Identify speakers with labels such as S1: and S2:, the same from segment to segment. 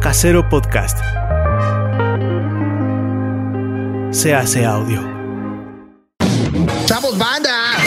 S1: Casero Podcast. Se hace audio.
S2: ¡Chavos, banda!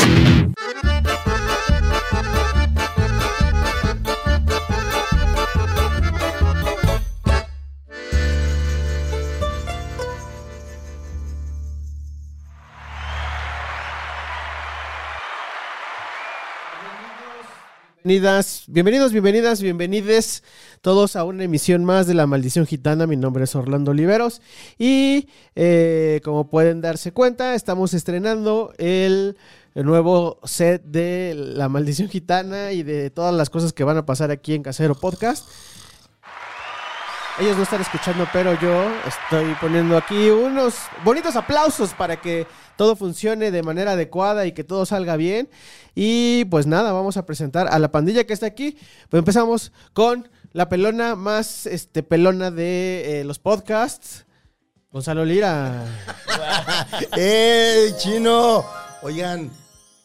S3: Bienvenidas, bienvenidos, bienvenidas, bienvenides todos a una emisión más de La Maldición Gitana. Mi nombre es Orlando Oliveros y eh, como pueden darse cuenta, estamos estrenando el, el nuevo set de La Maldición Gitana y de todas las cosas que van a pasar aquí en Casero Podcast. Ellos no están escuchando, pero yo estoy poniendo aquí unos bonitos aplausos para que todo funcione de manera adecuada y que todo salga bien. Y pues nada, vamos a presentar a la pandilla que está aquí. Pues empezamos con la pelona más este pelona de eh, los podcasts. Gonzalo Lira.
S2: ¡Ey, chino! Oigan,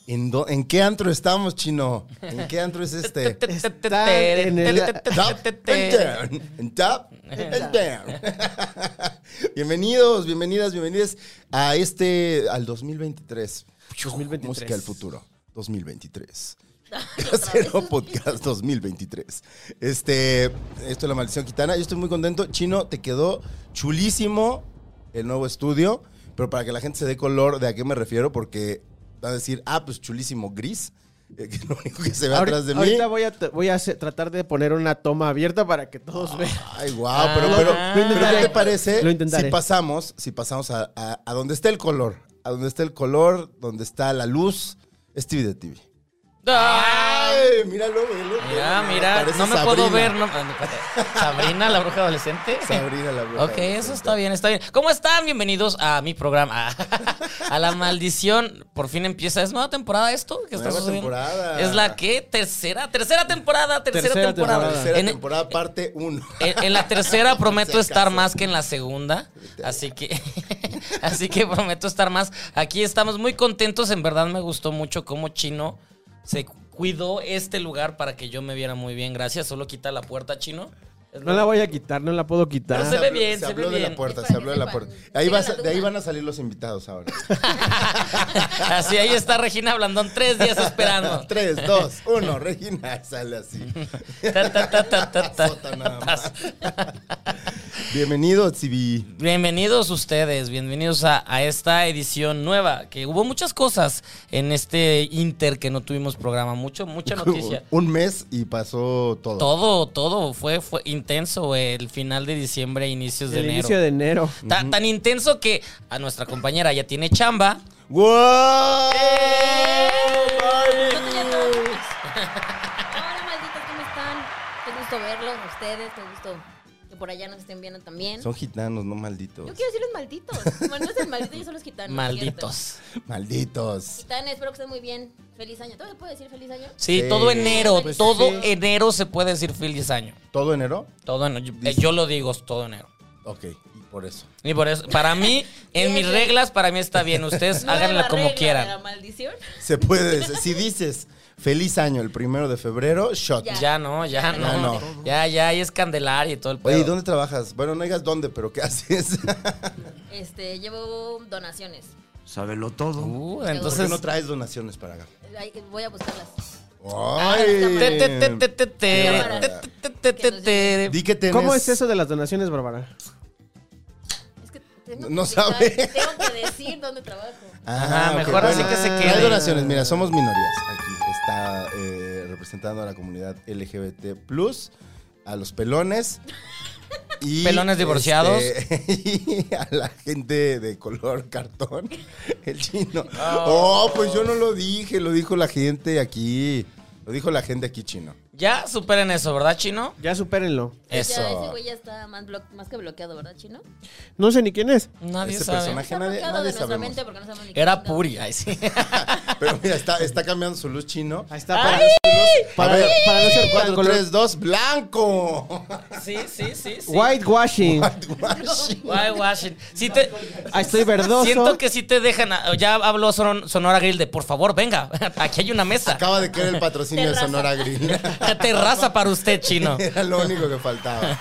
S2: ¿en, do- en qué antro estamos, chino? ¿En qué antro es este?
S3: Están en el-
S2: Top and down, and top and down. Bienvenidos, bienvenidas, bienvenidas a este, al 2023.
S3: 2023.
S2: Música del futuro, 2023. Casero Podcast 2023. Este, esto es La Maldición Gitana. Yo estoy muy contento. Chino, te quedó chulísimo el nuevo estudio, pero para que la gente se dé color de a qué me refiero, porque va a decir, ah, pues chulísimo gris, eh, que es lo único que se ve
S3: Ahorita,
S2: atrás de mí.
S3: ahorita voy a, voy a hacer- tratar de poner una toma abierta para que todos vean.
S2: Ay, guau, pero, pero,
S3: Ah, lo
S2: pero
S3: intentaré.
S2: ¿qué te parece
S3: Lo intentaré.
S2: si pasamos, si pasamos a, a- a donde está el color? A donde está el color, donde está la luz, es TV de TV. ¡Ay! Míralo, velo.
S4: Mira, mira,
S2: Parece
S4: no me
S2: Sabrina.
S4: puedo ver. no- ah, no, espérate. Sabrina, la bruja adolescente.
S2: Sabrina la bruja
S4: Ok, eso
S2: adolescente.
S4: está bien, está bien. ¿Cómo están? Bienvenidos a mi programa. A la maldición. Por fin empieza. ¿Es nueva temporada esto? que
S2: Nueva temporada.
S4: ¿Es la qué? ¿Tercera? ¿Tercera temporada? ¿Tercera,
S3: Tercera
S4: temporada?
S3: temporada.
S2: Tercera
S4: En-
S2: temporada, parte 1.
S4: en, en la tercera prometo
S2: Se
S4: estar
S2: casó.
S4: más que en la segunda. Así que, así que prometo estar más. Aquí estamos muy contentos. En verdad me gustó mucho cómo Chino se cuidó este lugar para que yo me viera muy bien. Gracias. Solo quita la puerta, Chino. Es
S3: No la voy a quitar, no la puedo quitar.
S4: Pero se ve bien,
S2: Se
S4: se,
S2: habló
S4: ve
S2: de
S4: bien.
S2: la puerta, se habló de la puerta. Ahí vas a- de ahí van a salir los invitados ahora.
S4: así ahí está Regina Blandón tres días esperando.
S2: Tres, dos, uno, Regina, sale así.
S4: Ta, ta, ta, ta, ta, ta.
S2: Sota nada más. Bienvenido, TV.
S4: Bienvenidos ustedes, bienvenidos a, a esta edición nueva, que hubo muchas cosas en este Inter que no tuvimos programa, mucho, mucha noticia.
S2: Un mes y pasó todo.
S4: Todo, todo fue, fue intenso el final de diciembre, inicios de
S3: El
S4: enero.
S3: inicio de enero.
S4: Ta- Tan intenso que a nuestra compañera ya tiene chamba.
S2: ¡Wow!
S4: Eh.
S5: Yo tenía todos mis- Hola, malditos, ¿cómo están? Qué gusto verlos a ustedes, qué gusto que por allá nos estén viendo también.
S2: Son gitanos, no
S5: Yo
S2: malditos.
S5: quiero decirles malditos. Bueno, no es el maldito, yo son los gitanos. ¿cierto?
S4: Malditos.
S2: Malditos.
S5: Gitanes, espero que estén muy bien. Feliz año. ¿Todo puedo decir feliz año?
S4: Sí,
S2: Sí.
S4: todo enero,
S5: Pues
S4: todo
S5: sí.
S4: enero se puede decir feliz año.
S2: ¿Todo enero?
S4: Todo enero. Yo, eh, yo lo digo, es todo enero.
S2: Ok, y por eso.
S4: Y por eso, para mí, en
S5: Bien,
S4: mis
S5: bien.
S4: reglas, para mí está bien. Ustedes
S5: Nueva
S4: háganla como
S5: regla de La
S4: quieran.
S5: maldición.
S2: Se puede. decir- si dices feliz año el primero de febrero, shot.
S5: Ya.
S4: Ya no, ya
S5: Ya
S4: no.
S2: no.
S4: Ya, ya, y es Candelaria y todo el pedo.
S2: Oye, ¿y dónde trabajas? Bueno, no digas dónde, pero ¿qué haces?
S5: Este, llevo donaciones.
S6: Sábelo todo.
S4: Uh,
S2: ¿Por qué
S4: entonces.
S2: no traes donaciones para acá?
S5: Ay, Voy a buscarlas.
S4: Te, te, te, te,
S2: ¡Ay!
S4: te, te,
S2: bárbara.
S4: te, te, te, te, te.
S2: Di que tienes...
S3: ¿Cómo es eso de las donaciones, Bárbara?
S5: Es que tengo
S2: No
S5: que dejar-
S2: sabe.
S5: Tengo que decir dónde trabajo.
S2: Ah,
S4: Ajá,
S2: ok,
S4: mejor así que se quede.
S2: Hay donaciones, mira, somos minorías. Aquí está eh, representando a la comunidad LGBT, a los pelones. Y
S4: Pelones divorciados.
S2: este, y a la gente de color cartón. El chino.
S4: Ah.
S2: Oh, pues yo no lo dije, lo dijo la gente aquí. Lo dijo la gente aquí chino.
S4: Ya superen eso, ¿verdad, Chino?
S3: Ya supérenlo.
S4: Eso.
S5: Ya, ese güey ya está más, blo- más que bloqueado, ¿verdad, chino?
S3: No sé ni quién es.
S4: Nadie
S2: Ese
S4: sabe.
S2: Este personaje
S5: Está
S2: nadie,
S5: bloqueado
S2: nadie
S5: de nuestra
S2: sabemos.
S5: mente porque no sabemos ni qué
S4: Era
S5: chingado.
S4: Puri, ay, sí.
S2: Pero mira, está, está cambiando su luz chino.
S3: Ahí está. Para,
S2: A
S3: para,
S2: ver,
S3: para no ser tan
S2: 4,
S3: color.
S2: 3, 2, blanco.
S4: Sí, sí, sí. sí.
S3: Whitewashing.
S4: Whitewashing. Sí te,
S3: Ah, estoy verdoso.
S4: siento que sí te dejan. a- Ya habló Sonon- Sonora Grill de por favor, venga, aquí hay una mesa.
S2: Acaba de caer el patrocinio de
S5: Terraza.
S2: Sonora Grill.
S4: Terraza para usted, chino.
S2: Era lo único que faltaba.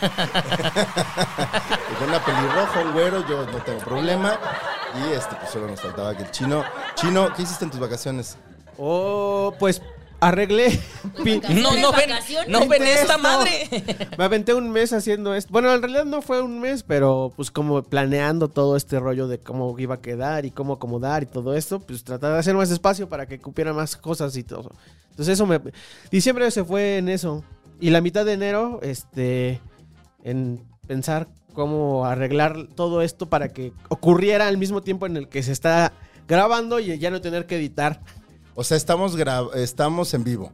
S2: Y con una pelirroja, un güero, yo no tengo problema. Y este, pues solo nos faltaba que el chino. Chino, ¿qué hiciste en tus vacaciones?
S3: Oh, pues arreglé. pi-
S4: No, no ven, no ven esta madre.
S3: Me aventé un mes haciendo esto. Bueno, en realidad no fue un mes, pero pues como planeando todo este rollo de cómo iba a quedar y cómo acomodar y todo esto, pues tratar de hacer más espacio para que cupiera más cosas y todo. Entonces eso me... Diciembre se fue en eso. Y la mitad de enero, este, en pensar cómo arreglar todo esto para que ocurriera al mismo tiempo en el que se está grabando y ya no tener que editar.
S2: O sea, estamos, gra- estamos en vivo.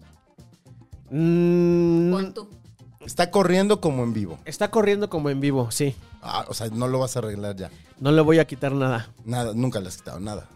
S3: Mm,
S5: Pon tú.
S2: Está corriendo como en vivo.
S3: está corriendo como en vivo, sí.
S2: Ah, o sea, no lo vas a arreglar ya.
S3: No le voy a quitar nada.
S2: Nada, nunca le has quitado nada.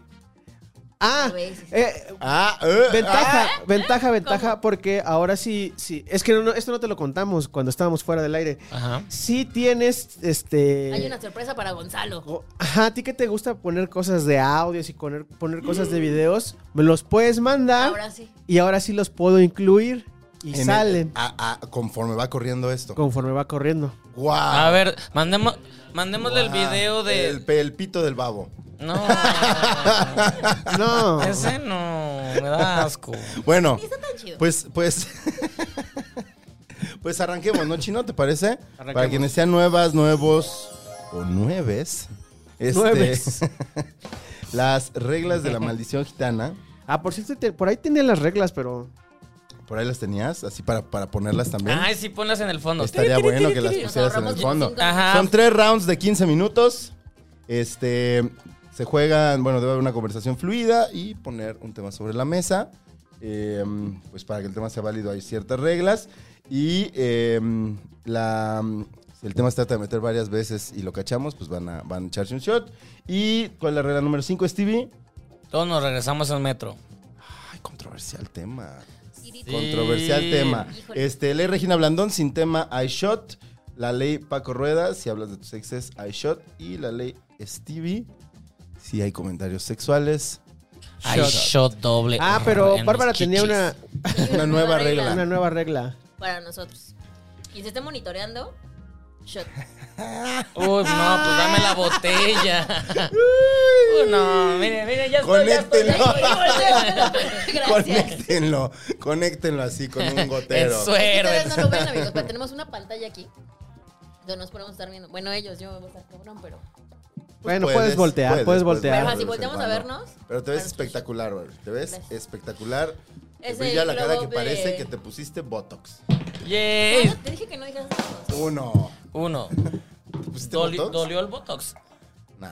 S3: Ah,
S5: A veces.
S3: eh,
S2: Ah, eh,
S3: ventaja,
S2: ah.
S3: ventaja, ventaja, porque ahora sí, sí. Es que no- esto no te lo contamos cuando estábamos fuera del aire.
S4: Ajá.
S3: Sí tienes,
S2: Eh,
S3: este...
S5: Hay una sorpresa para Gonzalo.
S3: o- Ajá, a ti que te gusta poner cosas de audios y poner, poner cosas de videos, me los puedes mandar
S5: Mm. Ahora sí.
S3: y ahora sí los puedo incluir y
S2: En el-
S3: salen
S2: ah, ah, conforme va corriendo esto.
S3: conforme va corriendo.
S2: Wow.
S4: A ver, mandemos, mandémosle el video de.
S2: Ah, El, pe- el pito del babo.
S4: No.
S3: No,
S4: Ese no, me da asco.
S2: Bueno,
S5: Está tan chido.
S2: pues, pues. pues arranquemos, ¿no, Chino? ¿Te parece? Para
S3: Arranquemos.
S2: quienes sean nuevas, nuevos o nueves. este,
S3: Nueves.
S2: las reglas de la maldición gitana.
S3: ah, por cierto, te- por ahí tenía las reglas, pero
S2: Por ahí las tenías, así para, para ponerlas también.
S4: Ay, sí, ponlas en el fondo.
S2: Estaría bueno que las
S5: Nos
S2: pusieras en
S5: ahorramos
S2: el fondo.
S5: 25.
S4: Ajá.
S2: Son tres rounds de 15 minutos. Este. Se juegan, bueno, debe haber una conversación fluida y poner un tema sobre la mesa. Eh, pues para que el tema sea válido hay ciertas reglas. Y eh, la, si el tema se trata de meter varias veces y lo cachamos, pues van a, van a echarse un shot. ¿Y cuál es la regla número 5, Stevie?
S4: Todos nos regresamos al metro.
S2: Ay, controversial tema.
S5: Tirito.
S2: Controversial tema.
S5: Híjole.
S2: Este, ley Regina Blandón sin tema I shot. La ley Paco Rueda, si hablas de tus exes, I shot. Y la ley Stevie, si hay comentarios sexuales.
S4: Ay,
S2: shot.
S4: shot doble.
S3: Ah, pero
S4: en
S3: Bárbara
S4: los
S3: tenía
S4: chichis.
S3: una,
S2: Una nueva regla.
S3: una nueva regla.
S5: Para nosotros. Y se esté monitoreando, shot.
S4: Uy, no, pues dame la botella. Uy, no, mire, mire, ya estoy. ya
S2: este
S4: estoy, ya
S2: Conéctenlo.
S4: estoy, ya estoy.
S5: Gracias.
S2: conéctenlo. Conéctenlo así con un
S4: El
S2: gotero.
S4: suero.
S5: Ustedes no lo ven, amigos, pero tenemos una pantalla aquí. Donde nos podemos estar viendo. Bueno, ellos, yo me voy a estar cabrón, pero.
S3: Bueno, puedes, voltear, puedes, voltear.
S5: Ajá,
S2: de
S5: si
S2: vez
S5: volteamos
S2: en
S5: a
S2: cuando.
S5: vernos,
S2: Pero te ves
S5: para
S2: espectacular, Barbie. Te ves
S5: Gracias.
S2: espectacular. Te
S5: Es
S2: brilla
S5: el
S2: la cara
S5: globo
S2: que parece
S5: de-
S2: que te pusiste Botox.
S4: Yay.
S5: Ah, Te dije que no digas esas cosas.
S2: Uno.
S4: Uno.
S2: ¿Te pusiste
S4: Doli-
S2: ¿Este Botox?
S4: dolió el botox.
S2: Nah.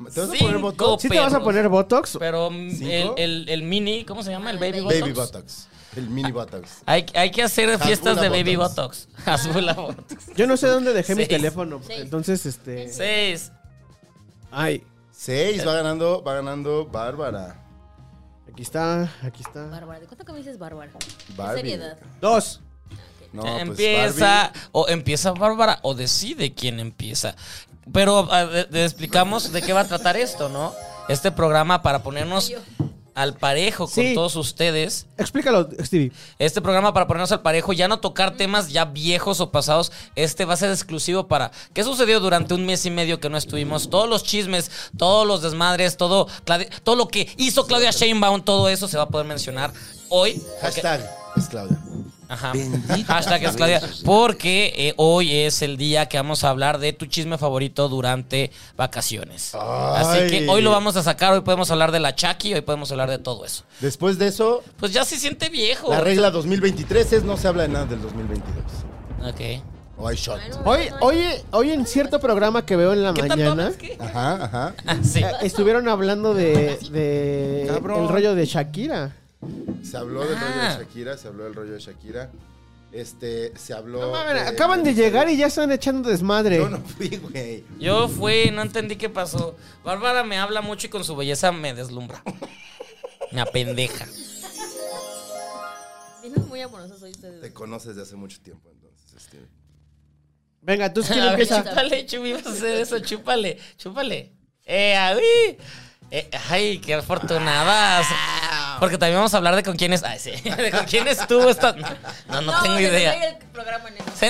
S5: Mañana.
S2: ¿Te vas a poner
S4: Cinco.
S2: Botox?
S3: ¿Sí te vas a
S4: perros.
S3: poner Botox?
S4: Pero mm, el,
S2: ¿Cinco?
S4: el, el mini, ¿cómo se llama? El baby botox.
S2: Baby Botox. El mini Botox.
S4: Hay, hay que hacer fiestas de
S2: Hasbula
S4: baby
S2: botox.
S4: botox. Hasbula botox.
S3: Yo no sé dónde dejé mi
S4: Seis.
S3: teléfono.
S5: Seis.
S3: Entonces, este.
S4: Seis.
S3: Ay,
S2: Seis, va ganando, va ganando Bárbara.
S3: aquí está, aquí está.
S5: Bárbara, ¿de cuánto que me dices Bárbara?
S2: Barbie.
S5: Qué seriedad.
S3: Dos.
S2: No, pues,
S4: empieza, o empieza Bárbara, o decide quién empieza. Pero ah, de- de- explicamos de qué va a tratar esto, ¿no? Este programa para ponernos al parejo con
S3: Sí.
S4: todos ustedes.
S3: Explícalo, Stevie.
S4: Este programa para ponernos al parejo, ya no tocar temas ya viejos o pasados. Este va a ser exclusivo para qué sucedió durante un mes y medio que no estuvimos. Todos los chismes, todos los desmadres, todo, Claudia- todo lo que hizo Claudia Sheinbaum, todo eso se va a poder mencionar hoy.
S2: Barbie.
S4: porque-
S2: Hashtag es Claudia.
S4: Ajá. Hashtag es Claudia. Porque eh, hoy es el día que vamos a hablar de tu chisme favorito durante vacaciones. Así que hoy lo vamos a sacar, hoy podemos hablar de la Chucky, hoy podemos hablar de todo eso.
S2: Después de eso,
S4: Pues ya se siente viejo.
S2: la regla 2023 es no se habla de nada del 2022.
S4: Ok.
S2: O hay shot.
S5: Bueno,
S3: Hoy,
S5: bueno,
S3: hoy, hoy en cierto programa que veo en la
S4: ¿Qué tanto
S3: mañana,
S4: hablas? ¿Qué?
S2: Ajá, ajá.
S4: Ah, sí.
S3: eh, estuvieron hablando de, de
S2: Cabrón.
S3: el rollo de Shakira.
S2: Se habló del rollo de
S4: Ah.
S2: Shakira, se habló del rollo de Shakira. Este, se habló.
S3: No mames, acaban de llegar y ya están echando desmadre.
S2: Yo no fui, güey.
S4: Yo fui, no entendí qué pasó. Bárbara me habla mucho y con su belleza me deslumbra. Una pendeja.
S5: Vienen muy amorosos hoy ustedes.
S2: Te conoces de hace mucho tiempo, entonces. este,
S3: Venga, tú quién
S4: A ver,
S3: empieza.
S4: chúpale, Chubi, vas a hacer eso, chúpale, chúpale. Eh, ah, uy. Eh, ay, qué afortunadas. Porque también vamos a hablar de con quién es. Ay, sí. De con quién estuvo esta. No, no, no tengo
S5: se nos
S4: idea.
S5: va a ir el programa en eso.
S2: Eh,
S4: Sí,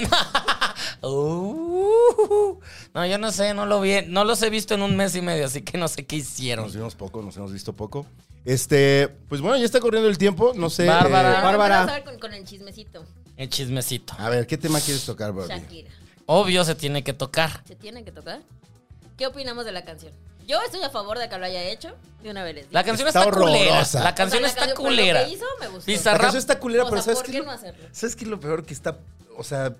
S4: no. Uh, no, yo no sé, no lo vi, no los he visto en un mes y medio, así que no sé qué hicieron.
S2: Nos vimos poco, nos hemos visto poco. Este, pues bueno, ya está corriendo el tiempo, no sé.
S4: Bárbara.
S5: Bueno,
S3: Bárbara.
S5: vamos a ver con, con el chismecito.
S4: El chismecito.
S2: a ver, ¿qué tema quieres tocar, Barbie?
S5: Shakira.
S4: Obvio se tiene que tocar.
S5: ¿Se tiene que tocar? ¿Qué opinamos de la canción? Yo estoy a favor de que lo haya hecho de una vez. les digo.
S4: La canción
S2: Está
S4: está, culera.
S2: horrorosa.
S4: La canción
S5: O sea, la
S4: está
S5: canción, pero lo
S4: culera.
S5: que hizo me gustó.
S2: La
S4: Bizarrap-
S2: canción está culera,
S5: O
S2: pero
S5: sea,
S2: ¿sabes
S5: ¿por
S2: qué?
S5: qué
S2: es lo-
S5: no hacerlo?
S2: ¿Sabes qué es lo peor que está? O sea,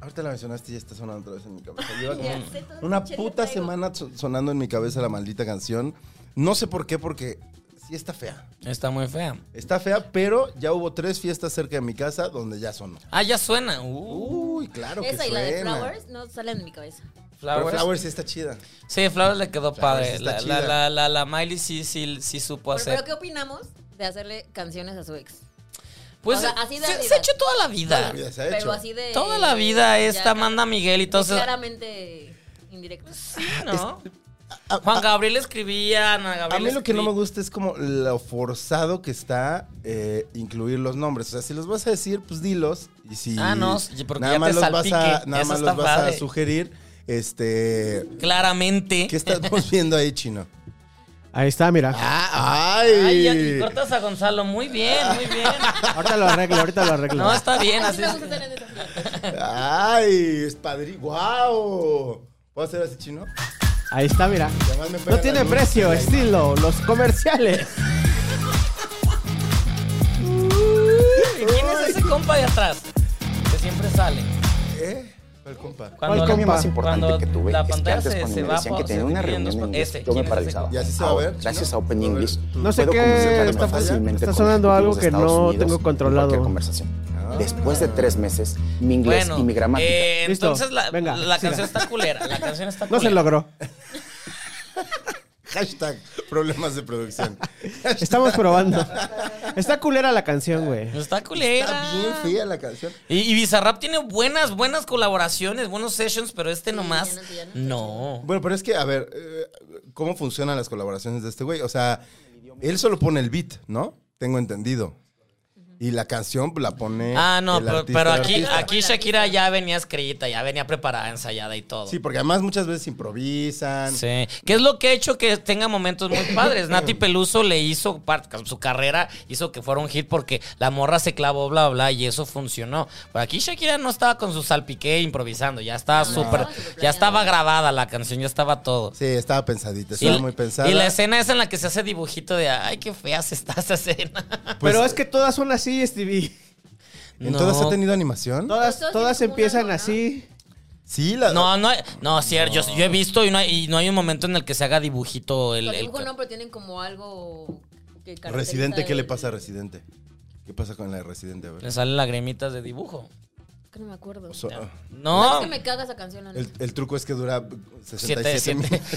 S2: ahorita la mencionaste y ya está sonando otra vez en mi cabeza. Lleva
S5: Ya
S2: como
S5: sé, todo el
S2: una
S5: pinche
S2: puta
S5: día traigo.
S2: semana so- sonando en mi cabeza la maldita canción. No sé por qué, porque sí está fea.
S4: Está muy fea.
S2: Está fea, pero ya hubo tres fiestas cerca de mi casa donde ya sonó.
S4: Ah, ya suena. Uh,
S2: Uy, claro que
S5: Esa y
S2: suena.
S5: la de Flowers no salen de mi cabeza.
S2: Pero
S4: Flowers.
S2: Flowers sí está chida.
S4: Sí, Flowers le quedó
S2: Flowers
S4: padre.
S2: está
S4: La,
S2: chida.
S4: la, la, la, la Miley sí, sí, sí supo
S5: Pero,
S4: hacer.
S5: pero ¿qué opinamos de hacerle canciones a su ex?
S4: pues
S5: o sea, así de
S4: se,
S5: realidad.
S4: se ha hecho toda la vida.
S2: La vida se ha hecho.
S5: Pero así de...
S4: Toda la vida
S5: ya
S4: esta Amanda Miguel y
S5: de
S4: todo eso.
S5: Claramente indirectos.
S4: ¿no?
S2: Este,
S4: Juan Gabriel escribía, Ana
S2: A
S4: Gabriel
S2: mí lo que no me
S4: escribía.
S2: gusta es como lo forzado que está eh, incluir los nombres. O sea, si los vas a decir, pues dilos. Y si
S4: Ah, no, sí, porque
S2: nada
S4: ya
S2: más
S4: te
S2: los vas a,
S4: salpique.
S2: nada
S4: Eso
S2: más
S4: está
S2: los vas a
S4: padre.
S2: sugerir, este,
S4: Claramente.
S2: ¿qué estamos viendo ahí, chino?
S3: Ahí está, mira.
S2: Ah,
S4: Ay,
S2: ay.
S4: ya te cortas a Gonzalo. Muy bien, muy bien.
S3: Ahorita lo arreglo, ahorita lo arreglo.
S4: No, está bien.
S5: Así
S4: Así
S5: me gusta hacer en esa
S2: ay, es padrí- Guau. ¿Puedo hacer así, chino?
S3: Ahí está, mira.
S2: Además me pega
S3: No tiene
S2: la luz.
S3: precio, estilo, los comerciales.
S4: ¿Quién es ese compa de atrás? Que siempre sale.
S2: ¿Eh? ¿Cuál compa?
S3: ¿Cuál
S7: El cambio
S3: compa?
S7: más importante
S4: cuando
S7: que tuve
S4: la
S7: es que
S4: pantalla
S7: antes
S4: se-
S7: cuando
S4: se
S7: me
S4: va
S7: decían que
S4: por-
S7: tenía
S4: se
S7: una
S4: divide en
S7: reunión
S4: dos
S7: en
S4: pa-
S7: inglés,
S4: este,
S7: yo me
S4: ¿quién es ese?
S7: paralizaba.
S2: Y así se va a
S7: Ahora,
S2: ver,
S7: gracias
S2: ¿no?
S7: a Open
S2: A ver,
S7: English,
S2: tú.
S3: No sé
S7: Mm. puedo
S3: qué,
S7: comunicarme
S3: está
S7: más
S3: falla-
S7: fácilmente
S3: está
S7: con
S3: sonando
S7: ejecutivos
S3: algo
S7: de
S3: que
S7: Estados
S3: no
S7: Unidos
S3: tengo
S7: en
S3: controlado.
S7: cualquier conversación. Después de tres meses, mi inglés
S4: Bueno,
S7: y mi gramática.
S4: eh,
S3: Listo,
S4: entonces la,
S3: venga,
S4: la
S3: siga.
S4: canción está culera. La canción está
S3: No
S4: culera.
S3: se logró.
S2: Hashtag problemas de producción.
S3: Estamos probando. Está culera la canción, güey.
S4: Está culera.
S2: Está bien fea la canción.
S4: Y, y Bizarrap tiene buenas, buenas colaboraciones, buenos sessions, pero este nomás.
S5: ya no, ya no.
S4: No.
S2: Bueno, pero es que, a ver, eh, ¿cómo funcionan las colaboraciones de este güey? O sea, él solo pone el beat, ¿no? Tengo entendido. Y la canción pues, la pone.
S4: Ah, no,
S2: el
S4: pero,
S2: artista,
S4: pero
S2: el
S4: aquí,
S2: artista.
S4: aquí Shakira ya venía escrita, ya venía preparada, ensayada y todo.
S2: Sí, porque además muchas veces improvisan.
S4: Sí. ¿Qué es lo que ha hecho que tenga momentos muy padres? Nati Peluso le hizo par- su carrera, hizo que fuera un hit porque la morra se clavó, bla, bla, y eso funcionó. Pero aquí Shakira no estaba con su salpique improvisando, ya estaba súper, ya estaba grabada la canción, ya estaba todo.
S2: Sí, estaba pensadita,
S4: Y,
S2: estaba muy pensada.
S4: y la escena es en la que se hace dibujito de, ay, qué fea se está esa escena.
S2: Pues-
S3: Pero es que todas son así,
S4: pues,
S3: Stevie.
S2: ¿En todas
S4: No.
S2: ha tenido animación?
S3: Todas,
S5: Pues Todas
S3: todas
S5: tienen como
S3: empiezan
S5: una, ¿no?
S3: así.
S2: Sí, la.
S4: No, no, hay- no, sí, Yo, yo he visto y no, hay, y no hay un momento en el que se haga dibujito el...
S5: Con
S4: el-
S5: dibujo no, pero tienen como algo que caracteriza
S2: Residente, ¿qué
S5: el-
S2: le pasa a Residente? ¿Qué pasa con la de Residente? A ver.
S4: le salen lagrimitas de dibujo.
S5: Que no me acuerdo.
S2: So-
S4: No.
S5: Es que me caga esa canción, la
S2: el,
S5: neta.
S2: el truco es que dura
S4: Siete,
S2: 67
S4: siete.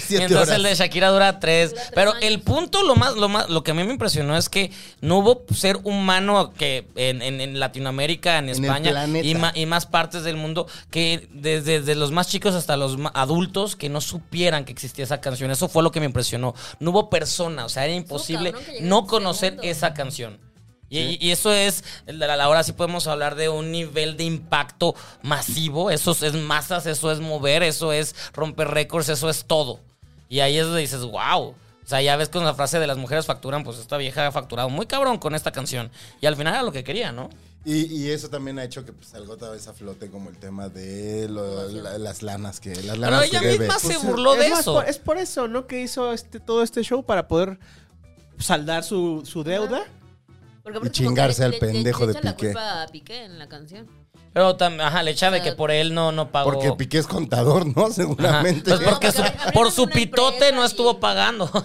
S2: siete,
S4: Mientras
S2: horas.
S4: el de Shakira dura tres.
S5: Dura tres
S4: Pero
S5: años.
S4: el punto, lo más, lo más, lo que a mí me impresionó es que no hubo ser humano que en, en- en Latinoamérica,
S2: En
S4: en
S2: el
S4: España
S2: planeta.
S4: y, ma- y más partes del mundo, que desde, desde los más chicos hasta los ma- adultos que no supieran que existía esa canción. Eso fue lo que me impresionó. No hubo persona, o sea, era imposible
S5: cabrón que llegue
S4: no
S5: en
S4: conocer
S5: segundo.
S4: esa canción. Y, y- y eso es, el de la- ahora sí podemos hablar de un nivel de impacto masivo. Eso es, es masas, eso es mover, eso es romper récords, eso es todo. Y ahí es donde dices, wow. O sea, ya ves con la frase de las mujeres facturan, pues esta vieja ha facturado muy cabrón con esta canción. Y al final era lo que quería, ¿no?
S2: Y, y eso también ha hecho que pues, salga otra vez a flote como el tema de lo- la- las lanas que las
S4: Pero
S2: lanas
S4: ella
S2: que debe.
S4: misma se
S3: Pues,
S4: burló de
S3: es más,
S4: eso.
S3: por- es por eso, ¿no? Que hizo este, todo este show para poder saldar su, su deuda.
S5: Porque aparte
S2: Y chingarse
S5: como
S2: al
S5: que le- le-
S2: pendejo
S5: le
S2: de
S5: echa la
S2: Piqué.
S5: culpa a Piqué en la canción.
S4: Pero también, ajá, le echa de que por él no, no pagó.
S2: Porque Piqué es contador, ¿no?
S4: Ajá.
S2: Seguramente.
S4: Pues
S5: No,
S4: porque
S5: porque
S4: su-
S5: abrieron
S4: por su
S5: una
S4: pitote
S5: empresa
S4: no
S5: y-
S4: estuvo pagando.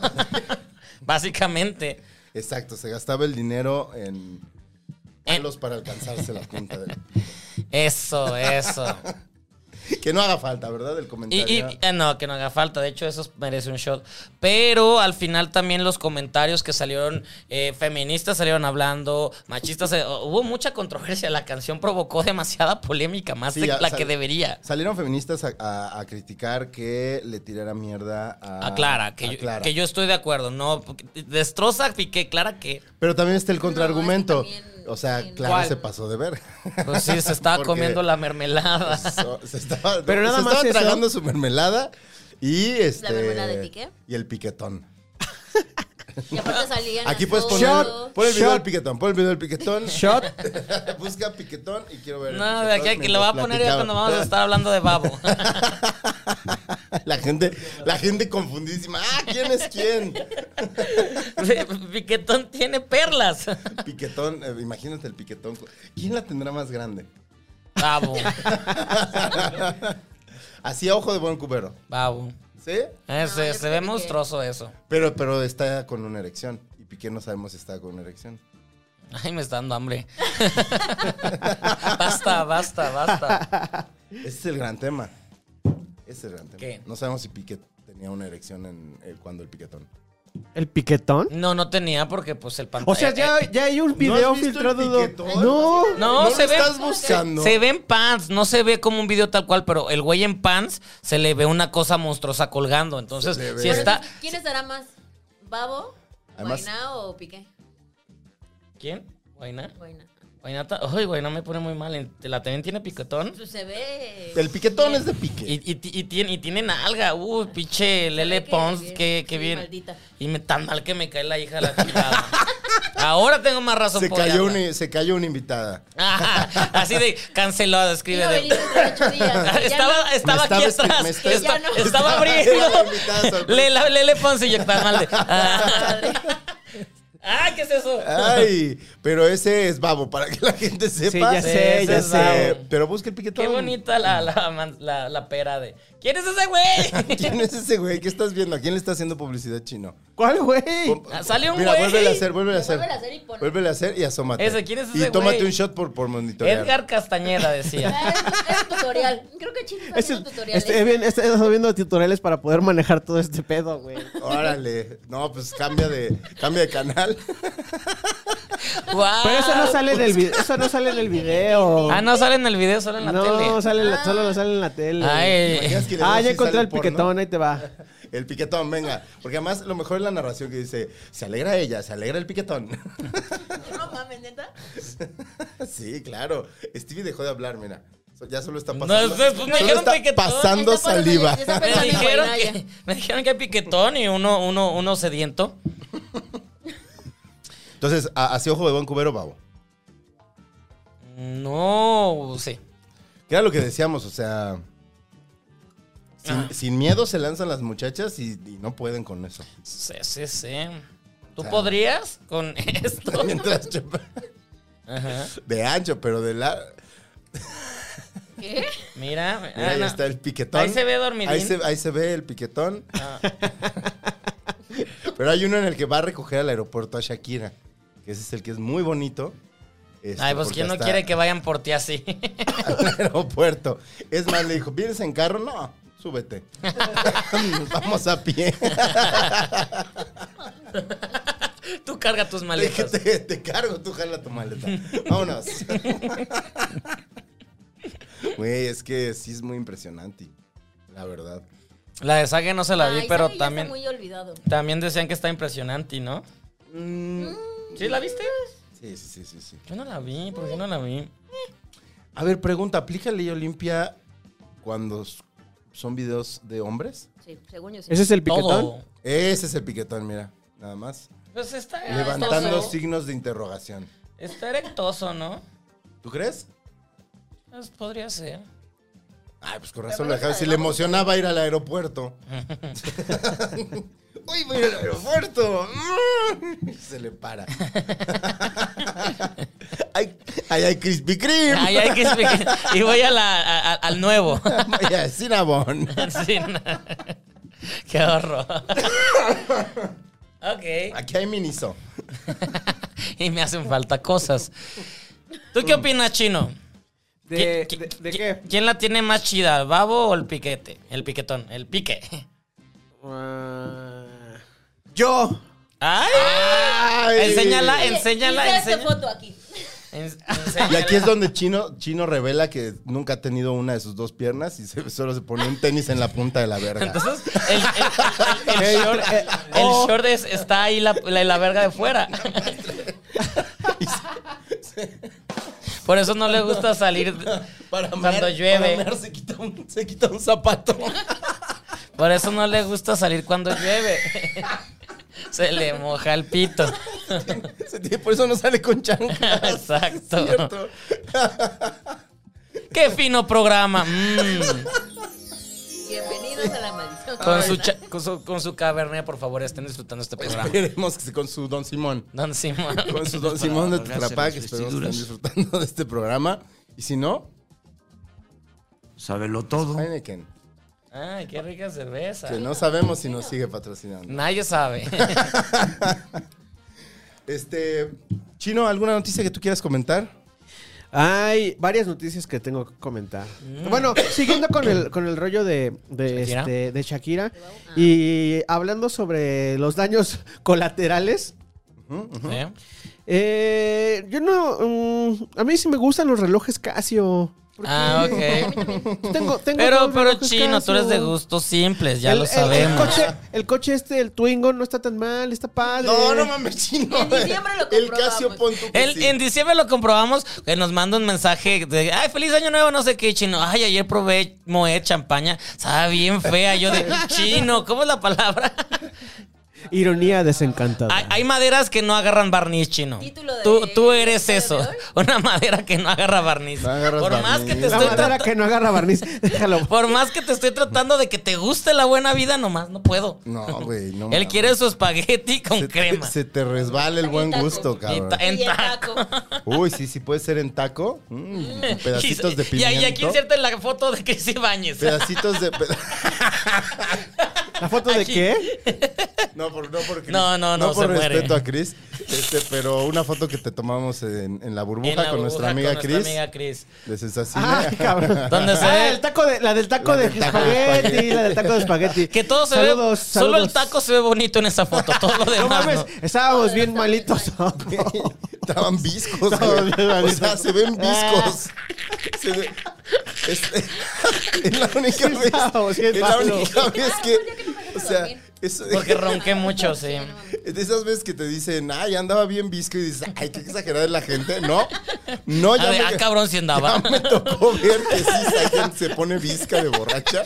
S4: Básicamente.
S2: Exacto, se gastaba el dinero en
S4: Eh.
S2: palos para alcanzarse la punta. del-
S4: Eso, eso.
S2: Que no haga falta, ¿verdad? El
S4: Y,
S2: comentario.
S4: y- eh, no, que no haga falta. De hecho, eso merece un shot. Pero al final también los comentarios que salieron, eh, feministas salieron hablando, machistas. eh, hubo mucha controversia. La canción provocó demasiada polémica, más
S2: Sí,
S4: de
S2: ya
S4: la
S2: sal-
S4: que debería.
S2: Salieron feministas a, a- a criticar que le tirara mierda a,
S4: a Clara, que,
S2: a
S4: yo,
S2: Clara.
S4: que yo estoy de acuerdo. No, porque destroza a Piqué, Clara que.
S2: Pero también está el contraargumento.
S5: No, es que también-
S2: o sea,
S5: sí,
S2: Clara
S4: ¿Cuál?
S2: se pasó de ver.
S4: Pues sí, se estaba comiendo la mermelada.
S2: se estaba,
S3: Pero nada
S2: se
S3: más
S2: estaba
S3: eso.
S2: tragando su mermelada y este
S5: mermelada de Piqué?
S2: y el piquetón.
S5: Y aparte salían.
S2: Aquí
S5: las
S2: puedes
S5: fotos.
S2: poner pon el video
S3: Shot.
S2: del piquetón, pon el video del piquetón.
S3: Shot.
S2: Busca piquetón y quiero ver. el
S4: No, de
S2: piquetón
S4: aquí a que lo va a
S2: mientras
S4: poner ya cuando
S2: platicaba.
S4: vamos a estar hablando de babo.
S2: La gente, la gente confundidísima. Ah, ¿quién es quién?
S4: Piquetón tiene perlas.
S2: Piquetón, eh, imagínate el piquetón. ¿Quién la tendrá más grande?
S4: Babo,
S2: Así a ojo de buen cubero.
S4: babo.
S2: ¿Sí?
S4: Eh, se
S5: yo
S4: se
S5: creo
S4: ve
S5: que-
S4: monstruoso eso.
S2: Pero, pero está con una erección. Y Piqué no sabemos si está con una erección.
S4: Ay, me está dando hambre. basta, basta, basta.
S2: Ese es el gran tema. Ese es el gran tema.
S4: ¿Qué?
S2: No sabemos si Piqué tenía una erección en, eh, cuando el piquetón.
S3: ¿El piquetón?
S4: No, no tenía porque pues el pantalla.
S3: O sea, ya, ya hay un video
S2: Eh, has visto el
S3: filtrado. do-
S2: piquetón?
S3: No.
S4: No,
S2: lo
S4: se ve.
S2: estás buscando.
S4: Se ve en pants, no se ve como un video tal cual, pero el güey en pants se le ve una cosa monstruosa colgando. Entonces,
S2: Se le ve.
S4: si está.
S5: ¿Quién estará más? ¿Babo?
S2: Además-
S5: ¿Guainá o Piqué?
S4: ¿Quién? ¿Guainá?
S5: Guainá.
S4: ¿Guainata? Ay, Guainá me pone muy mal. ¿En- ¿La también tiene picotón?
S5: Pues se ve.
S2: El piquetón es de Piqué.
S4: Y, y, ti- y tiene, y tiene nalga, uh, pinche Lele
S5: que
S4: Pons,
S5: bien,
S4: que, que
S5: sí,
S4: bien.
S5: maldita.
S4: Y me, tan mal que me cae la hija de la chingada. Ahora tengo más razón
S2: se,
S4: por
S2: cayó
S4: odiarla.
S2: una, se cayó una invitada.
S4: Ah, así de cancelado, escribe
S5: Iba a
S4: de-
S5: venir dentro de ocho días. Ya
S4: Estaba,
S5: no.
S4: estaba
S2: Me
S4: aquí
S2: estaba-
S4: atrás.
S2: me estaba-
S4: Esta-
S5: Ya no.
S4: Estaba
S2: Era
S4: abriendo.
S2: la invitada sorpresa.
S4: Lele, Lele Pons y yo tan mal de. Ah. Ay, ¿qué es eso?
S2: Ay, pero ese es babo, para que la gente sepa.
S3: Sí, ya sé,
S4: Sí,
S3: ya
S4: ese es babo.
S3: sé.
S2: Eh, pero busca el piquetón.
S4: Qué bonita la, la, man- la- la pera de. ¿Quién es ese güey?
S2: ¿Quién es ese güey? ¿Qué estás viendo? ¿A quién le está haciendo publicidad chino?
S3: ¿Cuál, güey?
S4: Ah, sale un
S2: Mira,
S4: güey.
S2: vuélvele a hacer, vuélvele a
S5: Lo
S2: hacer.
S5: vuelve a hacer y pone.
S2: Vuélvele a hacer y asómate.
S4: Ese, ¿quién es ese
S2: Y tómate
S4: güey?
S2: un shot por, por monitorear.
S4: Edgar Castañeda decía.
S5: Ah, es- es tutorial. Creo que Chino está
S3: Es
S5: haciendo
S3: el-
S5: tutoriales.
S3: este, he bien- he estado viendo tutoriales para poder manejar todo este pedo, güey.
S2: Órale. No, pues cambia de, cambia de canal.
S4: Guau.
S3: Pero eso no sale en el video. Eso no sale en el video.
S4: Ah, no sale en el video, sale en la tele. eh.
S3: No, sale en la- solo
S5: Ah.
S3: lo sale en la tele.
S2: Imaginas
S4: Ay,
S2: que de
S3: Ah,
S2: verdad
S3: ya
S2: sí
S3: encontré
S2: sale
S3: el
S2: porno.
S3: piquetón, ahí te va.
S2: El piquetón, venga. Porque además lo mejor es la narración que dice, se alegra ella, se alegra el piquetón.
S5: No mames, neta.
S2: sí, claro. Stevie dejó de hablar, mira. So- Ya solo está
S4: No,
S2: pasando.
S4: pues, pues, me
S2: solo
S4: dijeron
S2: está
S4: piquetón.
S2: pasando
S5: Está pasando-
S2: saliva.
S5: está
S4: me
S5: pensando en
S4: dijeron,
S5: Guainá
S4: que, me dijeron que hay piquetón y uno, uno, uno sediento.
S2: Entonces, a- así ojo de buen cubero, babo.
S4: No, sí.
S2: Que era lo que decíamos, o sea. Sin,
S4: Ah.
S2: sin miedo se lanzan las muchachas y, y no pueden con eso.
S4: Sí, sí, sí.
S2: O
S4: ¿Tú
S2: sea,
S3: Ah.
S4: podrías con este? esto?
S2: Mientras yo-
S4: Ajá.
S2: De ancho, pero de la.
S5: ¿Qué?
S4: Mira,
S2: Mira,
S4: ah,
S2: ahí
S4: no.
S2: está el piquetón.
S4: Ahí se ve dormidín. Ah.
S2: Ahí se, ahí se ve el piquetón. pero hay uno en el que va a recoger al aeropuerto a Shakira. Que ese es el que es muy bonito. este,
S4: Ay, pues
S2: porque
S4: quién no
S2: hasta
S4: quiere que vayan por ti así.
S2: Al aeropuerto. Es más, le dijo: ¿Vienes en carro? No, súbete. Vamos a pie.
S4: Tú carga tus
S2: Te,
S4: maletas.
S2: te, te cargo, tú jala tu maleta. Vámonos. Güey, es que sí es muy impresionante, la verdad.
S4: La de Sage no se la vi,
S5: Ay,
S4: pero
S5: Sage ya está
S4: también,
S5: muy olvidado.
S4: también decían que está impresionante, ¿no?
S3: Mm.
S4: ¿Sí la viste?
S2: Sí, sí, sí, sí, sí.
S4: Yo no la vi, ¿por qué no la vi?
S2: A ver, pregunta, ¿aplica ley Olimpia cuando s- son videos de hombres?
S5: Sí, según yo sí.
S3: ¿Ese es el piquetón?
S4: Todo.
S2: Ese es el piquetón, mira, nada más.
S4: Pues está
S2: Levantando
S4: erectoso.
S2: signos de interrogación.
S4: Está erectoso, ¿no?
S2: ¿Tú crees?
S4: Pues podría ser.
S2: Ay, pues con razón lo dejaron. Si le emocionaba ir al aeropuerto. ¡Uy, voy al aeropuerto! Mm, Se le para. ¡Ay, ay, ay Krispy Kreme!
S4: Ay, hay que explicar. Y voy a la, a- a- al nuevo.
S2: Voy a Cinnabon.
S4: Sí, no. Qué horror. ok.
S2: Aquí hay Miniso.
S4: y me hacen falta cosas. ¿Tú qué opinas, Chino?
S3: ¿De,
S4: ¿Qui-
S3: de-
S4: qui-
S3: de
S4: qui-
S3: qué?
S4: ¿Quién la tiene más chida, el babo o el piquete? El piquetón, el pique.
S3: Ah, yo.
S4: ¡Ay! Enséñala, enséñala,
S5: Esta
S4: enséñala.
S5: foto aquí.
S4: En-
S2: Y
S4: enséñala.
S2: aquí es donde Chino, Chino revela que nunca ha tenido una de sus dos piernas y se- solo se pone un tenis en la punta de la verga.
S4: Entonces, el, el- el- el short, el
S2: Oh.
S4: short es- está ahí la, la- la verga de fuera. Por eso no le gusta salir cuando llueve.
S2: se, quita un, zapato.
S4: Por eso no le gusta salir cuando llueve. Se le moja el pito.
S2: por eso no sale con chanclas.
S4: Exacto.
S2: Cierto.
S4: Qué fino programa. mm.
S5: Bienvenidos a la maldición.
S4: Con, su cha- con, su, con su cabernet, por favor, estén disfrutando este programa.
S2: Esperemos que con su Don Simón.
S4: Don Simón.
S2: Con su Don Simón de
S8: colgarse
S2: Tetrapá,
S8: las
S2: que esperemos que
S8: vestiduras.
S2: estén disfrutando de este programa. Y si no,
S8: Sábelo todo.
S2: Heineken.
S4: Ay, qué rica cerveza.
S2: Que no sabemos si nos sigue patrocinando.
S4: Nadie sabe.
S2: Este. Chino, ¿alguna noticia que tú quieras comentar?
S3: Hay varias noticias que tengo que comentar. Bueno, siguiendo con el, con el rollo de, de,
S4: Mm. ¿Shakira?
S3: este, de Shakira y hablando sobre los daños colaterales.
S4: ¿Eh?
S3: eh, yo no. mm, a mí sí me gustan los relojes Casio. Porque
S4: Ah, ok.
S3: Tengo, tengo
S4: Pero,
S3: dos
S4: pero
S3: relojes
S4: chino, tú eres de
S3: Casio.
S4: gustos simples, ya
S3: El-
S4: lo
S3: el-
S4: sabemos.
S3: El coche, el coche este, el Twingo, no está tan mal, está padre.
S2: mames, Chino.
S5: En diciembre lo
S2: El
S5: comprobamos.
S2: Casio pon tú que
S4: El-
S2: sí.
S4: En diciembre lo comprobamos, que nos manda un mensaje de, ay, feliz año nuevo, no sé qué, chino. Ay, ayer probé Moet champaña, estaba bien fea. Yo de, chino, ¿cómo es la palabra?
S3: Ironía desencantada.
S4: Hay, hay maderas que no agarran barniz, chino.
S5: Título de-
S4: tú, tú eres
S5: título de
S4: eso, una madera que no agarra barniz.
S2: No agarras
S4: Por más
S2: barniz.
S4: que
S2: La
S4: te
S3: La
S4: estoy
S3: madera
S4: tratando-
S3: que no agarra barniz, déjalo.
S4: Por más que te estoy tratando de que te guste la buena vida, nomás no puedo.
S2: No, güey, no.
S4: Él
S2: mames.
S4: quiere su espagueti con
S2: se
S4: crema.
S2: Te, se te resbala el buen gusto,
S4: y
S2: cabrón.
S4: ta- en
S5: Y el
S4: taco.
S5: taco.
S2: Uy, sí, sí puede ser en taco. Mm, con pedacitos
S4: Y-
S2: de
S4: y
S2: pimiento.
S4: ahí aquí inserta la foto de Cris Ibáñez.
S2: Pedacitos de. peda-
S3: ¿La foto de
S4: Aquí.
S3: qué?
S2: No, por, no por Chris.
S4: No, no, no,
S2: por
S4: se muere.
S2: respeto a Chris. Este, pero una foto que te tomamos en, en la burbuja
S4: En la
S2: con nuestra
S4: burbuja
S2: amiga
S4: con
S2: Chris.
S4: amiga Ah, Cris.
S2: De Sensacine.
S3: Ay, cabrón.
S4: ¿Dónde se
S3: Ah,
S4: ve?
S3: el taco de, la del taco
S2: La
S3: de
S2: del taco de
S3: espagueti,
S2: espagueti.
S3: la del taco de espagueti.
S4: Que todo se
S3: Saludos,
S4: ve. Solo el
S3: saludos.
S4: taco se ve bonito en esa foto. Todo lo
S3: No
S4: demás.
S3: mames,
S4: no.
S3: estábamos bien malitos.
S2: Estaban viscos,
S3: Estaban
S2: güey.
S3: bien Ah.
S2: O
S3: malitos.
S2: sea, se ven viscos. Se ve- Es, es la única
S3: Sí,
S2: vez.
S3: estábamos bien
S2: es la
S3: malos.
S2: única vez que. O sea, eso
S4: Porque ronqué mucho, sí.
S2: Es de esas veces que te dicen, ay, andaba bien visco y dices, ay, qué exagerada es la gente. No, no,
S4: A
S2: ya,
S4: ver,
S2: me,
S4: ah, cabrón, si andaba.
S2: ya me tocó ver que sí, esa gente se pone visca de borracha.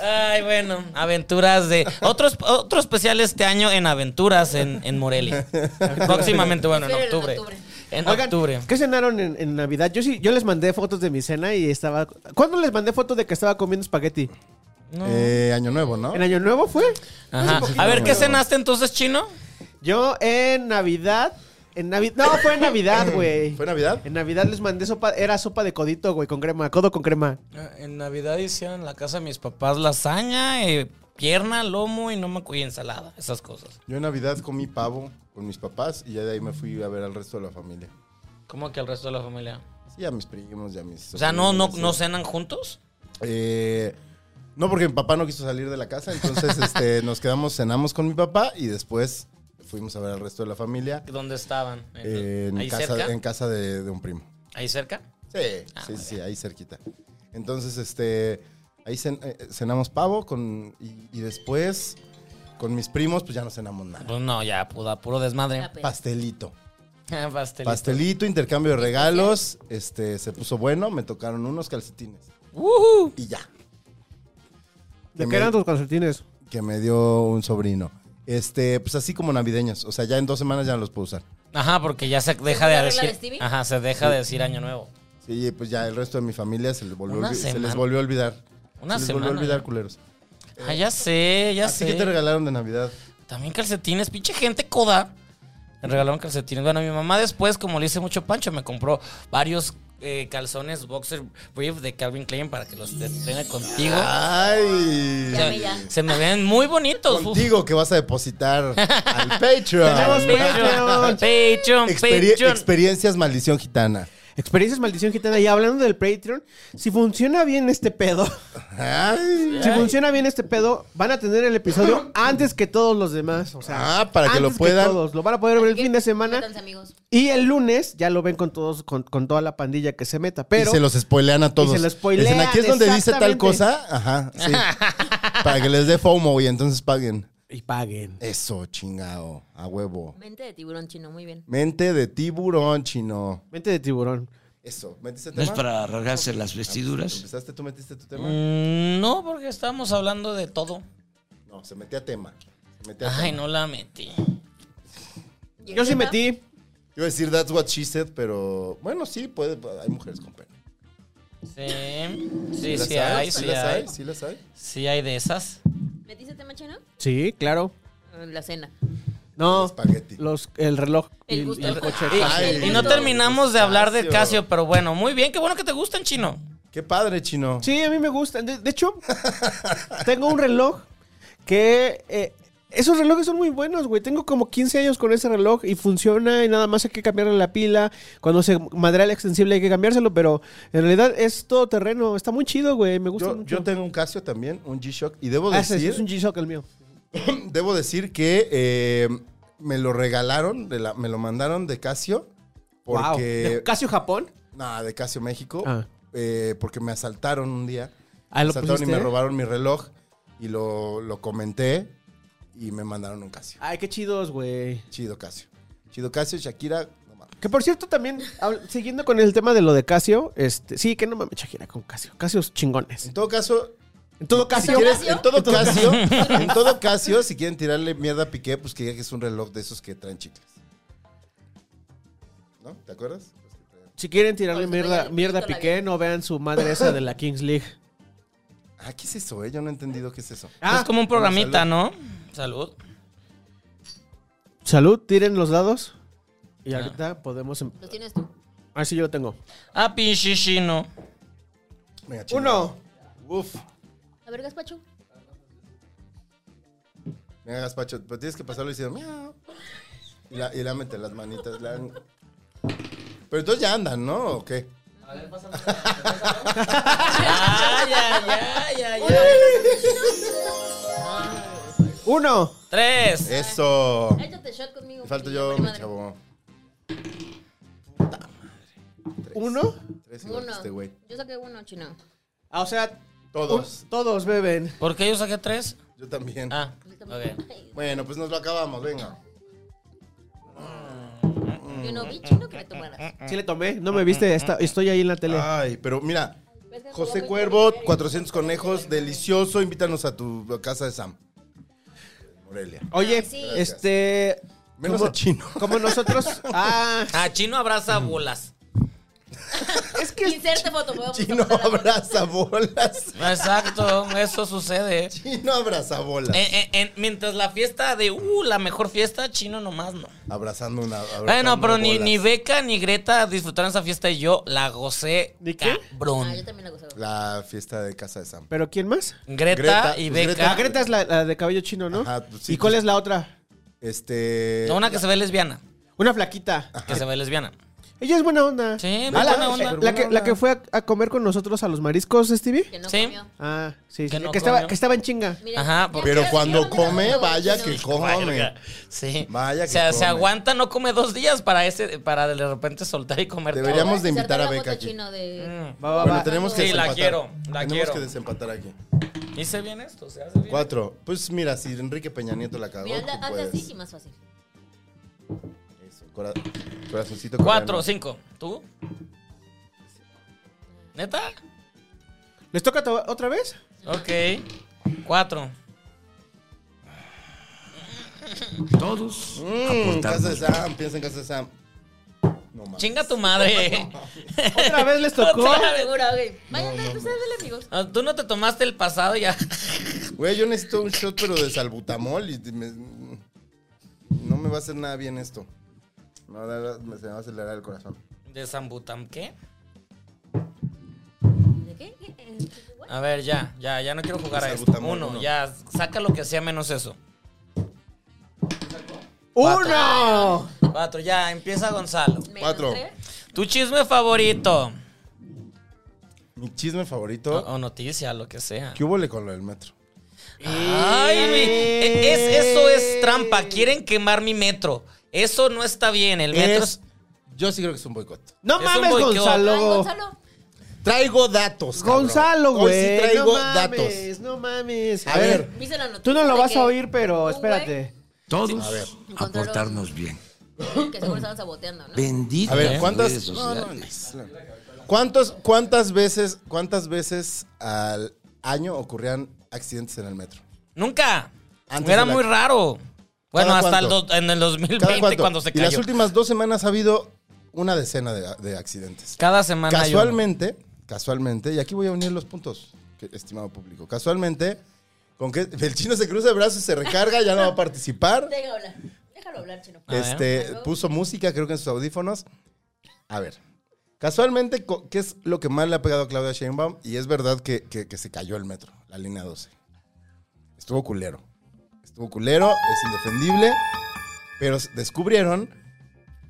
S4: Ay, bueno, aventuras de. Otro, otro especial este año en aventuras en, en Morelia. Próximamente, bueno, en
S5: Espérenlo en
S4: octubre.
S5: octubre.
S4: En
S3: Oigan,
S4: octubre.
S3: ¿qué cenaron en, en Navidad? Yo sí, yo les mandé fotos de mi cena y estaba. ¿Cuándo les mandé fotos de que estaba comiendo espagueti?
S2: Eh, año nuevo, ¿no?
S3: ¿En Año Nuevo fue?
S4: Ajá. A ver, ¿qué cenaste entonces, chino?
S3: Yo en Navidad. En Navidad. No, fue en Navidad, güey.
S2: ¿Fue Navidad?
S3: En Navidad les mandé sopa. Era sopa de codito, güey, con crema. Codo con crema.
S4: Ah, En Navidad hicieron en la casa de mis papás lasaña, eh, pierna, lomo y no me y ensalada, esas cosas.
S2: Yo en Navidad comí pavo con mis papás y ya de ahí me fui a ver al resto de la familia.
S4: ¿Cómo que al resto de la familia?
S2: Sí, a mis primos y a mis...
S4: O sea, no, no,
S2: sobrinos,
S4: no
S2: sí.
S4: cenan juntos.
S2: Eh, no, porque mi papá no quiso salir de la casa, entonces este, nos quedamos, cenamos con mi papá y después fuimos a ver al resto de la familia
S4: ¿Dónde estaban?
S2: eh, en
S4: ahí
S2: casa,
S4: cerca. Ah,
S2: en casa de- de un primo.
S4: Ahí cerca.
S2: Sí, sí, sí, ahí cerquita. Entonces, este, ahí cen- eh, cenamos pavo con, y, y después con mis primos, pues ya no cenamos nada.
S4: Pues no, ya puro, puro desmadre.
S5: pues,
S2: Pastelito.
S4: Pastelito.
S2: Pastelito, intercambio de regalos, este, se puso bueno, me tocaron unos calcetines
S4: Ujú.
S2: y ya,
S3: ¿De
S2: Que
S3: qué
S2: me-
S3: eran tus calcetines?
S2: que me dio un sobrino. Este, pues así como navideños, o sea, ya en dos semanas ya no los puedo usar.
S4: Ajá, porque ya se deja de
S5: la regla de
S4: decir.
S5: Stevie?
S4: ajá, se deja de decir año nuevo.
S2: Sí, pues ya el resto de mi familia se les volvió,
S4: Una
S2: olvi- se les
S4: semana.
S2: volvió a olvidar.
S4: Una
S2: se les
S4: semana
S2: volvió a olvidar,
S4: ya.
S2: culeros.
S4: Ah, ya sé, ya
S2: Así
S4: sé.
S2: que te regalaron de Navidad.
S4: También calcetines, pinche gente coda. Me regalaron calcetines. Bueno, mi mamá después, como le hice mucho pancho, me compró varios eh, calzones boxer brief de Calvin Klein para que los tenga contigo.
S2: Ay.
S5: Ya me ya.
S4: Se me ven muy bonitos. uf.
S2: Contigo que vas a depositar al Patreon.
S3: Tenemos
S4: Patreon, Patreon,
S2: Experi-
S4: Patreon.
S2: experiencias maldición gitana.
S3: Experiencias Maldición Gitana. Y hablando del Patreon, si funciona bien este pedo,
S2: Ay.
S3: si funciona bien este pedo, van a tener el episodio antes que todos los demás. O sea,
S2: Ah, para que lo
S3: antes
S2: puedan.
S3: todos. Lo van a poder ver el fin de semana.
S5: Métanse, amigos.
S3: Y el lunes ya lo ven con todos, con, con toda la pandilla que se meta. Pero
S2: y se los spoilean a todos.
S3: se los spoilean,
S2: Dicen, aquí es donde dice tal
S3: exactamente.
S2: cosa. Ajá, sí. Para que les dé FOMO y entonces paguen.
S3: y paguen.
S2: Eso, chingado. A huevo.
S5: Mente de tiburón chino, muy bien.
S2: Mente de tiburón, chino.
S3: Mente de tiburón.
S2: Eso. ¿Metiste
S8: No es
S2: tema?
S8: para rasgarse las vestiduras.
S2: ¿Empezaste? ¿Tú metiste tu tema?
S4: Mm, No, porque estamos hablando de todo.
S2: No, se metía tema. Se metía
S4: Ay,
S2: tema.
S4: no la metí.
S5: ¿Y el
S3: Yo sí
S5: tema?
S3: metí.
S2: Iba a decir that's what she said, pero bueno, sí, puede. Hay mujeres con pene.
S4: Sí, sí,
S2: ¿Las
S4: sí hay,
S2: ¿Sí
S4: sí
S2: las
S4: hay.
S2: hay? ¿Sí las hay?
S4: Sí hay de esas.
S5: ¿Metiste tema chino?
S3: Sí, claro.
S5: Eh, La cena.
S3: No,
S2: Espagueti.
S3: los, el reloj y
S5: El
S3: el,
S5: gusto.
S3: y el coche.
S4: Y,
S2: Ay,
S4: y no
S2: el
S4: terminamos de hablar de
S2: Casio.
S4: Casio, pero bueno, muy bien, qué bueno que te gustan, chino.
S2: Qué padre, chino.
S3: Sí, a mí me gusta. De, de hecho, tengo un reloj que... eh, esos relojes son muy buenos, güey. Tengo como 15 años con ese reloj y funciona y nada más hay que cambiarle la pila. Cuando se madera el extensible hay que cambiárselo, pero en realidad es todo terreno. Está muy chido, güey. Me gusta
S2: Yo,
S3: mucho.
S2: yo tengo un Casio también, un G-Shock, y debo
S3: Ah, ese es-
S2: decir,
S3: es un G-Shock el mío.
S2: debo decir que eh, me lo regalaron, de la- me lo mandaron de Casio, porque...
S3: Wow. ¿Casio Japón?
S2: Nah, de Casio México,
S3: Ah.
S2: eh, porque me asaltaron un día.
S3: Ah,
S2: Me
S3: ¿lo
S2: asaltaron y
S3: pusiste?
S2: me robaron mi reloj, y lo, lo comenté, y me mandaron un Casio.
S3: Ay, qué chidos, güey.
S2: Chido Casio. Chido Casio, Shakira... no mames.
S3: Que por cierto, también, hab- siguiendo con el tema de lo de Casio, este, sí, que no mames, Shakira, con Casio. Casios chingones.
S2: En todo caso,
S3: En todo
S2: si
S3: Casio.
S2: quieres, en todo Casio, en todo Casio, si quieren tirarle mierda a Piqué, pues que diga que es un reloj de esos que traen chicles. ¿No? ¿Te acuerdas? Los que traen-
S3: Si quieren tirarle
S5: Por eso no
S3: mierda,
S5: hay el
S3: mierda a
S5: pito
S3: Piqué, no vean su madre esa de la Kings League.
S2: Ah, ¿qué es eso? eh? Yo no he entendido qué es eso.
S3: Ah,
S4: es como un programita, ¿no? Salud.
S3: Salud, tiren los dados. Y ahorita podemos. em-
S5: Los tienes tú.
S3: Ah, sí, yo lo tengo.
S4: Ah, pinche chino.
S2: Venga, chino.
S3: Uno.
S2: Uf.
S5: A ver, Gaspacho.
S2: Venga, Gaspacho, pero tienes que pasarlo diciendo miau. Y la, y la mete las manitas. la- Pero entonces ya andan, ¿no? ¿O qué?
S3: Ah,
S4: Ay, ay, ay, ay, ay.
S3: Uno.
S4: Tres.
S2: Eso.
S5: Échate shot conmigo.
S2: Me falto
S5: porque
S2: yo,
S5: ya vale
S2: mi
S5: madre.
S2: chavo.
S3: Uno.
S2: Tres igual que
S5: Uno.
S2: este güey.
S5: Yo saqué uno, chino.
S3: Ah, o sea,
S2: Todos.
S3: un- todos beben.
S4: ¿Por qué yo saqué tres?
S2: Yo también.
S4: Ah, ok.
S5: Ay,
S2: Bueno, pues nos lo acabamos, venga. Mm.
S5: Yo no vi chino que le tomaras.
S3: Sí le tomé. No me viste. está- estoy ahí en la tele.
S2: Ay, pero mira, José Cuervo, 400 conejos, delicioso. Invítanos a tu casa de Sam. Morelia.
S3: Oye,
S5: Sí.
S3: este.
S2: Menos
S3: como-
S2: a chino.
S3: Como nosotros. Ah,
S4: Ah, chino abraza
S2: Mm.
S4: bolas.
S3: es que.
S5: Inserte foto, podemos
S2: Chino
S5: poner la foto.
S2: abraza bolas.
S4: Exacto, eso sucede.
S2: Chino abraza bolas.
S4: En- en- en- mientras la fiesta de, uh, la mejor fiesta, chino nomás no.
S2: Abrazando una. abrazando
S4: Bueno, pero ni,
S2: bolas.
S4: ni Beca ni Greta disfrutaron esa fiesta y yo la gocé
S3: ¿Ni qué?
S5: Ah, yo
S4: cabrón.
S5: también la gozaba.
S2: La fiesta de casa de Sam.
S3: ¿Pero quién más?
S4: Greta,
S2: Greta,
S4: y
S2: pues,
S4: Beca.
S3: La Greta es la, la de cabello chino, ¿no?
S2: Ajá, pues sí,
S3: ¿Y cuál
S2: pues-
S3: es la otra?
S2: Este.
S4: No, una que se ve lesbiana.
S3: Una flaquita.
S4: Que se ve lesbiana.
S3: Ella es buena onda.
S4: Ah. Sí, muy
S3: Ah, la,
S4: buena onda.
S3: eh, La que, la que fue a, a comer con nosotros a los mariscos, Stevie.
S5: Que no
S4: Sí.
S5: comió.
S3: Ah, sí, sí,
S4: Que
S3: que,
S4: no
S3: estaba,
S4: comió.
S3: que estaba en chinga.
S5: Mira,
S4: Ajá,
S5: ya-
S4: porque-
S2: Pero
S5: ya-
S2: cuando
S5: ya-
S2: come,
S5: ya-
S2: vaya
S5: chino.
S2: que come.
S4: Sí.
S2: Vaya que
S4: o sea, se
S2: come.
S4: aguanta, no come dos días para ese, para de repente soltar y comer todo.
S2: Deberíamos- Deberíamos de
S5: Inserte
S2: invitar a
S5: la
S2: Beca
S5: foto,
S2: aquí. Mm,
S5: chino de-
S3: Va, va,
S2: Bueno,
S3: va.
S2: tenemos que
S4: Sí, la
S2: desempatar.
S4: quiero, la
S2: tenemos
S4: quiero.
S2: que desempatar aquí.
S4: Hice bien esto, se hace bien.
S2: Cuatro. Pues mira, si Enrique Peña Nieto la cagó,
S5: Mira,
S2: tú
S5: hazle- hazle
S2: puedes.
S5: así y más fácil.
S2: Eso, cora- corazoncito
S4: Cuatro,
S2: coreano.
S4: cinco. ¿Tú? ¿Neta?
S3: ¿Les toca to- otra vez?
S4: Ok. Cuatro.
S8: Todos
S2: Mm, casa de
S8: aportando.
S2: Sam, piensa en casa de Sam. No mames.
S4: Chinga tu madre.
S3: ¿Otra vez les tocó?
S4: Otra vez.
S5: Seguro, ok. Vayan, tú sabes del amigo.
S4: Ah, Tú no te tomaste el pasado ya.
S2: Güey, yo necesito un shot, pero de salbutamol. Y me- no me va a hacer nada bien esto. Me va a dar- me- se me va a acelerar el corazón.
S4: ¿De Zambutam qué?
S5: ¿Qué? ¿Qué? ¿What?
S4: A ver, ya, ya, ya no quiero jugar a esto.
S2: Salbutamol,
S4: Uno,
S2: uno.
S4: ya, saca lo que sea menos eso.
S3: ¡Uno!
S4: Cuatro, ya, empieza Gonzalo.
S5: Menos
S2: Cuatro.
S5: tres.
S4: Tu chisme favorito.
S2: Mi chisme
S4: O,
S2: favorito.
S4: o noticia, lo que sea.
S2: ¿Qué hubo con lo del metro?
S4: Ay, mi- e- es, eso es trampa. Quieren quemar mi metro. Eso no está bien. El metro
S2: Es-
S4: es-
S2: Yo sí creo que es un boicot.
S3: No
S4: Es un
S3: mames,
S4: boicot.
S5: Ay,
S3: Gonzalo.
S5: Gonzalo.
S2: Traigo datos. cabrón.
S3: Gonzalo,
S2: Hoy
S3: güey.
S2: sí traigo
S3: no
S2: datos.
S3: mames, no mames.
S2: A ver.
S5: ¿Viste la noticia
S3: Tú no lo
S5: de
S3: vas
S5: que
S3: a oír, pero
S5: un
S3: espérate.
S8: Todos
S2: A ver.
S5: Encontraron-
S8: a portarnos bien.
S5: güey Que seguro estaban saboteando, ¿no?
S8: Bendito.
S2: A ver,
S8: las redes
S2: ¿cuántas,
S8: sociales.
S2: no, no, no. ¿Cuántos- cuántas veces, cuántas veces al año ocurrían accidentes en el metro?
S4: nunca.
S2: Antes
S4: Era
S2: de la-
S4: muy raro. Bueno,
S2: ¿Cada
S4: hasta el
S2: cuánto?
S4: do- en el 2020
S2: cuánto?
S4: cuando se
S2: Y las
S4: cayó.
S2: últimas dos semanas ha habido una decena de, de accidentes.
S4: Cada semana hay uno.
S2: Casualmente, casualmente, y aquí voy a unir los puntos, que- estimado público. Casualmente, con que el chino se cruza de brazos y se recarga, ya no va a participar.
S5: Déjalo hablar. Déjalo hablar, chino.
S4: A ver.
S2: Este, puso música, creo que en sus audífonos. A ver. Casualmente, co- ¿qué es lo que más le ha pegado a Claudia Sheinbaum? Y es verdad que, que- que se cayó el metro, la línea 12. Estuvo culero. Estuvo culero, es indefendible. Pero s- descubrieron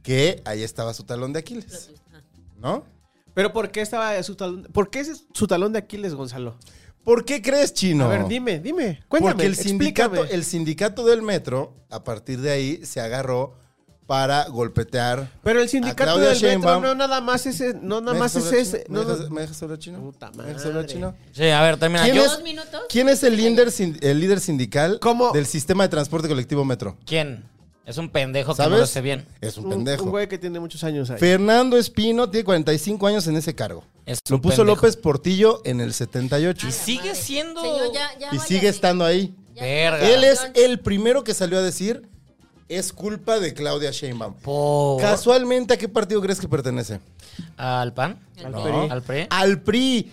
S2: que ahí estaba su talón de Aquiles. ¿No?
S3: Pero ¿por qué estaba su talón? ¿Por qué ese es su talón de Aquiles, Gonzalo?
S2: ¿Por qué crees, chino?
S3: A ver, dime, dime. Cuéntame.
S2: Porque el sindicato,
S3: explícame.
S2: el sindicato del metro, a partir de ahí, se agarró para golpetear.
S3: Pero el
S2: a
S3: sindicato
S2: Claudia
S3: del metro
S2: Sheinbaum.
S3: no nada más es no nada
S2: ¿Me
S3: más
S2: dejas
S3: es
S2: hablar
S3: ese.
S2: chino?
S3: No,
S2: ¿Me
S3: no-
S2: dejas, me dejas hablar chino?
S3: Puta
S2: ¿Me dejas hablar
S3: madre.
S2: chino?
S4: Sí, a ver, termina.
S2: ¿Quién
S4: Yo-
S5: ¿Dos minutos?
S2: ¿Quién es el líder, sin- el líder sindical
S3: ¿Cómo?
S2: del sistema de transporte colectivo metro?
S4: ¿Quién? Es un pendejo que no lo
S2: ¿Sabes?
S4: hace bien.
S2: Es un
S3: un-
S2: pendejo.
S3: Un güey que tiene muchos años ahí.
S2: Fernando Espino tiene 45 años en ese cargo.
S4: Es
S2: Lo
S4: un
S2: puso
S4: pendejo. Ah,
S2: López Portillo en el 78.
S4: Y sigue
S5: Madre.
S4: siendo.
S5: Señor, ya- ya
S2: Y
S5: váyase.
S2: sigue estando ahí.
S5: Ya.
S4: Verga.
S2: Él es el primero que salió a decir, es culpa de Claudia Sheinbaum.
S4: Por-
S2: Casualmente, ¿a qué partido crees que pertenece?
S4: ¿Al PAN?
S5: Al E.
S4: No.
S3: PRI.
S4: ¿Al E? PRI?
S2: Al PRI.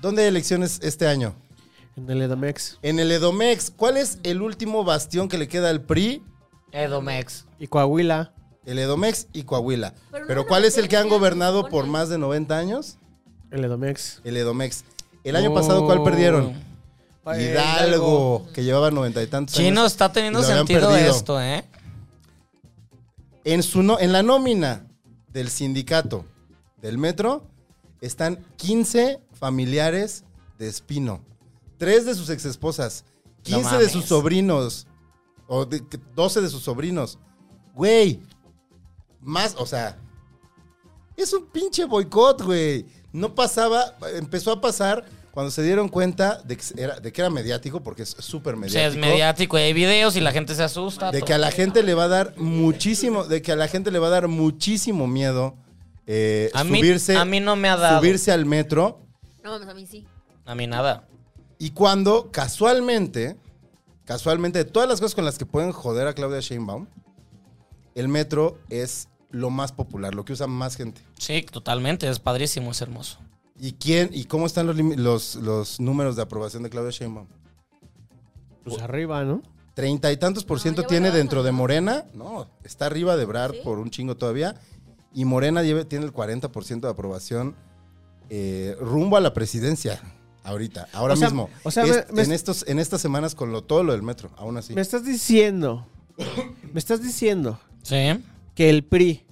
S2: ¿Dónde hay elecciones este año?
S3: En el Edomex
S2: En el Edomex. ¿Cuál es el último bastión que le queda al PRI?
S4: Edomex.
S3: y Coahuila.
S2: El Edomex y Coahuila.
S5: Pero
S2: Pero,
S5: no lo
S2: ¿cuál es el que han
S5: tenían,
S2: gobernado
S5: supone.
S2: por más de 90 años?
S3: El Edomex.
S2: El Edomex. El año pasado, ¿cuál
S4: Uh.
S2: perdieron?
S3: Oh.
S2: Hidalgo,
S3: Hidalgo.
S2: que llevaba noventa y tantos
S4: eh, Chino,
S2: años.
S4: está teniendo
S2: y lo habían
S4: sentido
S2: perdido.
S4: esto, ¿eh?
S2: En, su no- en la nómina del sindicato del metro están 15 familiares de Espino. Tres de sus exesposas.
S4: No
S2: 15 de sus
S4: mames.
S2: sobrinos. O de- 12 de sus sobrinos. Güey. Más, o sea. Es un pinche boicot, güey. No pasaba, empezó a pasar cuando se dieron cuenta de que era, de que era mediático, porque es súper
S4: O sea,
S2: mediático
S4: es mediático, hay videos y la gente se asusta.
S2: de
S4: todo.
S2: que a la gente le va a dar muchísimo, de que a la gente le va a dar muchísimo miedo eh,
S4: A mí-
S2: subirse,
S4: a mí no me ha dado.
S2: subirse al metro.
S5: No mames, a mí sí.
S4: A mí nada.
S2: Y cuando casualmente, casualmente, de todas las cosas con las que pueden joder a Claudia Sheinbaum, el metro es lo más popular, lo que usa más gente.
S4: Sí, totalmente, es padrísimo, es hermoso.
S2: ¿Y quién y cómo están los, limi- los, los números de aprobación de Claudia Sheinbaum?
S3: Pues arriba, ¿no?
S2: Treinta y tantos por
S5: No,
S2: ciento
S5: Ah, ya va
S2: tiene
S5: abajo,
S2: dentro de
S5: ¿no?
S2: Morena. No, está arriba de Brad
S5: ¿Sí?
S2: por un chingo todavía. Y Morena lleve- tiene el 40% de aprobación eh, rumbo a la presidencia. Ahorita, ahora
S3: O sea,
S2: mismo.
S3: o sea,
S2: Es-
S3: me- me-
S2: en, estos, en estas semanas con lo, todo lo del metro, aún así.
S3: Me estás diciendo. me estás diciendo
S4: Sí.
S3: que el PRI.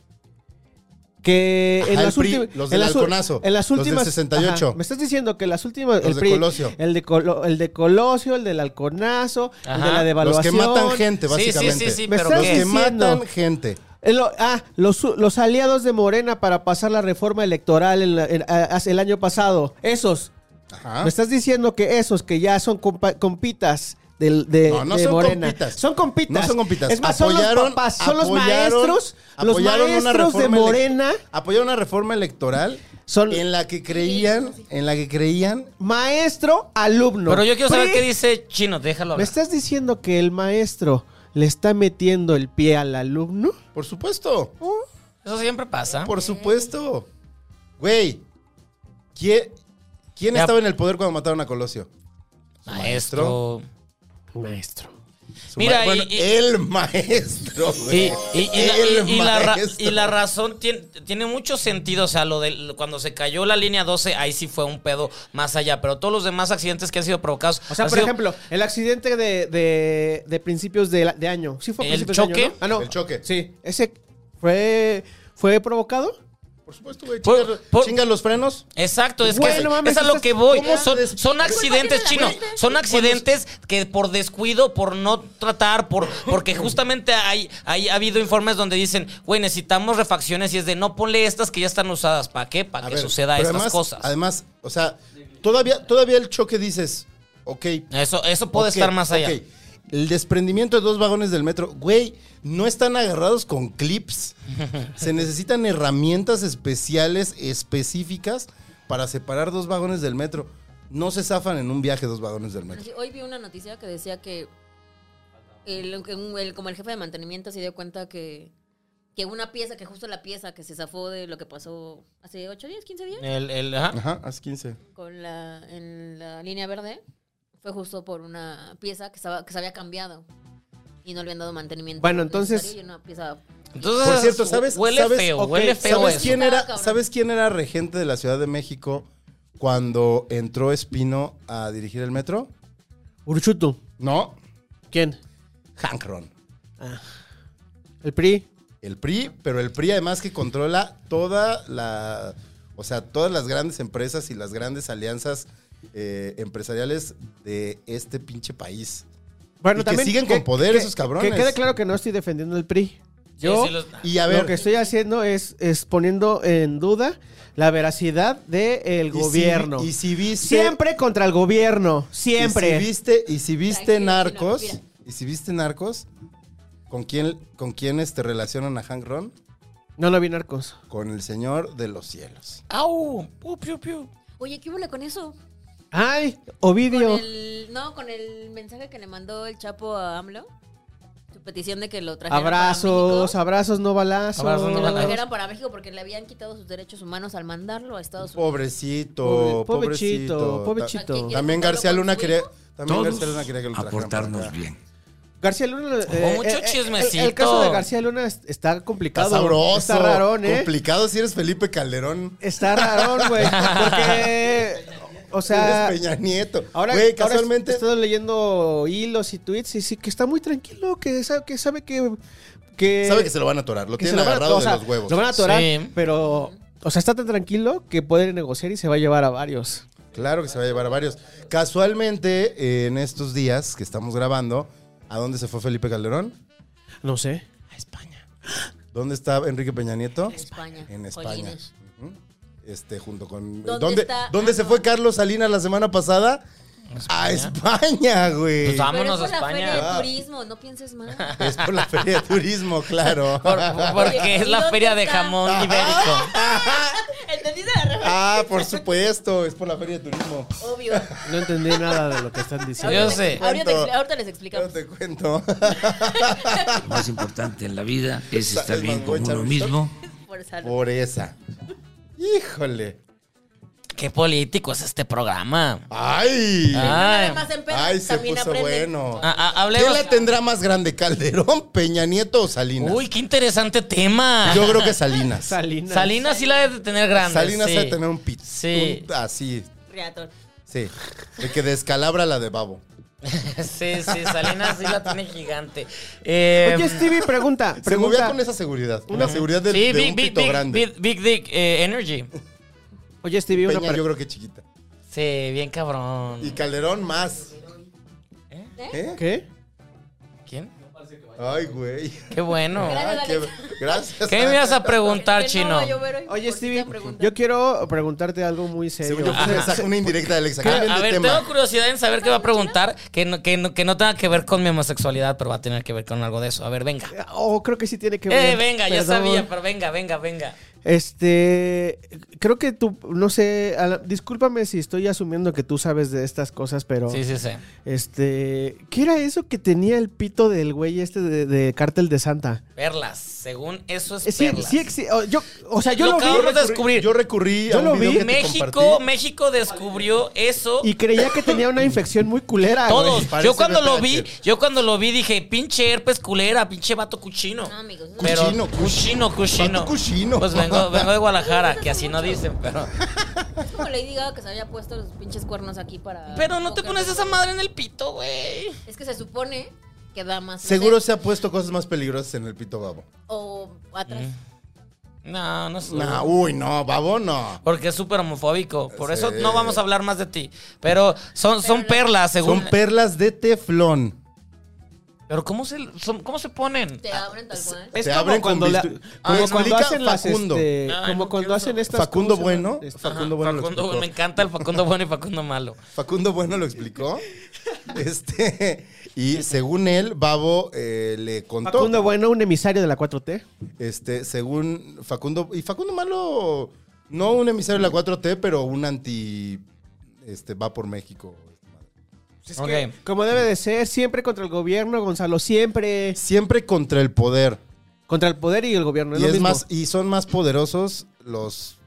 S3: Que
S2: Ajá,
S3: en
S2: el
S3: las
S2: PRI,
S3: últimas.
S2: los
S3: en
S2: del
S3: las u-
S2: halconazo,
S3: En las
S2: los del
S3: últimas.
S2: 68.
S3: ajá, me estás diciendo que las últimas.
S2: Los
S3: el
S2: de
S3: PRI,
S2: Colosio.
S3: El de, Colo- el de Colosio, el del halconazo, el
S4: Ajá.
S3: de la
S2: los que
S3: devaluación.
S2: matan gente,
S4: Sí, sí, sí,
S2: básicamente.
S4: sí,
S3: Me
S4: pero
S3: estás
S2: Los que
S4: ¿qué?
S3: diciendo-
S2: matan gente.
S3: El- ah, los, los aliados de Morena para pasar la reforma electoral en la- en- a- hace el año pasado. Esos.
S2: Ajá.
S3: Me estás diciendo que esos que ya son compa- compitas del, de,
S2: No, no
S3: de
S2: son
S3: Morena.
S2: compitas.
S3: Son compitas.
S2: No son compitas.
S3: Es más, son los
S2: Apoyaron-
S3: papás, son los
S2: apoyaron-
S3: maestros. Los
S2: apoyaron una
S3: maestros de
S2: reforma ele-
S3: Morena
S2: Apoyaron una reforma electoral
S3: son
S2: en la que creían, en la que creían
S3: maestro, alumno.
S4: Pero yo quiero saber
S3: Pri-
S4: qué dice Chino, déjalo
S3: ¿Me
S4: hablar.
S3: estás diciendo que el maestro le está metiendo el pie al alumno?
S2: Por supuesto.
S4: Eso siempre pasa.
S2: Por supuesto. Güey. ¿Quién, quién
S4: Ya.
S2: estaba en el poder cuando mataron a Colosio?
S4: Maestro.
S3: Maestro.
S2: Su
S4: Mira,
S2: ma-
S4: y-
S2: bueno,
S4: y-
S2: el maestro.
S4: Y,
S2: güey.
S4: y- y la,
S2: El
S4: y- y la ra-
S2: maestro.
S4: y la razón tiene, tiene mucho sentido. O sea, lo de cuando se cayó la línea 12, ahí sí fue un pedo más allá. Pero todos los demás accidentes que han sido provocados.
S3: O sea,
S4: han
S3: por
S4: sido-
S3: ejemplo, el accidente de, de- de principios de, la- de año. Sí fue a
S4: ¿El
S3: principios
S4: choque?
S3: de año, ¿no? Ah, no.
S2: El choque.
S3: Sí. ¿Ese fue, fue provocado?
S2: Por supuesto, güey.
S4: Por-
S2: chinga-
S4: por-
S2: chinga los frenos.
S4: Exacto, es
S3: Güey,
S4: que
S3: no mames,
S4: es a lo
S3: estás-
S4: que voy.
S2: ¿cómo
S4: Son,
S2: des-
S4: son accidentes
S5: Disculpa, ¿quién
S4: chinos,
S5: es la gente?
S4: son accidentes que por descuido, por no tratar, por porque justamente hay, hay ha habido informes donde dicen, güey, necesitamos refacciones y es de no ponle estas que ya están usadas, ¿para qué?
S2: A
S4: Para que
S2: ver,
S4: suceda
S2: pero
S4: estas
S2: además-
S4: cosas.
S2: Además, o sea, todavía, todavía el choque dices, ok.
S4: eso eso puede
S2: ok,
S4: estar más allá.
S2: ok. El desprendimiento de dos vagones del metro, güey, no están agarrados con clips. Se necesitan herramientas especiales, específicas, para separar dos vagones del metro. No se zafan en un viaje dos vagones del
S5: Bueno,
S2: metro.
S5: sí, hoy vi una noticia que decía que el, que un- el- como el jefe de mantenimiento se dio cuenta que, que una pieza, que justo la pieza que se zafó de lo que pasó hace 8 días, 15 días,
S4: El- el- ajá.
S2: Ajá, hace 15.
S5: con la, en la línea verde, fue justo por una pieza que, estaba, que se había cambiado y no le habían dado mantenimiento.
S3: Bueno, entonces-
S5: necesario y una pieza-
S4: Entonces,
S2: Por cierto, ¿sabes?
S4: Huele
S2: sabes-
S4: feo,
S2: ok,
S4: huele feo
S2: ¿sabes
S4: eso.
S2: Quién
S5: Estaba
S2: era,
S5: cabrón.
S2: ¿Sabes quién era regente de la Ciudad de México cuando entró Espino a dirigir el metro?
S3: Uruchutu.
S2: No,
S3: ¿Quién?
S2: Hank Ron.
S3: El PRI.
S2: El PRI, pero el PRI además que controla toda la. O sea, todas las grandes empresas y las grandes alianzas eh, empresariales de este pinche país.
S3: Bueno,
S2: Y que siguen con poder esos cabrones.
S3: Que quede claro que no estoy defendiendo el PRI.
S4: Sí,
S3: Yo
S4: sí, los-
S2: Y a
S3: lo
S2: ver,
S3: que estoy haciendo es, es poniendo en duda la veracidad del
S2: y si-
S3: gobierno.
S2: y si viste.
S3: Siempre contra el gobierno. Siempre.
S2: Y si viste, y si viste
S5: Tranquilo,
S2: narcos,
S5: Chino,
S2: y si viste narcos, ¿con quién, con quién este, relacionan a Hank Ron?
S3: No, no vi narcos.
S2: Con el Señor de los Cielos.
S4: Au, pu, piu, piu.
S5: Oye, ¿qué hubo con eso?
S3: Ay,
S5: Con
S3: Ovidio.
S5: el, no, con el mensaje que le mandó el Chapo a AMLO. Su petición de que lo trajeran para México.
S3: Abrazos, abrazos, no balazos.
S4: Abrazos, no
S5: que lo
S4: balazos.
S5: trajeran para México porque le habían quitado sus derechos humanos al mandarlo a Estados Unidos.
S2: Pobrecito,
S3: Pobre-
S2: pobrecito.
S3: Pobrecito,
S2: pobrecito.
S3: pobrecito.
S5: Aquí-
S2: También García Luna quería. También
S8: Todos
S2: García Luna quería que lo trajeran para
S8: aportarnos
S2: acá.
S8: bien.
S3: García Luna. eh,
S4: mucho
S3: eh, eh, el-
S4: chismecito.
S3: El, caso de García Luna es- está complicado.
S2: Está sabroso.
S3: Está rarón, ¿eh?
S2: Complicado si eres Felipe Calderón.
S3: Está rarón, güey. Porque. O sea.
S2: eres Peña Nieto.
S3: Ahora,
S2: Güey,
S3: ahora
S2: casualmente.
S3: he estado leyendo hilos y tweets y sí que está muy tranquilo, que sabe que sabe que, que
S2: sabe que se lo van a atorar. Lo
S3: que se
S2: tienen
S3: lo van a-
S2: agarrado
S3: o sea,
S2: de los huevos.
S3: Lo van a atorar,
S4: Sí.
S3: pero o sea, está tan tranquilo que puede negociar y se va a llevar a varios.
S2: Claro que se va a llevar a varios. Casualmente, eh, en estos días que estamos grabando, ¿a dónde se fue Felipe Calderón?
S3: No sé.
S4: A España.
S2: ¿Dónde está Enrique Peña Nieto?
S5: España.
S2: En España.
S5: Colines.
S2: Ujú. Este, junto con.
S5: ¿Dónde
S2: ¿Dónde, ¿dónde, se
S5: está? Ah, no.
S2: fue Carlos Salinas la semana pasada? A España, güey.
S3: ah.
S4: Pues
S5: Pero es
S4: vámonos a
S5: por la feria
S4: España.
S5: de turismo, no pienses más.
S2: es por la feria de turismo, claro.
S4: Por- por- porque
S5: Oye,
S4: es
S5: ¿y
S4: la
S5: dónde
S4: feria de
S5: está?
S4: jamón ibérico.
S5: ¿Entendiste la referencia?
S2: Ah, por supuesto, es por la feria de turismo.
S5: Obvio.
S3: No entendí nada de lo que están diciendo.
S4: Yo
S5: Ahorita-
S4: sé.
S5: Ahorita,
S2: Cuento.
S5: ahorita les
S2: Pero
S5: explicamos.
S2: te cuento.
S8: Lo más importante en la vida es
S2: Esa
S8: estar
S2: es
S8: bien
S2: más buena,
S8: con uno
S2: ¿no?
S8: mismo.
S5: Por salud.
S2: Por esa. Híjole.
S4: Qué político es este programa.
S2: ¡Ay!
S4: Ay.
S5: Además, en pedo,
S2: ¡Ay, se
S5: también
S2: puso
S5: aprenden.
S2: bueno!
S4: Ah, ah,
S2: ¿Quién
S4: hablemos.
S2: la tendrá más grande, Calderón, Peña Nieto o Salinas?
S4: Uy, qué interesante tema.
S2: Yo creo que Salinas.
S3: Salinas.
S4: Salinas sí la debe de tener grande.
S2: Salinas
S4: sí.
S2: debe tener un pit.
S4: Sí.
S2: un- así,
S5: Reator.
S2: sí. El que descalabra la de Babo.
S4: Sí, sí, Salinas sí la tiene gigante. Eh,
S3: Oye, Stevie pregunta,
S2: Se movía
S3: pregunta.
S2: con este esa seguridad. Una seguridad de,
S4: sí,
S2: de
S4: Big,
S2: un
S4: Big
S2: pito
S4: Dick,
S2: grande.
S4: Big, Big Dick eh, Energy.
S3: Oye, Stevie, una
S2: Peña
S3: pre-
S2: yo creo que chiquita.
S4: Sí, bien cabrón.
S2: Y Calderón más. ¿Eh?
S3: ¿Qué?
S4: ¿Quién?
S2: Ay, güey. Ah,
S4: Qué bueno.
S5: Gracias,
S2: Qué- Gracias.
S4: ¿Qué me ibas a preguntar,
S5: Que no
S4: chino?
S5: va a llover hoy,
S3: Oye,
S5: por si
S3: Stevie,
S5: te preguntan.
S3: yo quiero preguntarte algo muy
S2: Según
S3: serio.
S2: yo, fue un mensaje- una indirecta de Alexa.
S4: A,
S2: Cambien
S4: Ah. a
S2: de
S4: ver,
S2: tema.
S4: tengo curiosidad en saber qué va a preguntar, que no, que, no, que no tenga que ver con mi homosexualidad, pero va a tener que ver con algo de eso. A ver, venga.
S3: Oh, creo que sí tiene que ver.
S4: Eh, venga, ya
S3: Ah, Perdón.
S4: sabía, pero venga, venga, venga.
S3: Este, creo que tú, no sé, a la- discúlpame si estoy asumiendo que tú sabes de estas cosas, pero...
S4: Sí, sí, sí.
S3: Este, ¿qué era eso que tenía el pito del güey este de, de Cártel de Santa?
S4: Perlas. Según eso es
S3: Eh, Sí,
S4: perlas.
S3: sí, exi- o- yo, o sea, yo
S4: Lo
S3: lo,
S4: acabamos
S3: vi
S4: de descubrir.
S2: Yo recurrí
S3: Yo
S2: a un
S3: lo
S2: video
S3: vi.
S2: que te
S4: México,
S2: compartí.
S4: México descubrió eso.
S3: y creía que tenía una infección muy culera. güey.
S4: Todos.
S2: parece
S4: Yo cuando lo vi,
S2: VPH.
S4: yo cuando lo vi dije, pinche herpes culera, pinche vato cuchino.
S5: No, amigos. no.
S4: Pero,
S2: Cuchino,
S4: cuchino, cuchino.
S2: Vato cuchino.
S4: Pues vengo, vengo de Guadalajara, que así no dicen, pero.
S5: Es como Lady Gaga que se había puesto los pinches cuernos aquí para.
S4: Pero no te
S5: que-
S4: pones esa madre en el pito, güey.
S5: Es que se supone que da más. placer.
S2: Seguro se ha puesto cosas más peligrosas en el pito babo.
S5: O atrás.
S2: Mm.
S4: No, no es.
S2: No, Ah, uy, no, babo no.
S4: Porque es súper homofóbico. Por eso
S2: Sí.
S4: no vamos a hablar más de ti. Pero son, son perlas, según.
S2: Son perlas de teflón.
S4: pero ¿cómo se, son- ¿cómo se ponen?
S2: Ah,
S5: Te abren tal cual.
S3: Es
S2: Te
S3: como
S2: abren con
S3: cuando, la- como
S2: bistu- Como
S3: cuando
S2: explica
S3: hacen las,
S2: Facundo.
S3: este,
S4: Ay,
S3: como
S4: no
S3: cuando
S4: quiero
S3: hacen
S4: saber.
S3: estas
S2: Facundo
S3: ¿cómo se llama?
S2: Bueno.
S3: Este,
S2: Facundo Bueno lo
S4: Facundo,
S2: explicó.
S4: me encanta el Facundo bueno y Facundo malo.
S2: Facundo Bueno lo explicó. Este, y según él, Babo eh, le contó.
S3: Facundo Bueno, un emisario de la 4T.
S2: Este, según Facundo. Y Facundo Malo, no un emisario de la 4T, pero un anti. Este, va por México.
S3: Es
S4: Ok.
S3: que, como debe de ser, siempre contra el gobierno, Gonzalo, siempre
S2: Siempre contra el poder.
S3: contra el poder y el gobierno. Es
S2: y,
S3: lo
S2: es
S3: mismo.
S2: más, y son más poderosos los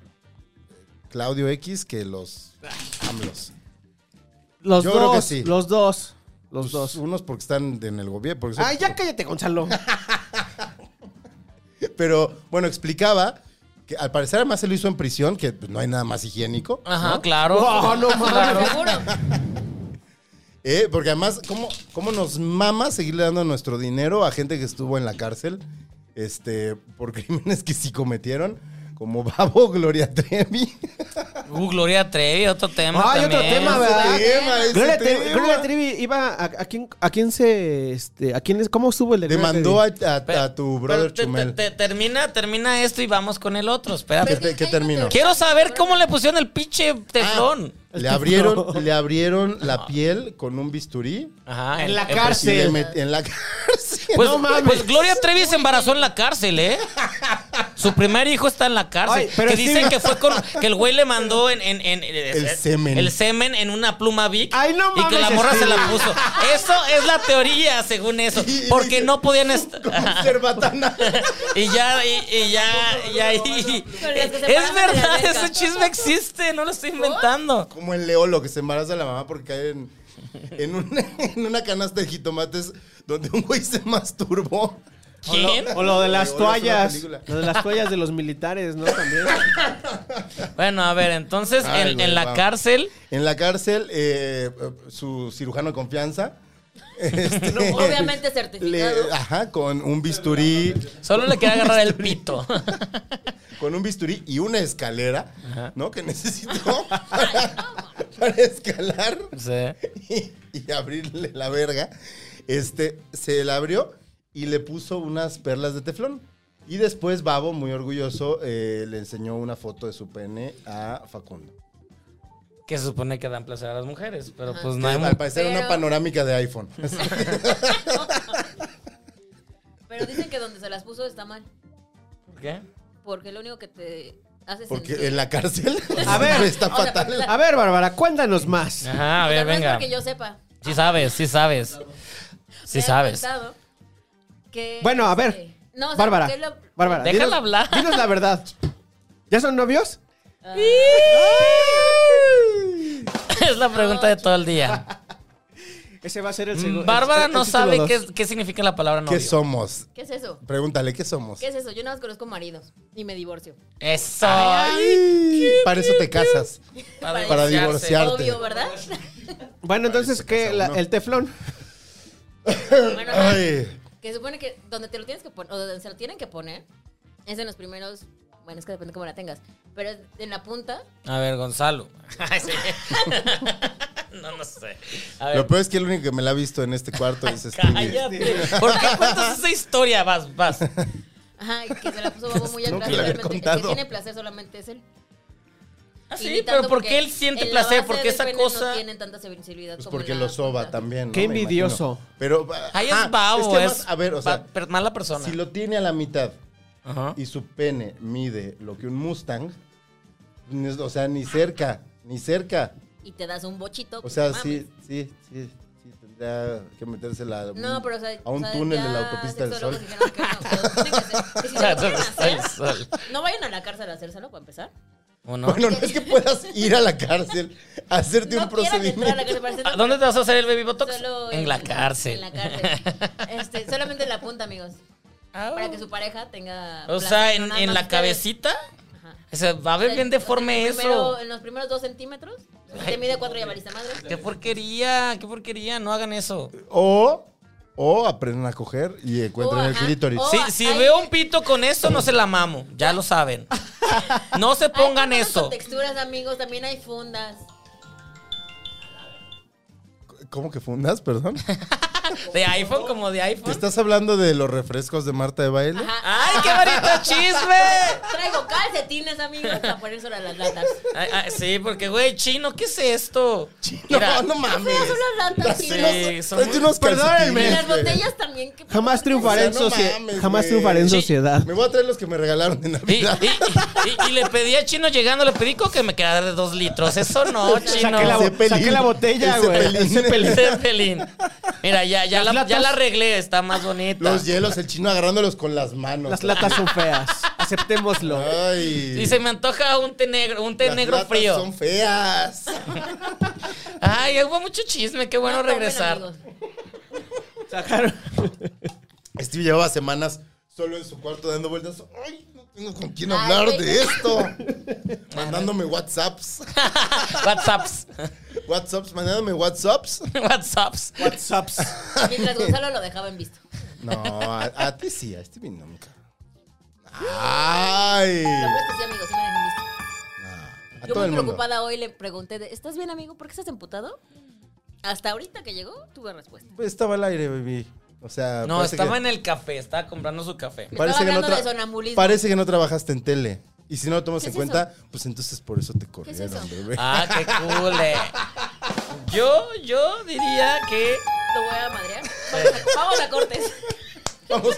S2: eh, Claudio X que los AMLOs.
S3: los
S2: yo
S3: dos,
S2: creo que sí.
S3: los dos, los
S2: Pues,
S3: dos.
S2: Unos porque están en el gobierno. porque son-
S3: Ay, ya cállate, Gonzalo.
S2: Pero bueno, explicaba que al parecer además se lo hizo en prisión, que pues, no hay nada más higiénico.
S4: Ajá, claro.
S3: No, no mames.
S5: Seguro.
S2: Eh, porque además, ¿cómo, ¿cómo nos mama seguirle dando nuestro dinero a gente que estuvo en la cárcel este, por crímenes que sí cometieron? Como Babo Gloria Trevi.
S4: Uh, Gloria Trevi, otro tema.
S3: Ay, otro
S4: también.
S3: tema, ¿verdad?
S2: tema, ese
S3: Gloria Trevi,
S2: tema.
S3: Gloria Trevi iba a, a quién a quién se este a quién es cómo estuvo el de Gloria
S2: Demandó a,
S3: Trevi?
S2: a- a tu brother
S4: Pero te-
S2: Chumel.
S4: te- te- termina, termina esto y vamos con el otro.
S2: ¿Qué,
S4: Espérate.
S2: te- qué terminó? Ah,
S4: Quiero saber cómo le pusieron el pinche teflón.
S2: Le abrieron, le abrieron la piel con un bisturí.
S4: Ajá.
S3: En la
S4: el- el-
S2: y le
S3: cárcel.
S2: met- en la cárcel.
S4: Pues,
S3: No mames.
S4: pues Gloria Trevi se embarazó en la cárcel, ¿eh? Su primer hijo está en la cárcel.
S3: Ay, pero
S4: que
S3: Steve-
S4: dicen que fue con. Que el güey le mandó en. en- en- eh,
S2: El semen.
S4: El semen en una pluma Vic.
S3: Ay, no
S4: Y que la
S3: mames,
S4: morra se
S3: Steve.
S4: la puso. Eso es la teoría, según eso.
S2: Y- y
S4: Porque
S2: dice-
S4: no podían estar.
S2: Cerbatana.
S4: Y ya, y, y ya, y ahí.
S5: Con las que se
S4: Es
S5: paran en la
S4: verdad,
S5: alberca.
S4: ese chisme existe, no lo estoy inventando.
S2: Como el leolo que se embaraza la mamá porque cae en, en una, en una canasta de jitomates donde un güey se masturbó.
S3: O lo-
S4: ¿Quién?
S3: O lo de las
S2: Oye, oye, es una
S3: toallas,
S2: película.
S3: lo de las toallas de los militares, ¿no? También.
S4: Bueno, a ver, entonces
S2: Ay,
S4: en,
S2: güey,
S4: en la
S2: vamos.
S4: cárcel.
S2: En la cárcel, eh, su cirujano de confianza. este,
S5: No, obviamente certificado.
S2: le- ajá, con un bisturí.
S4: Solo le queda agarrar el pito.
S2: con un bisturí y una escalera, ¿no? Que necesitó para, para escalar
S4: Sí.
S2: y, y abrirle la verga. Este, se la abrió y le puso unas perlas de teflón. Y después Babo, muy orgulloso, eh, le enseñó una foto de su pene a Facundo.
S4: Que se supone que dan placer a las mujeres, pero pues no
S2: No,
S4: hay
S2: al
S4: mu-
S2: parecer una
S5: Pero-
S2: panorámica de iPhone.
S5: Pero dicen que donde se las puso está mal.
S4: ¿Por qué?
S5: Porque lo único que te hace
S2: Porque
S5: sentir-
S2: en la cárcel
S3: A ver.
S2: está
S5: O sea,
S2: fatal.
S4: Ah,
S3: A ver, Bárbara, cuéntanos más.
S4: Ajá, a
S5: Tal
S4: ver,
S5: vez
S4: venga.
S5: Porque yo sepa.
S4: Sí sabes, sí sabes. Sí
S5: me han
S4: sabes.
S5: contado que,
S3: Bueno, a ver,
S5: este, no, o sea,
S3: Bárbara,
S5: que lo-
S3: Bárbara,
S4: Déjala
S3: dinos-
S4: hablar.
S3: Dinos la verdad. ¿Ya son novios?
S5: Ah.
S4: Es la pregunta de todo el día. Mm,
S3: Ese va a ser el segundo.
S4: Bárbara
S3: el-
S4: no
S3: el título
S4: sabe
S3: dos.
S4: qué, qué significa la palabra novio.
S2: ¿Qué somos?
S5: ¿Qué es eso?
S2: Pregúntale, ¿qué somos?
S5: ¿Qué es eso? Yo nada más conozco maridos y me divorcio.
S4: Eso.
S2: Para eso te casas.
S4: para
S2: para
S4: divorciarse.
S2: divorciar. Arte.
S5: Obvio, ¿verdad?
S3: Bueno, entonces, ¿qué? La- el teflón.
S5: bueno, ajá,
S2: Ay.
S5: que supone que donde te lo tienes que poner, o donde se lo tienen que poner, es en los primeros. Bueno, es que depende cómo la tengas. Pero es en la punta.
S4: A ver, Gonzalo. Ay, sí. no, no sé. A ver.
S2: Lo peor es que el único que me la ha visto en este cuarto es Stevie.
S4: Cállate. ¿Por qué cuentas esa historia? Vas, vas.
S5: Ajá, que se la puso Babo muy
S2: Nunca
S5: atrás.
S2: la había
S5: realmente, El que
S2: contado.
S5: tiene placer solamente es él.
S4: Ah, sí,
S5: Imitando
S4: pero ¿por
S5: porque
S4: qué él siente
S5: en la
S4: placer?
S5: base
S4: Porque
S5: del
S4: esa
S5: pene
S4: cosa.
S5: No tienen tanta sensibilidad
S2: Pues
S5: como
S2: porque
S5: en
S2: lo
S5: la
S2: soba
S5: punta.
S2: también. ¿no?
S3: Qué
S2: Me imagino.
S3: envidioso.
S2: Pero.
S4: Ahí
S2: ajá,
S4: es babo,
S2: Ah, que
S4: es,
S2: además, a ver, o sea,
S4: ba- per- mala persona.
S2: si lo tiene a la mitad
S4: Ajá.
S2: y su pene mide lo que un Mustang, ni- o sea, ni cerca, ni cerca.
S5: Y te das un bochito.
S2: O sea,
S5: mames.
S2: sí, sí, sí, sí, tendría que meterse la,
S5: No, pero o sea,
S2: a un
S5: o sea,
S2: túnel
S5: ya
S2: de la autopista del
S5: sexólogos
S2: sol.
S5: dijeron que no, o sea, tiene que ser- que si lo
S4: Ya,
S5: quieren
S4: ¿dónde está
S5: hacer,
S4: el sol?
S5: No vayan a la cárcel a hacérselo para empezar.
S4: ¿O no?
S2: Bueno, no es que puedas ir a la cárcel, a hacerte
S5: no
S2: un
S5: quieran entrar a la
S2: procedimiento.
S5: cárcel para hacerlo.
S4: ¿A ¿Dónde te vas a hacer el baby botox?
S5: Solo
S4: en la cárcel.
S5: En la cárcel. Este, solamente en la punta, amigos.
S4: Ah,
S5: Para que su pareja tenga.
S4: o
S5: placer,
S4: sea,
S5: no
S4: en,
S5: nada
S4: en
S5: más
S4: la
S5: ustedes.
S4: cabecita.
S5: Ajá.
S4: O sea, va a ver bien deforme
S5: O sea, primero-
S4: eso.
S5: En los primeros dos centímetros,
S4: Ay.
S5: te mide cuatro y ya valiste madre.
S4: Qué porquería, qué porquería, no hagan eso.
S2: O, o aprendan a coger y encuentren
S5: O,
S2: el
S5: ajá,
S2: clítoris.
S5: o-
S4: Si,
S5: Oh,
S4: si
S5: ahí-
S4: veo un pito con eso, no se la mamo, ya lo saben. No se
S5: Hay
S4: pongan
S5: fundas con
S4: eso.
S5: texturas, amigos, también hay fundas.
S2: ¿Cómo que fundas, perdón?
S4: De iPhone como de
S2: ¿Te
S4: iPhone.
S2: ¿Estás hablando de los refrescos de Marta de Baile?
S5: Ajá.
S4: ¡Ay, qué bonito chisme!
S5: Traigo calcetines, amigos, para ponérselo a las latas.
S4: Ay, ay, sí, porque, güey, chino, ¿qué es esto? Mira,
S2: No, no mames.
S5: Feas son las latas,
S2: Tráete
S5: sí.
S2: unos-
S4: son
S2: tráete
S4: muy-
S2: unos
S3: Perdónenme.
S5: Y
S2: calcetines,
S5: las
S2: güey.
S5: botellas también. ¿qué
S3: Jamás triunfaré en,
S2: O sea, no
S3: socie-
S2: mames,
S3: jamás
S2: güey.
S3: triunfaré en
S4: Sí.
S3: sociedad.
S2: Me voy a traer los que me regalaron en
S4: Y, y-
S2: Navidad.
S4: y- y- y le pedí a Chino llegando, le pedí como que me quedara de dos litros. Eso no, Chino.
S3: Saqué la, bo-
S2: Zeppelin.
S3: saqué la botella,
S2: El
S3: güey.
S2: Zeppelin.
S3: Zeppelin.
S4: Zeppelin. Mira, ya, ya,
S3: Las
S4: la, ya
S3: latas-
S4: la arreglé, está más bonita.
S2: Los hielos, el chino agarrándolos con las manos.
S3: Las latas son feas. Aceptémoslo.
S2: Ah. Ay.
S4: Y se me antoja un té negro, un té
S2: las
S4: negro
S2: latas
S4: frío.
S2: Son feas.
S4: Ay, hubo mucho chisme, qué bueno
S5: No tomen,
S4: regresar.
S5: amigos.
S3: Sacaron.
S2: Steve llevaba semanas solo en su cuarto dando vueltas. Ay, no tengo con quién
S5: Ay,
S2: hablar
S5: güey.
S2: de esto. Mandándome WhatsApps.
S4: WhatsApps.
S2: WhatsApps, mandándome WhatsApps.
S4: WhatsApps.
S3: WhatsApps.
S5: Mientras Gonzalo lo dejaba en visto.
S2: No, a, a ti sí, a Stevie nunca. Ay.
S5: Lo peor es que sí, amigos, sí me dejan visto.
S2: A
S5: Yo
S2: todo
S5: muy
S2: el mundo.
S5: preocupada hoy le pregunté, de, ¿estás bien, amigo? ¿Por qué estás emputado? Hasta ahorita que llegó, tuve respuesta.
S2: Pues estaba al aire, baby. O sea,
S4: No,
S2: parece
S4: estaba
S2: que-
S4: en el café, estaba comprando su café.
S2: Parece que,
S5: Estaba
S2: no
S5: hablando de
S2: tra-
S5: sonambulismo.
S2: parece que no trabajaste en tele. Y si no lo tomas
S5: ¿Qué
S2: en
S5: es
S2: cuenta, pues entonces por eso te corrieron,
S5: eso?
S2: bebé.
S4: Ah, qué cool. eh. Yo, yo diría que.
S5: Lo voy a madrear. Vamos a, vamos a cortes.
S2: Vamos.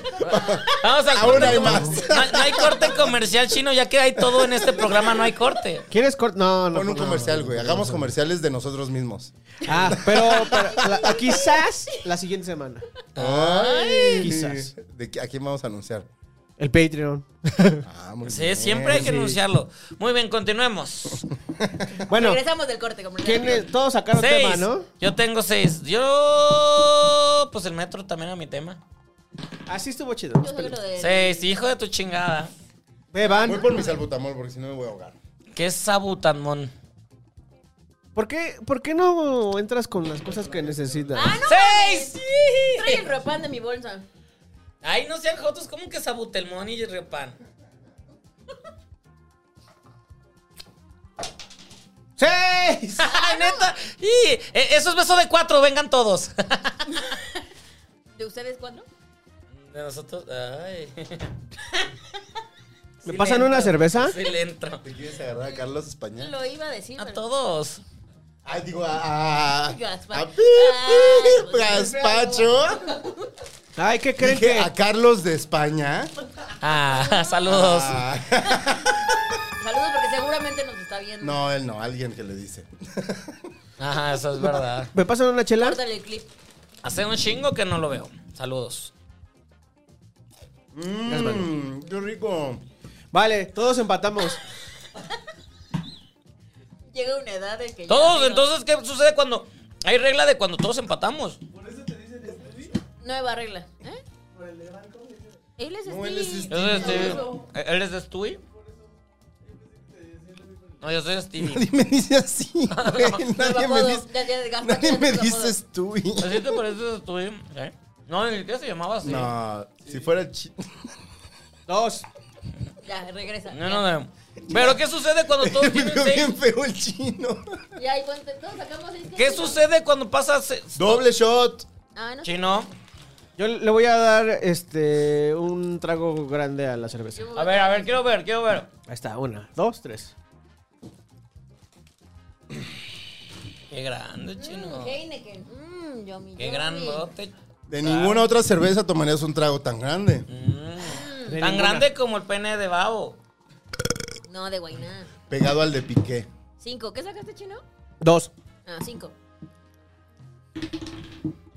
S4: Vamos al
S2: Aún
S4: corte
S2: hay
S4: com-
S2: más.
S4: No, no hay corte comercial chino, ya que hay todo en este programa, no hay corte.
S3: ¿Quieres cortar? No, no.
S2: Pon un
S3: no.
S2: comercial, güey. Hagamos comerciales de nosotros mismos.
S3: Ah, pero, pero la- ah, quizás la siguiente semana.
S2: Ay.
S3: Quizás.
S2: ¿De qué- ¿A quién vamos a anunciar?
S3: El Patreon.
S2: Ah, muy
S4: Sí,
S2: bien.
S4: siempre hay que anunciarlo. Muy bien, continuemos.
S3: Bueno,
S5: Regresamos del corte, como
S3: ¿quién es? todos sacaron
S4: Seis.
S3: tema, ¿no?
S4: Yo tengo seis. Yo. Pues el metro también era mi tema.
S3: Así estuvo chido.
S5: Yo soy lo de...
S4: Seis, hijo de tu chingada.
S3: Beban.
S2: Voy por mi salbutamol porque si no me voy a ahogar.
S4: ¿Qué es sabutanmón?
S3: ¿Por qué, ¿Por qué no entras con las cosas que necesitas?
S5: ¡Ah, no!
S4: ¡Seis!
S5: Trae el ropan de mi bolsa.
S4: Ay, no sean jotos, ¿cómo que sabutelmón y repan?
S3: ¡Seis!
S4: ¡Ay, neta! Y, eh, eso es beso de cuatro, vengan todos.
S5: ¿De ustedes cuándo?
S4: De nosotros, ay.
S3: ¿Me pasan una cerveza?
S4: Sí, le entro.
S2: ¿Te quieres agarrar a Carlos España?
S5: Lo iba a decir.
S4: A
S5: pero-
S4: todos.
S2: Ay, digo, a. a, a
S5: Gaspa-
S2: a-
S5: Ay, pues,
S2: Gaspacho.
S3: Ay, ¿qué creen
S2: Dije
S3: que?
S2: a Carlos de España.
S4: Ah, saludos.
S2: Ah,
S5: Saludos porque seguramente nos está viendo.
S2: no, él no, alguien que le dice.
S4: Ajá, eso es verdad.
S3: ¿Me pasan una chela?
S5: Córtale el clip.
S4: Hace un chingo que no lo veo. Saludos.
S2: Mmm, qué rico.
S3: Vale, todos empatamos.
S5: Llega una edad en que ya-
S4: Todos, entonces, ¿qué sucede cuando hay regla de cuando todos empatamos?
S5: Nueva regla. ¿Eh? Él es
S2: No, él es este.
S5: Steve.
S4: Yo soy Stevie. ¿Él es de Stewie? No, yo soy Stevie.
S2: Nadie me dice así, güey. Nadie me
S5: apodo. Ya, ya,
S2: dice.
S5: Gaspacho,
S2: Nadie me
S5: tu apodo.
S2: dice tú.
S4: ¿Así te parece Stewie? ¿Eh? No, ni siquiera se llamaba así.
S2: No, si fuera chi-
S3: Dos.
S5: Ya, regresa.
S4: No, no, no. Pero ¿qué sucede cuando todos
S2: Me
S4: tienen
S2: veo
S4: seis?
S2: bien feo el chino.
S5: Ya, y ponte, todos sacamos seis.
S4: ¿Qué sucede cuando pasa seis?
S2: Doble shot.
S5: Ah, no sé.
S4: Chino.
S3: Yo le voy a dar este un trago grande a la cerveza.
S4: A ver, a ver, quiero ver, quiero ver.
S3: Ahí está, una, dos, tres.
S4: Qué grande,
S5: Mm,
S4: chino.
S5: Heineken. Mmm, yummy.
S4: Oh. Qué
S5: yummy.
S4: gran bote. Mm.
S2: De ninguna otra cerveza tomarías un trago tan grande.
S3: de
S4: Tan
S3: ninguna.
S4: grande como el pene de Babo.
S5: No, de Guainá.
S2: Pegado al de Piqué.
S5: Cinco. ¿Qué sacaste, chino?
S3: Dos.
S5: Ah, cinco.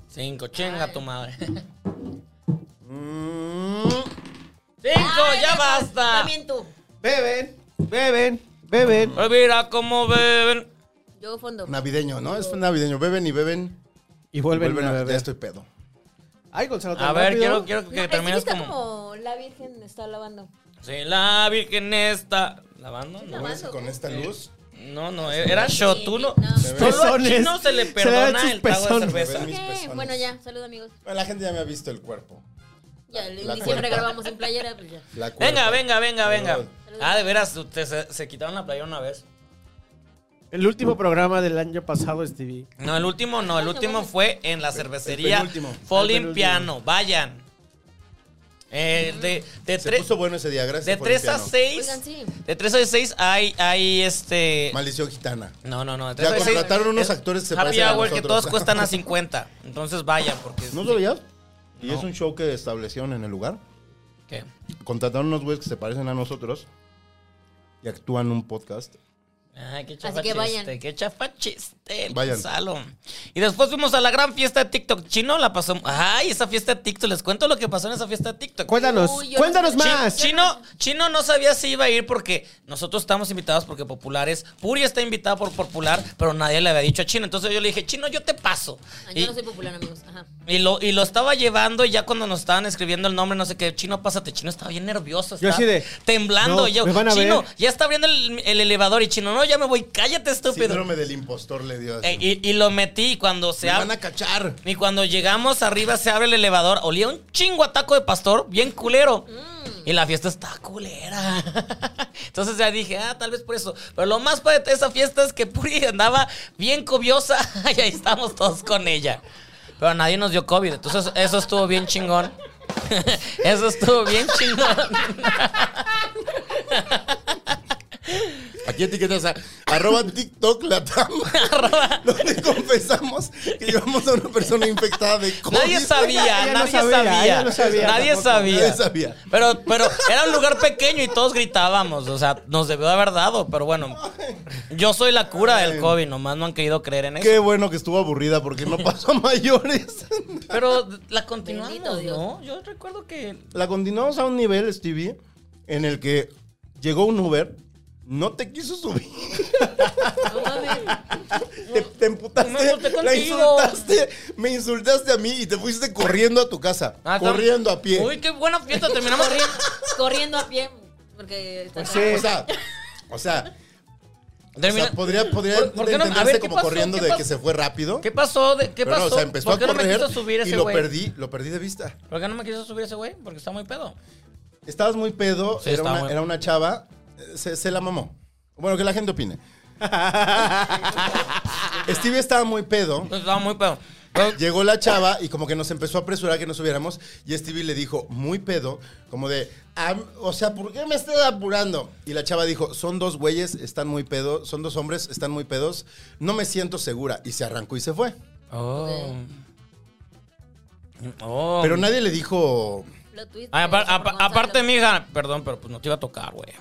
S4: Cinco, chinga tu madre. Cinco,
S5: Ay,
S4: ya
S5: mejor,
S4: basta.
S5: Ah, También tú.
S3: Beben, beben, beben.
S4: Ay, Mira cómo beben.
S5: Yo fondo.
S2: Navideño, ¿no? Es navideño. Beben y beben.
S3: Y
S2: y
S3: vuelven,
S2: vuelven
S3: a
S2: a- Ya
S3: beber.
S2: estoy pedo.
S3: Ay, Gonzalo, tan
S4: A ver,
S3: rápido.
S4: quiero, quiero
S5: No,
S4: que
S5: es
S4: termines
S5: está
S4: como...
S5: como... la virgen está lavando.
S4: Sí, la virgen está... ¿Lavando? No,
S5: Lavando.
S2: Con esta luz.
S4: no, no era shot. Tú no...
S5: No.
S4: ¿eh? Solo a
S3: Pezones.
S4: Chino se
S3: Se le
S4: le
S3: ven
S4: perdona
S3: sus
S4: el trago de
S3: pezones.
S4: cerveza.
S2: Mis
S5: Ok,
S2: pezones.
S5: Bueno, ya. Salud, amigos.
S2: Bueno, la gente ya me ha visto el cuerpo.
S5: Ya, en
S2: la cuerpa.
S5: diciembre grabamos en playera. Pues ya.
S2: La
S4: Venga,
S2: cuerpa.
S4: venga, venga, venga.
S2: Salud.
S4: Ah, de veras, te- se, se quitaron la playera una vez.
S3: El último programa del año pasado, Stevie.
S4: No, el último no,
S5: Ah,
S4: el último fue en la cervecería
S2: penúltimo.
S3: El
S4: Falling
S3: penúltimo.
S4: Piano. Vayan. Eh, de, de,
S2: Se
S4: tre-
S2: puso bueno ese día, gracias.
S4: de
S2: por el
S4: 3 a
S2: piano.
S4: 6.
S5: Oigan, sí.
S4: De 3 a 6 hay, hay este.
S2: Maldición gitana.
S4: No, no, no. de
S2: Ya
S4: tres a seis
S2: contrataron unos
S4: es
S2: actores que se
S4: Happy
S2: parecen a
S4: Hour que
S2: nosotros.
S4: todos cuestan a 50. Entonces vayan, porque.
S2: ¿No lo veías? Y es un show que establecieron en el lugar.
S4: ¿Qué?
S2: Contrataron unos güeyes que se parecen a nosotros y actúan un podcast.
S4: Ay, qué chafa
S5: Así que
S4: chiste,
S5: vayan.
S4: qué chafa chiste, el
S2: Vayan.
S4: Gonzalo. Y después fuimos a la gran fiesta de TikTok. Chino la pasó. Ay, esa fiesta de TikTok. Les cuento lo que pasó en esa fiesta de TikTok.
S3: Cuéntanos,
S5: Uy, yo no-
S3: cuéntanos
S5: Chi-
S4: Chi-
S3: más.
S4: Chino, Chino no sabía si iba a ir porque nosotros estamos invitados porque populares. Puri está invitada por popular, pero nadie le había dicho a Chino. Entonces yo le dije, Chino, yo te paso.
S5: Ah,
S4: Y-
S5: Yo no soy popular, amigos. Ajá.
S4: y lo, y lo estaba llevando y ya cuando nos estaban escribiendo el nombre, no sé qué, chino, pásate, chino, estaba bien nervioso.
S3: Yo
S4: estaba
S3: así de,
S4: Temblando,
S3: no,
S4: yo,
S3: me van a
S4: chino,
S3: ver.
S4: ya está abriendo el, el elevador y chino, no, ya me voy, cállate, estúpido.
S2: Síndrome del impostor le dio así.
S4: Eh, y, y lo metí y cuando se
S2: ¡Me van
S4: abre...
S2: a cachar!
S4: Y cuando llegamos arriba se abre el elevador, olía un chingo a taco de pastor, bien culero. Y la fiesta está culera. Entonces ya dije, ah, tal vez por eso. Pero lo más padre de esa fiesta es que Puri andaba bien cobiosa y ahí estamos todos con ella. Pero nadie nos dio COVID, entonces eso estuvo bien chingón. Eso estuvo bien chingón.
S2: Aquí etiquetas a arroba TikTok Latam,
S4: Arroba.
S2: donde confesamos que llevamos a una persona infectada de COVID.
S4: Nadie sabía,
S3: Ella no
S4: nadie
S3: sabía,
S4: sabía,
S3: ella no sabía
S4: nadie
S3: tampoco,
S4: sabía.
S2: nadie sabía.
S4: Pero, pero era un lugar pequeño y todos gritábamos, o sea, nos debió de haber dado, pero bueno, yo soy la cura del COVID, nomás no han querido creer en eso.
S2: Qué bueno que estuvo aburrida porque no pasó a mayores.
S4: Pero la continuamos,
S5: Bendito Dios.
S4: ¿no? Yo recuerdo que...
S2: La continuamos a un nivel, Stevie, en el que llegó un Uber, no te quiso subir.
S5: No mames.
S2: Te, te emputaste,
S4: Me emputé
S2: la
S4: contigo.
S2: insultaste, me insultaste a mí y te fuiste corriendo a tu casa.
S4: Ah, está-
S2: corriendo a pie.
S4: Uy, qué buena fiesta, terminamos riendo.
S5: Corriendo a pie. Porque está
S3: Pues sí.
S2: O sea, o sea, o
S4: Termina-
S2: sea, podría, podría
S4: ¿Por- por qué no? A
S2: entenderse
S4: ver, ¿qué
S2: como
S4: pasó?
S2: corriendo
S4: ¿Qué
S2: de
S4: pasó?
S2: que se fue rápido.
S4: ¿Qué pasó? De- ¿Qué
S2: pero no,
S4: pasó?
S2: o sea, empezó
S4: ¿Por qué
S2: a
S4: no me
S2: correr
S4: quiso subir
S2: y
S4: ese
S2: lo
S4: güey?
S2: perdí, lo perdí de vista.
S4: ¿Por qué no me quiso subir ese güey? Porque está muy pedo.
S2: Estabas muy pedo,
S4: Sí,
S2: era,
S4: estaba
S2: una,
S4: muy-
S2: era una chava, eh, se, se la mamó. Bueno, que la gente opine. Stevie estaba muy pedo.
S4: Estaba muy pedo. Pero-
S2: Llegó la chava y como que nos empezó a apresurar que nos subiéramos y Stevie le dijo, muy pedo, como de, "Am- o sea, ¿por qué me estás apurando? Y la chava dijo, son dos güeyes, están muy pedos, son dos hombres, están muy pedos, no me siento segura. Y se arrancó y se fue.
S4: Oh. Oh.
S2: Pero nadie le dijo,
S5: Lo twist.
S4: Ay, apar-
S5: hecho por
S4: apa-
S5: Gonzalo.
S4: aparte, mija, perdón, pero pues no te iba a tocar, güey.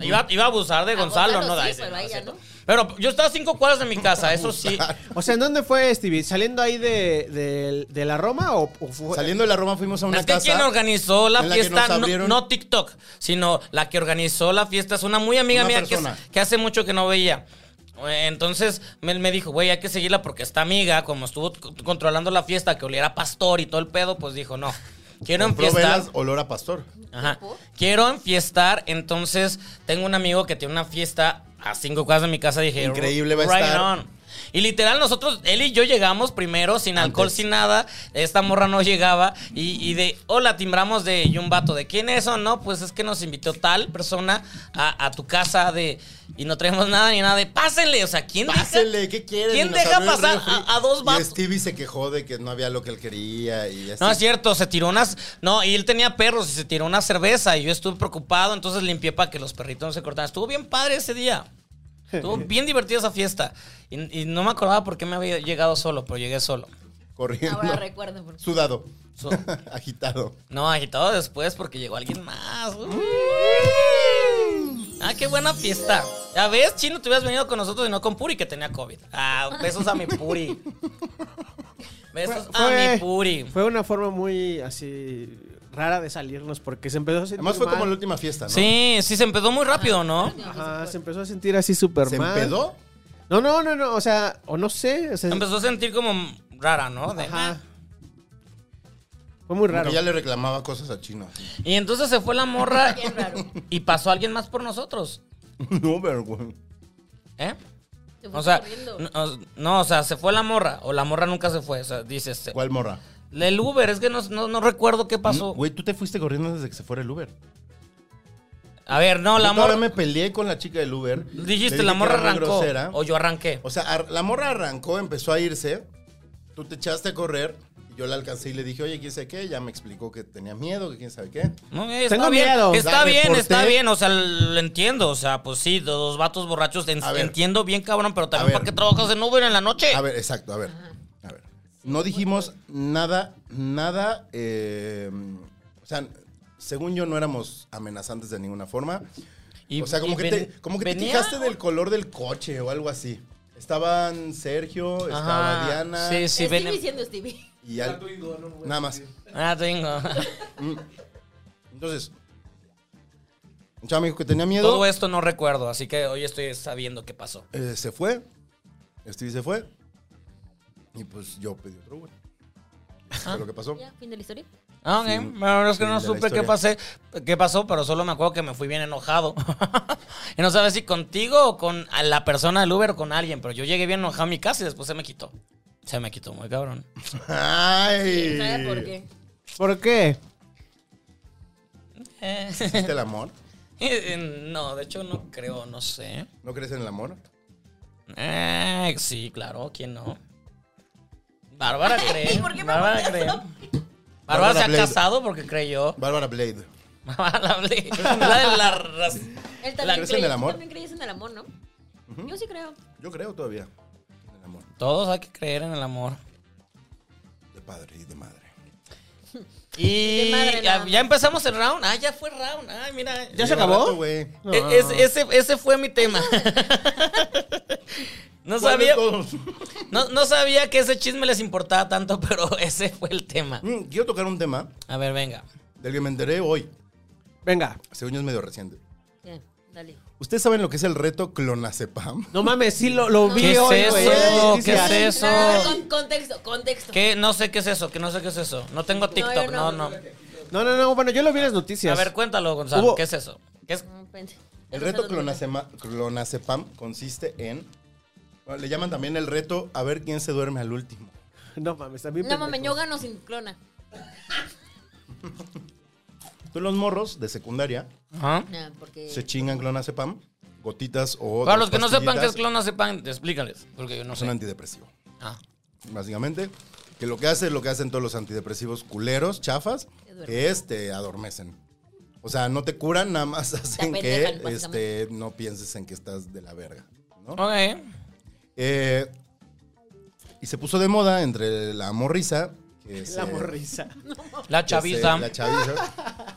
S4: Iba, iba a abusar de
S5: A
S4: Gonzalo,
S5: Gonzalo
S4: ¿no?
S5: sí,
S4: Ay,
S5: pero
S4: no,
S5: a
S4: es
S5: ella
S4: cierto.
S5: no.
S4: Pero yo estaba a cinco cuadras de mi casa, eso sí.
S3: O sea, ¿en dónde fue Stevie? ¿Saliendo ahí de, de- de la Roma o, o fue?
S2: saliendo de la Roma fuimos a una
S4: Es que
S2: casa.
S4: quien organizó la
S2: en la que
S4: fiesta,
S2: nos
S4: no- no,
S2: abrieron-
S4: TikTok, sino la que organizó la fiesta es una muy amiga
S2: Una
S4: mía que, es-
S2: persona.
S4: que hace mucho que no veía. Eh, Entonces me, me dijo, güey, hay que seguirla porque esta amiga, como estuvo c- controlando la fiesta, que oliera a pastor y todo el pedo, pues dijo, no, quiero
S2: Compró
S4: enfiestar.
S2: velas, olor a pastor.
S4: Ajá.
S5: ¿Por?
S4: Quiero enfiestar, entonces tengo un amigo que tiene una fiesta a cinco cuadras de mi casa. Dije,
S2: Increíble va a
S4: "Right
S2: estar".
S4: on. Y literal, nosotros, él y yo llegamos primero, sin alcohol, sin nada. Esta morra no llegaba. Y, y de, hola, timbramos de y un vato. ¿De quién es o no? Pues es que nos invitó tal persona a, a tu casa de. Y no traemos nada ni nada de. Pásenle, o sea, ¿quién deja-
S2: Pásele, ¿qué quieren?
S4: ¿Quién
S2: Y nos
S4: deja
S2: abrió el
S4: pasar
S2: refri.
S4: a- a dos
S2: Y
S4: vatos?
S2: Stevie se quejó de que no había lo que él quería y así.
S4: No, es cierto, se tiró unas. No, y él tenía perros y se tiró una cerveza y yo estuve preocupado, entonces limpié para que los perritos no se cortaran. Estuvo bien padre ese día. Estuvo bien divertida esa fiesta. Y, y no me acordaba por qué me había llegado solo, pero llegué solo.
S2: corriendo.
S5: Ahora recuerdo. Porque...
S2: Sudado,
S4: So-
S2: agitado.
S4: No, agitado después porque llegó alguien más. Uy. Ah, qué buena fiesta. Ya ves, chino, te hubieras venido con nosotros y no con Puri que tenía COVID. Ah, besos a mi Puri. Besos a Ah, mi Puri.
S3: fue una forma muy así rara de salirnos porque se empezó a sentir
S2: Además fue
S3: mal.
S2: como la última fiesta, ¿no?
S4: Sí, sí, se empezó muy rápido, ¿no?
S3: Ajá, se empezó a sentir así súper
S2: ¿Se
S3: mal.
S2: empedó?
S3: No, no, no, no, o sea, o no sé, o sea,
S4: Empezó a sentir como rara, ¿no? De- "Ah,
S3: ajá. Fue muy
S2: Porque
S3: raro.
S2: ya le reclamaba cosas a Chino.
S4: Y entonces se fue la morra
S5: Bien raro.
S4: y pasó alguien más por nosotros.
S2: No, pero güey.
S4: ¿Eh?
S5: Te fuiste
S4: O sea,
S5: corriendo.
S4: no, no, o sea, se fue la morra o la morra nunca se fue. O sea, dices, este,
S2: ¿Cuál morra?
S4: el Uber, es que no, no, no recuerdo qué pasó.
S2: Güey, tú te fuiste corriendo desde que se fuera el Uber.
S4: A ver, no, la
S2: Yo ahora
S4: morra.
S2: me peleé con la chica del Uber. Le
S4: Dijiste,
S2: dije
S4: la
S2: que
S4: morra
S2: era muy
S4: arrancó.
S2: grosera.
S4: O yo arranqué.
S2: O sea, ar- la morra arrancó, empezó a irse. Tú te echaste a correr. y Yo la alcancé y le dije, oye, quién sabe qué. Ya me explicó que tenía miedo, que quién sabe qué.
S4: No, eh, está
S3: Tengo
S4: bien,
S3: miedo.
S4: Está
S2: La
S4: bien,
S2: reporté.
S4: está bien. O sea, lo entiendo. O sea, pues sí, dos vatos borrachos. en-
S2: A ver.
S4: entiendo bien, cabrón, pero
S2: A
S4: también
S2: ver.
S4: ¿para qué trabajas en Uber en la noche?
S2: A ver, exacto, a ver. A ver. No dijimos nada, nada. eh, o sea, según yo no éramos amenazantes de ninguna forma.
S4: Y-
S2: o sea, como
S4: y
S2: que,
S4: ven-
S2: te, como que te
S4: venía-
S2: fijaste del color del coche o algo así. Estaban Sergio, estaba
S4: Ajá,
S2: Diana
S4: Sí, sí,
S5: Stevie
S4: ven.
S5: siendo Stevie.
S2: y al- nada más.
S4: Ah, tengo.
S2: Entonces, un chavo me dijo que tenía miedo.
S4: Todo esto no recuerdo, así que hoy estoy sabiendo qué pasó.
S2: Eh, se fue. Steve se fue. Y pues yo pedí otro Uber. Eso fue lo que pasó.
S5: Ya, fin de la historia.
S4: Ah, ok.
S2: Fin-
S4: Bueno, es que
S2: fin de
S4: no
S2: la
S4: supe qué,
S2: historia.
S4: pasé, qué pasó, pero solo me acuerdo que me fui bien enojado. y no sabes si contigo o con a la persona del Uber o con alguien, pero yo llegué bien enojado a mi casa y después se me quitó. Se me quitó muy cabrón.
S2: ¡Ay!
S5: ¿Sabes por qué?
S3: ¿Por qué?
S2: ¿Hiciste el amor?
S4: Eh, no, de hecho no creo, no sé.
S2: ¿No crees en el amor?
S4: Eh, sí, claro, ¿quién no? Bárbara cree.
S5: ¿Y por qué me
S4: Bárbara
S5: pones
S4: cree.
S5: eso?
S4: Bárbara se ha
S2: Blade.
S4: casado porque creyó.
S2: Bárbara Blade.
S4: la de la raz-
S5: Él
S4: La-
S5: también
S2: ¿Crees
S5: creyó-
S2: en el
S5: tú
S2: amor?
S5: también creías en el amor, ¿no? Yo sí creo.
S2: Yo creo todavía en el amor
S4: Todos hay que creer en el amor.
S2: de padre y de madre.
S4: Y
S5: De madre nada
S4: ya,
S5: más.
S4: ya empezamos el round. Ah, ya fue round. Ay, mira.
S3: ¿Ya se acabó?
S2: barato, güey.
S4: E- ese, ese- ese fue mi tema. no
S2: ¿Cuál de
S4: sabía.
S2: todos?
S4: No, no sabía que ese chisme les importaba tanto, pero ese fue el tema.
S2: Mm, Quiero tocar un tema
S4: A ver, venga.
S2: del que me enteré hoy.
S3: Venga.
S2: Según yo es medio reciente.
S5: Ya, dale.
S2: ¿Ustedes saben lo que es el reto clonazepam?
S3: No mames, sí lo, lo vi
S4: ¿Qué es
S3: hoy, güey.
S4: eso?
S3: Sí, sí,
S4: ¿Qué es
S3: sí.
S4: eso?
S5: No, con- contexto, contexto.
S4: ¿Qué? No sé qué es eso, que no sé qué es eso. No tengo TikTok,
S5: yo
S4: no,
S5: no.
S4: no.
S3: No, no, no, bueno, yo lo vi en las noticias.
S4: A ver, cuéntalo, Gonzalo,
S3: Hubo-
S4: ¿qué es eso? ¿Qué es?
S5: No, espérate.
S2: El
S5: Eso
S2: reto
S5: es lo que-
S2: clonazema- clonazepam consiste en... bueno, le llaman también el reto a ver quién se duerme al último.
S3: No mames, también
S5: No mames, yo gano sin clona.
S2: Entonces los morros de secundaria
S4: Ajá.
S5: Nah, porque.
S2: se chingan clonazepam, gotitas o...
S4: Para
S2: otras
S4: los que no sepan qué es
S2: pastillitas.
S4: clona, sepan, explícales, porque yo no
S2: Es un
S4: sé.
S2: antidepresivo.
S4: Ah.
S2: básicamente. Que lo que hace es lo que hacen todos los antidepresivos culeros, chafas, que es te adormecen. O sea, no te curan, nada más hacen que
S5: apendejan,
S2: este,
S5: básicamente.
S2: no pienses en que estás de la verga. ¿no?
S4: Ok.
S2: Eh, y se puso de moda entre la morrisa. Que
S3: La
S2: se-
S3: morrisa.
S4: La
S2: que
S4: chaviza.
S2: se- la chaviza.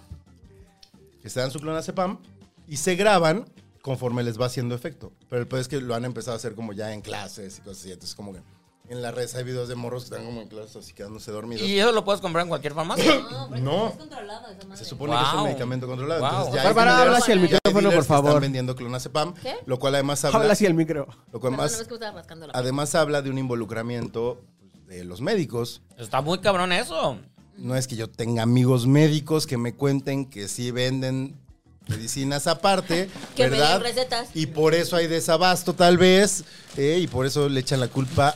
S2: que se dan su clonazepam y se graban conforme les va haciendo efecto. Pero el peor es que lo han empezado a hacer como ya en clases y cosas así. Entonces, como que en la red hay videos de morros que están como en clases así quedándose dormidos.
S4: Y eso lo puedes comprar en cualquier farmacia.
S5: No, porque
S2: No.
S5: es controlado esa madre.
S2: Se supone que es un
S4: Wow.
S2: medicamento controlado.
S4: Wow.
S2: Entonces, ya hay
S3: Bárbara,
S2: dealers-
S3: habla hacia el
S2: ya hay
S3: micrófono, por
S2: dealers que están
S3: favor.
S2: vendiendo clonazepam,
S5: ¿Qué?
S2: lo cual además habla,
S3: Habla hacia el micro.
S2: lo cual
S5: Perdón,
S2: más-
S5: no es que me estaba rascando la
S2: además habla de un involucramiento pues, de los médicos.
S4: Está muy cabrón eso.
S2: No es que yo tenga amigos médicos que me cuenten que sí venden medicinas aparte,
S5: Que me
S2: ¿verdad?
S5: den recetas.
S2: Y por eso hay desabasto tal vez, eh, y por eso le echan la culpa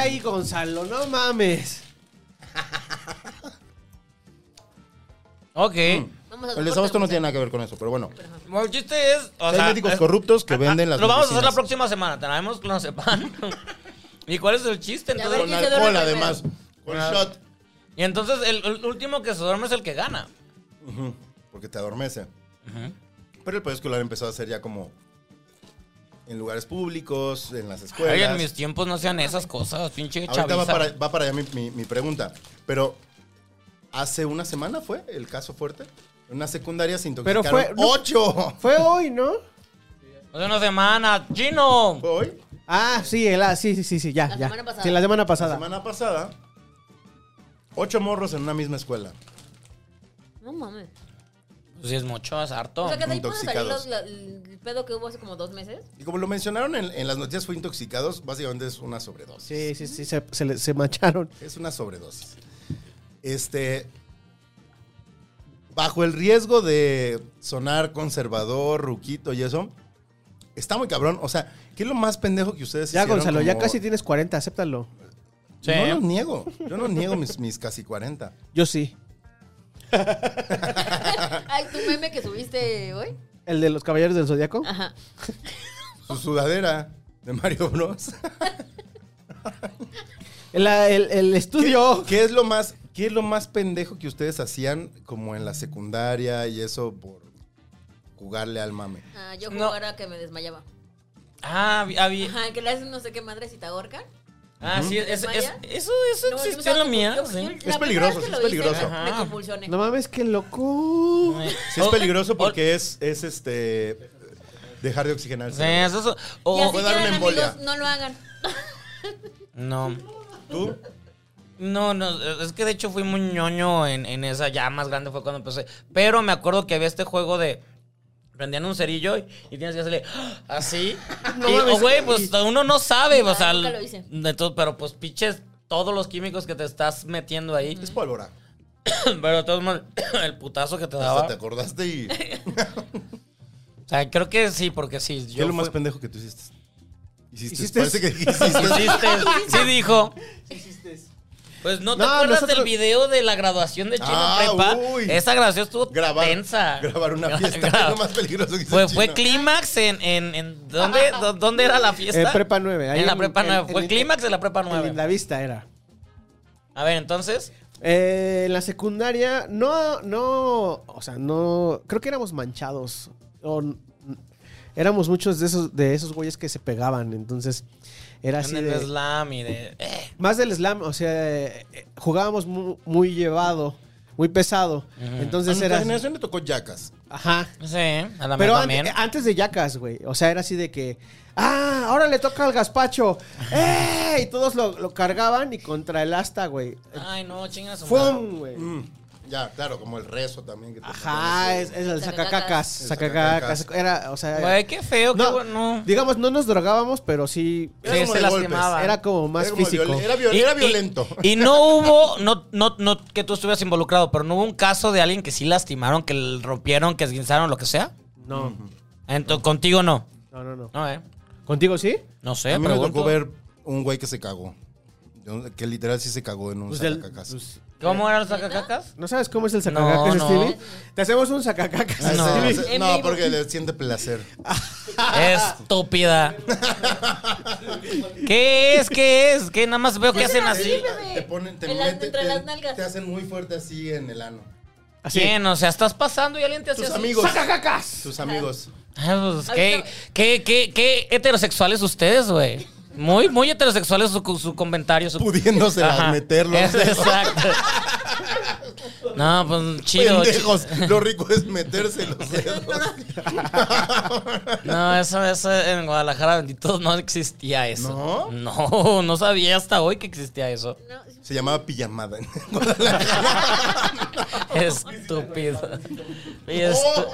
S2: a...
S3: Ay, Gonzalo, no mames.
S4: Ok.
S2: Mm.
S5: Vamos a
S2: El desabasto no tiene nada que ver con eso, pero bueno.
S4: Bueno, el chiste es. O
S2: Hay
S4: sea,
S2: médicos
S4: es-
S2: corruptos que
S4: Ah,
S2: venden
S4: ah,
S2: las
S4: Lo vamos a hacer la
S2: medicinas.
S4: próxima semana. Traemos clonazepam. ¿Y cuál es el chiste?
S5: Ya
S4: Entonces,
S5: ver,
S2: Con
S5: ¿quién se duerme
S2: alcohol
S5: primero?
S2: además, con shot,
S4: y entonces el, el último que se duerme es el que gana.
S2: porque te adormece. Pero el peor es que lo han empezado a hacer ya como en lugares públicos, en las escuelas.
S4: Oye, en mis tiempos no hacían esas cosas, pinche
S2: Ahorita va
S4: chaviza.
S2: para, va para allá mi, mi- mi pregunta. Pero, ¿hace una semana fue el caso fuerte? En una secundaria se
S3: Pero fue-
S2: intoxicaron
S3: no-
S2: ¡Ocho!
S3: Fue hoy, ¿no?
S4: Hace una semana, Gino.
S2: ¿Fue hoy?
S3: Ah, sí, el- ah, sí, sí, sí, sí, ya,
S5: La
S3: ya.
S5: semana pasada.
S3: Sí, la semana
S2: La
S3: pasada.
S2: semana pasada, ocho morros en una misma escuela.
S5: No mames.
S4: Pues sí, es mucho, es harto.
S5: O sea, que de ahí puede salir
S2: Intoxicados.
S5: los- la- el pedo que hubo hace como dos meses.
S2: Y como lo mencionaron en, en las noticias, fue intoxicados, básicamente es una sobredosis.
S3: Sí, sí, sí, se, se, le- se macharon.
S2: Es una sobredosis. Este. Bajo el riesgo de sonar conservador, ruquito y eso, está muy cabrón. O sea, ¿qué es lo más pendejo que ustedes
S3: Ya,
S2: hicieron
S3: Gonzalo, ya
S2: como-
S3: casi tienes 40, acéptalo.
S4: Sí.
S2: No los niego. Yo no niego mis, mis casi 40.
S3: Yo sí.
S2: Ah.
S5: Ay, tu meme que subiste hoy.
S3: ¿El de los caballeros del zodiaco?
S5: Ajá.
S2: Su sudadera de Mario Bros.
S3: El, el- el estudio.
S2: ¿Qué es lo más, qué es lo más pendejo que ustedes hacían como en la secundaria y eso por jugarle al mame?
S5: Ah, yo
S4: No.
S5: jugara que me desmayaba.
S4: Ah, vi- ah, vi-
S5: Ajá, que le haces no sé qué madre si te ahorcan.
S4: ah, sí, es- es-
S5: ¿Maya?
S4: eso, eso
S5: No, yo me
S4: existió en
S5: estaba
S4: la
S5: confu-
S4: mía.
S5: yo- yo
S4: sí.
S5: la primera
S2: peligroso,
S5: vez que
S2: sí,
S5: lo
S2: es
S5: hice,
S2: peligroso. Ah.
S5: Me
S4: Ajá.
S5: convulsioné.
S3: No mames, qué loco.
S2: Sí es
S4: oh,
S2: peligroso porque es, es este dejar de
S4: O-
S2: oxigenarse.
S4: sí, eso es- oh, o-
S5: Y así
S2: puede dar
S5: quedan,
S2: una embolia.
S5: amigos, no lo hagan.
S4: no.
S2: ¿Tú?
S4: No, no, es que de hecho fui muy ñoño en, en esa, ya más grande fue cuando empecé. Pero me acuerdo que había este juego de. Prendían un cerillo y, y tienes que hacerle ¡ah! así. y,
S3: mames.
S4: oh, güey, pues uno no sabe,
S5: No,
S4: o sea.
S5: nunca lo hice.
S4: de todo, pero pues piches todos los químicos que te estás metiendo ahí.
S2: Es pólvora.
S4: Pero de todos modos, el putazo que te daba.
S2: Pues, Hasta te acordaste y... ¿Qué
S4: O sea, creo que sí, porque sí. Yo
S2: es lo más
S4: fui-
S2: pendejo que tú hiciste? Hiciste.
S3: ¿Hiciste?
S2: Parece que hiciste.
S4: Hiciste, sí dijo. Pues no te
S3: No,
S4: acuerdas
S3: nosotros-
S4: del video de la graduación de Chino
S2: Ah,
S4: Prepa.
S2: uy.
S4: Esa graduación estuvo
S2: grabar,
S4: tensa.
S2: grabar una
S4: Gra-
S2: fiesta
S4: gra-
S2: es lo más peligroso que hizo
S4: Fue,
S2: el
S4: fue
S2: chino.
S4: clímax en, en, en- ¿dónde, dó- ¿dónde era la fiesta?
S3: En Prepa nueve, ahí
S4: En la
S3: en-
S4: prepa
S3: en-
S4: 9.
S3: en-
S4: Fue clímax en la prepa
S3: En
S4: 9.
S3: la vista era.
S4: A ver, entonces.
S3: Eh, en la secundaria, no, no, o sea, no, creo que éramos manchados. O, n- éramos muchos de esos, de esos güeyes que se pegaban, entonces era así
S4: en el
S3: de,
S4: slam y de. eh.
S3: más del slam, o sea, eh, jugábamos mu- muy, llevado, muy pesado,
S2: A
S3: entonces
S2: nuestra
S3: era,
S2: generación le tocó yacas.
S3: ajá.
S4: Sí, a la
S3: Pero
S4: mía
S3: ante-
S4: también.
S3: antes, eh, de Yacas, güey. O sea, era así de que. ¡Ah! Ahora le toca al gazpacho. ¡Eh! Y todos lo, lo cargaban y contra el asta, güey.
S4: Ay, no, chinga su madre.
S3: ¡Fum! güey.
S2: Mm, ya, claro, como el rezo también. Que te
S3: Ajá, es, es el sacacacas.
S5: Sacacacas.
S2: El
S3: Sacacacas.
S2: sacacacas.
S3: Era, o sea.
S4: Güey, qué feo, qué bueno.
S3: Digamos, no nos drogábamos, pero sí.
S2: Era
S4: Sí,
S2: como
S4: se
S2: de golpes.
S4: lastimaba.
S3: Era como más
S2: Era como
S3: físico.
S2: viol- era, viol- era violento.
S4: Y, no hubo, no, no, no que tú estuvieras involucrado, pero no hubo un caso de alguien que sí lastimaron, que l- rompieron, que esguinzaron, lo que sea.
S3: No.
S4: Entonces, contigo no.
S3: No, no, no.
S4: No, eh.
S3: ¿Contigo sí?
S4: No sé,
S2: a mí me
S4: pregunto.
S2: tocó ver un güey que se cagó. Yo- Que literal sí se cagó en un
S3: Pues del-
S2: sacacacas.
S3: pues,
S4: ¿Cómo eran los sacacacas?
S3: ¿No sabes cómo es el sacacacas,
S4: No, no.
S3: Stevie? Te hacemos un sacacacas.
S2: Ah, ese-
S4: No.
S2: ese-
S5: En
S2: no,
S5: vivo.
S2: porque le siente placer.
S4: Estúpida. ¿Qué es? ¿Qué es? ¿Qué nada más veo
S2: Pues
S4: que hacen
S5: así,
S4: así?
S5: Ah, bebé.
S2: Te ponen, te
S5: En las-
S2: meten-
S5: entre
S2: te-
S5: las nalgas.
S2: te hacen muy fuerte así en el ano.
S3: Así.
S4: ¿Quién? O sea, estás pasando y alguien te hace
S2: Tus
S4: así.
S2: amigos. Tus amigos.
S4: Ah, pues, ¿qué, qué, qué, qué heterosexuales ustedes, güey? Muy, muy heterosexuales su, su comentario. Su...
S2: Pudiéndose
S4: Ajá.
S2: meterlo.
S4: Es- exacto. No, pues chido.
S2: Pendejos. Lo rico es meterse los dedos.
S4: chi- No, eso, eso en Guadalajara, bendito, no existía eso.
S2: ¿No?
S4: No, no sabía hasta hoy que existía eso.
S5: No,
S2: Se llamaba pijamada.
S4: Estúpido. Y estu-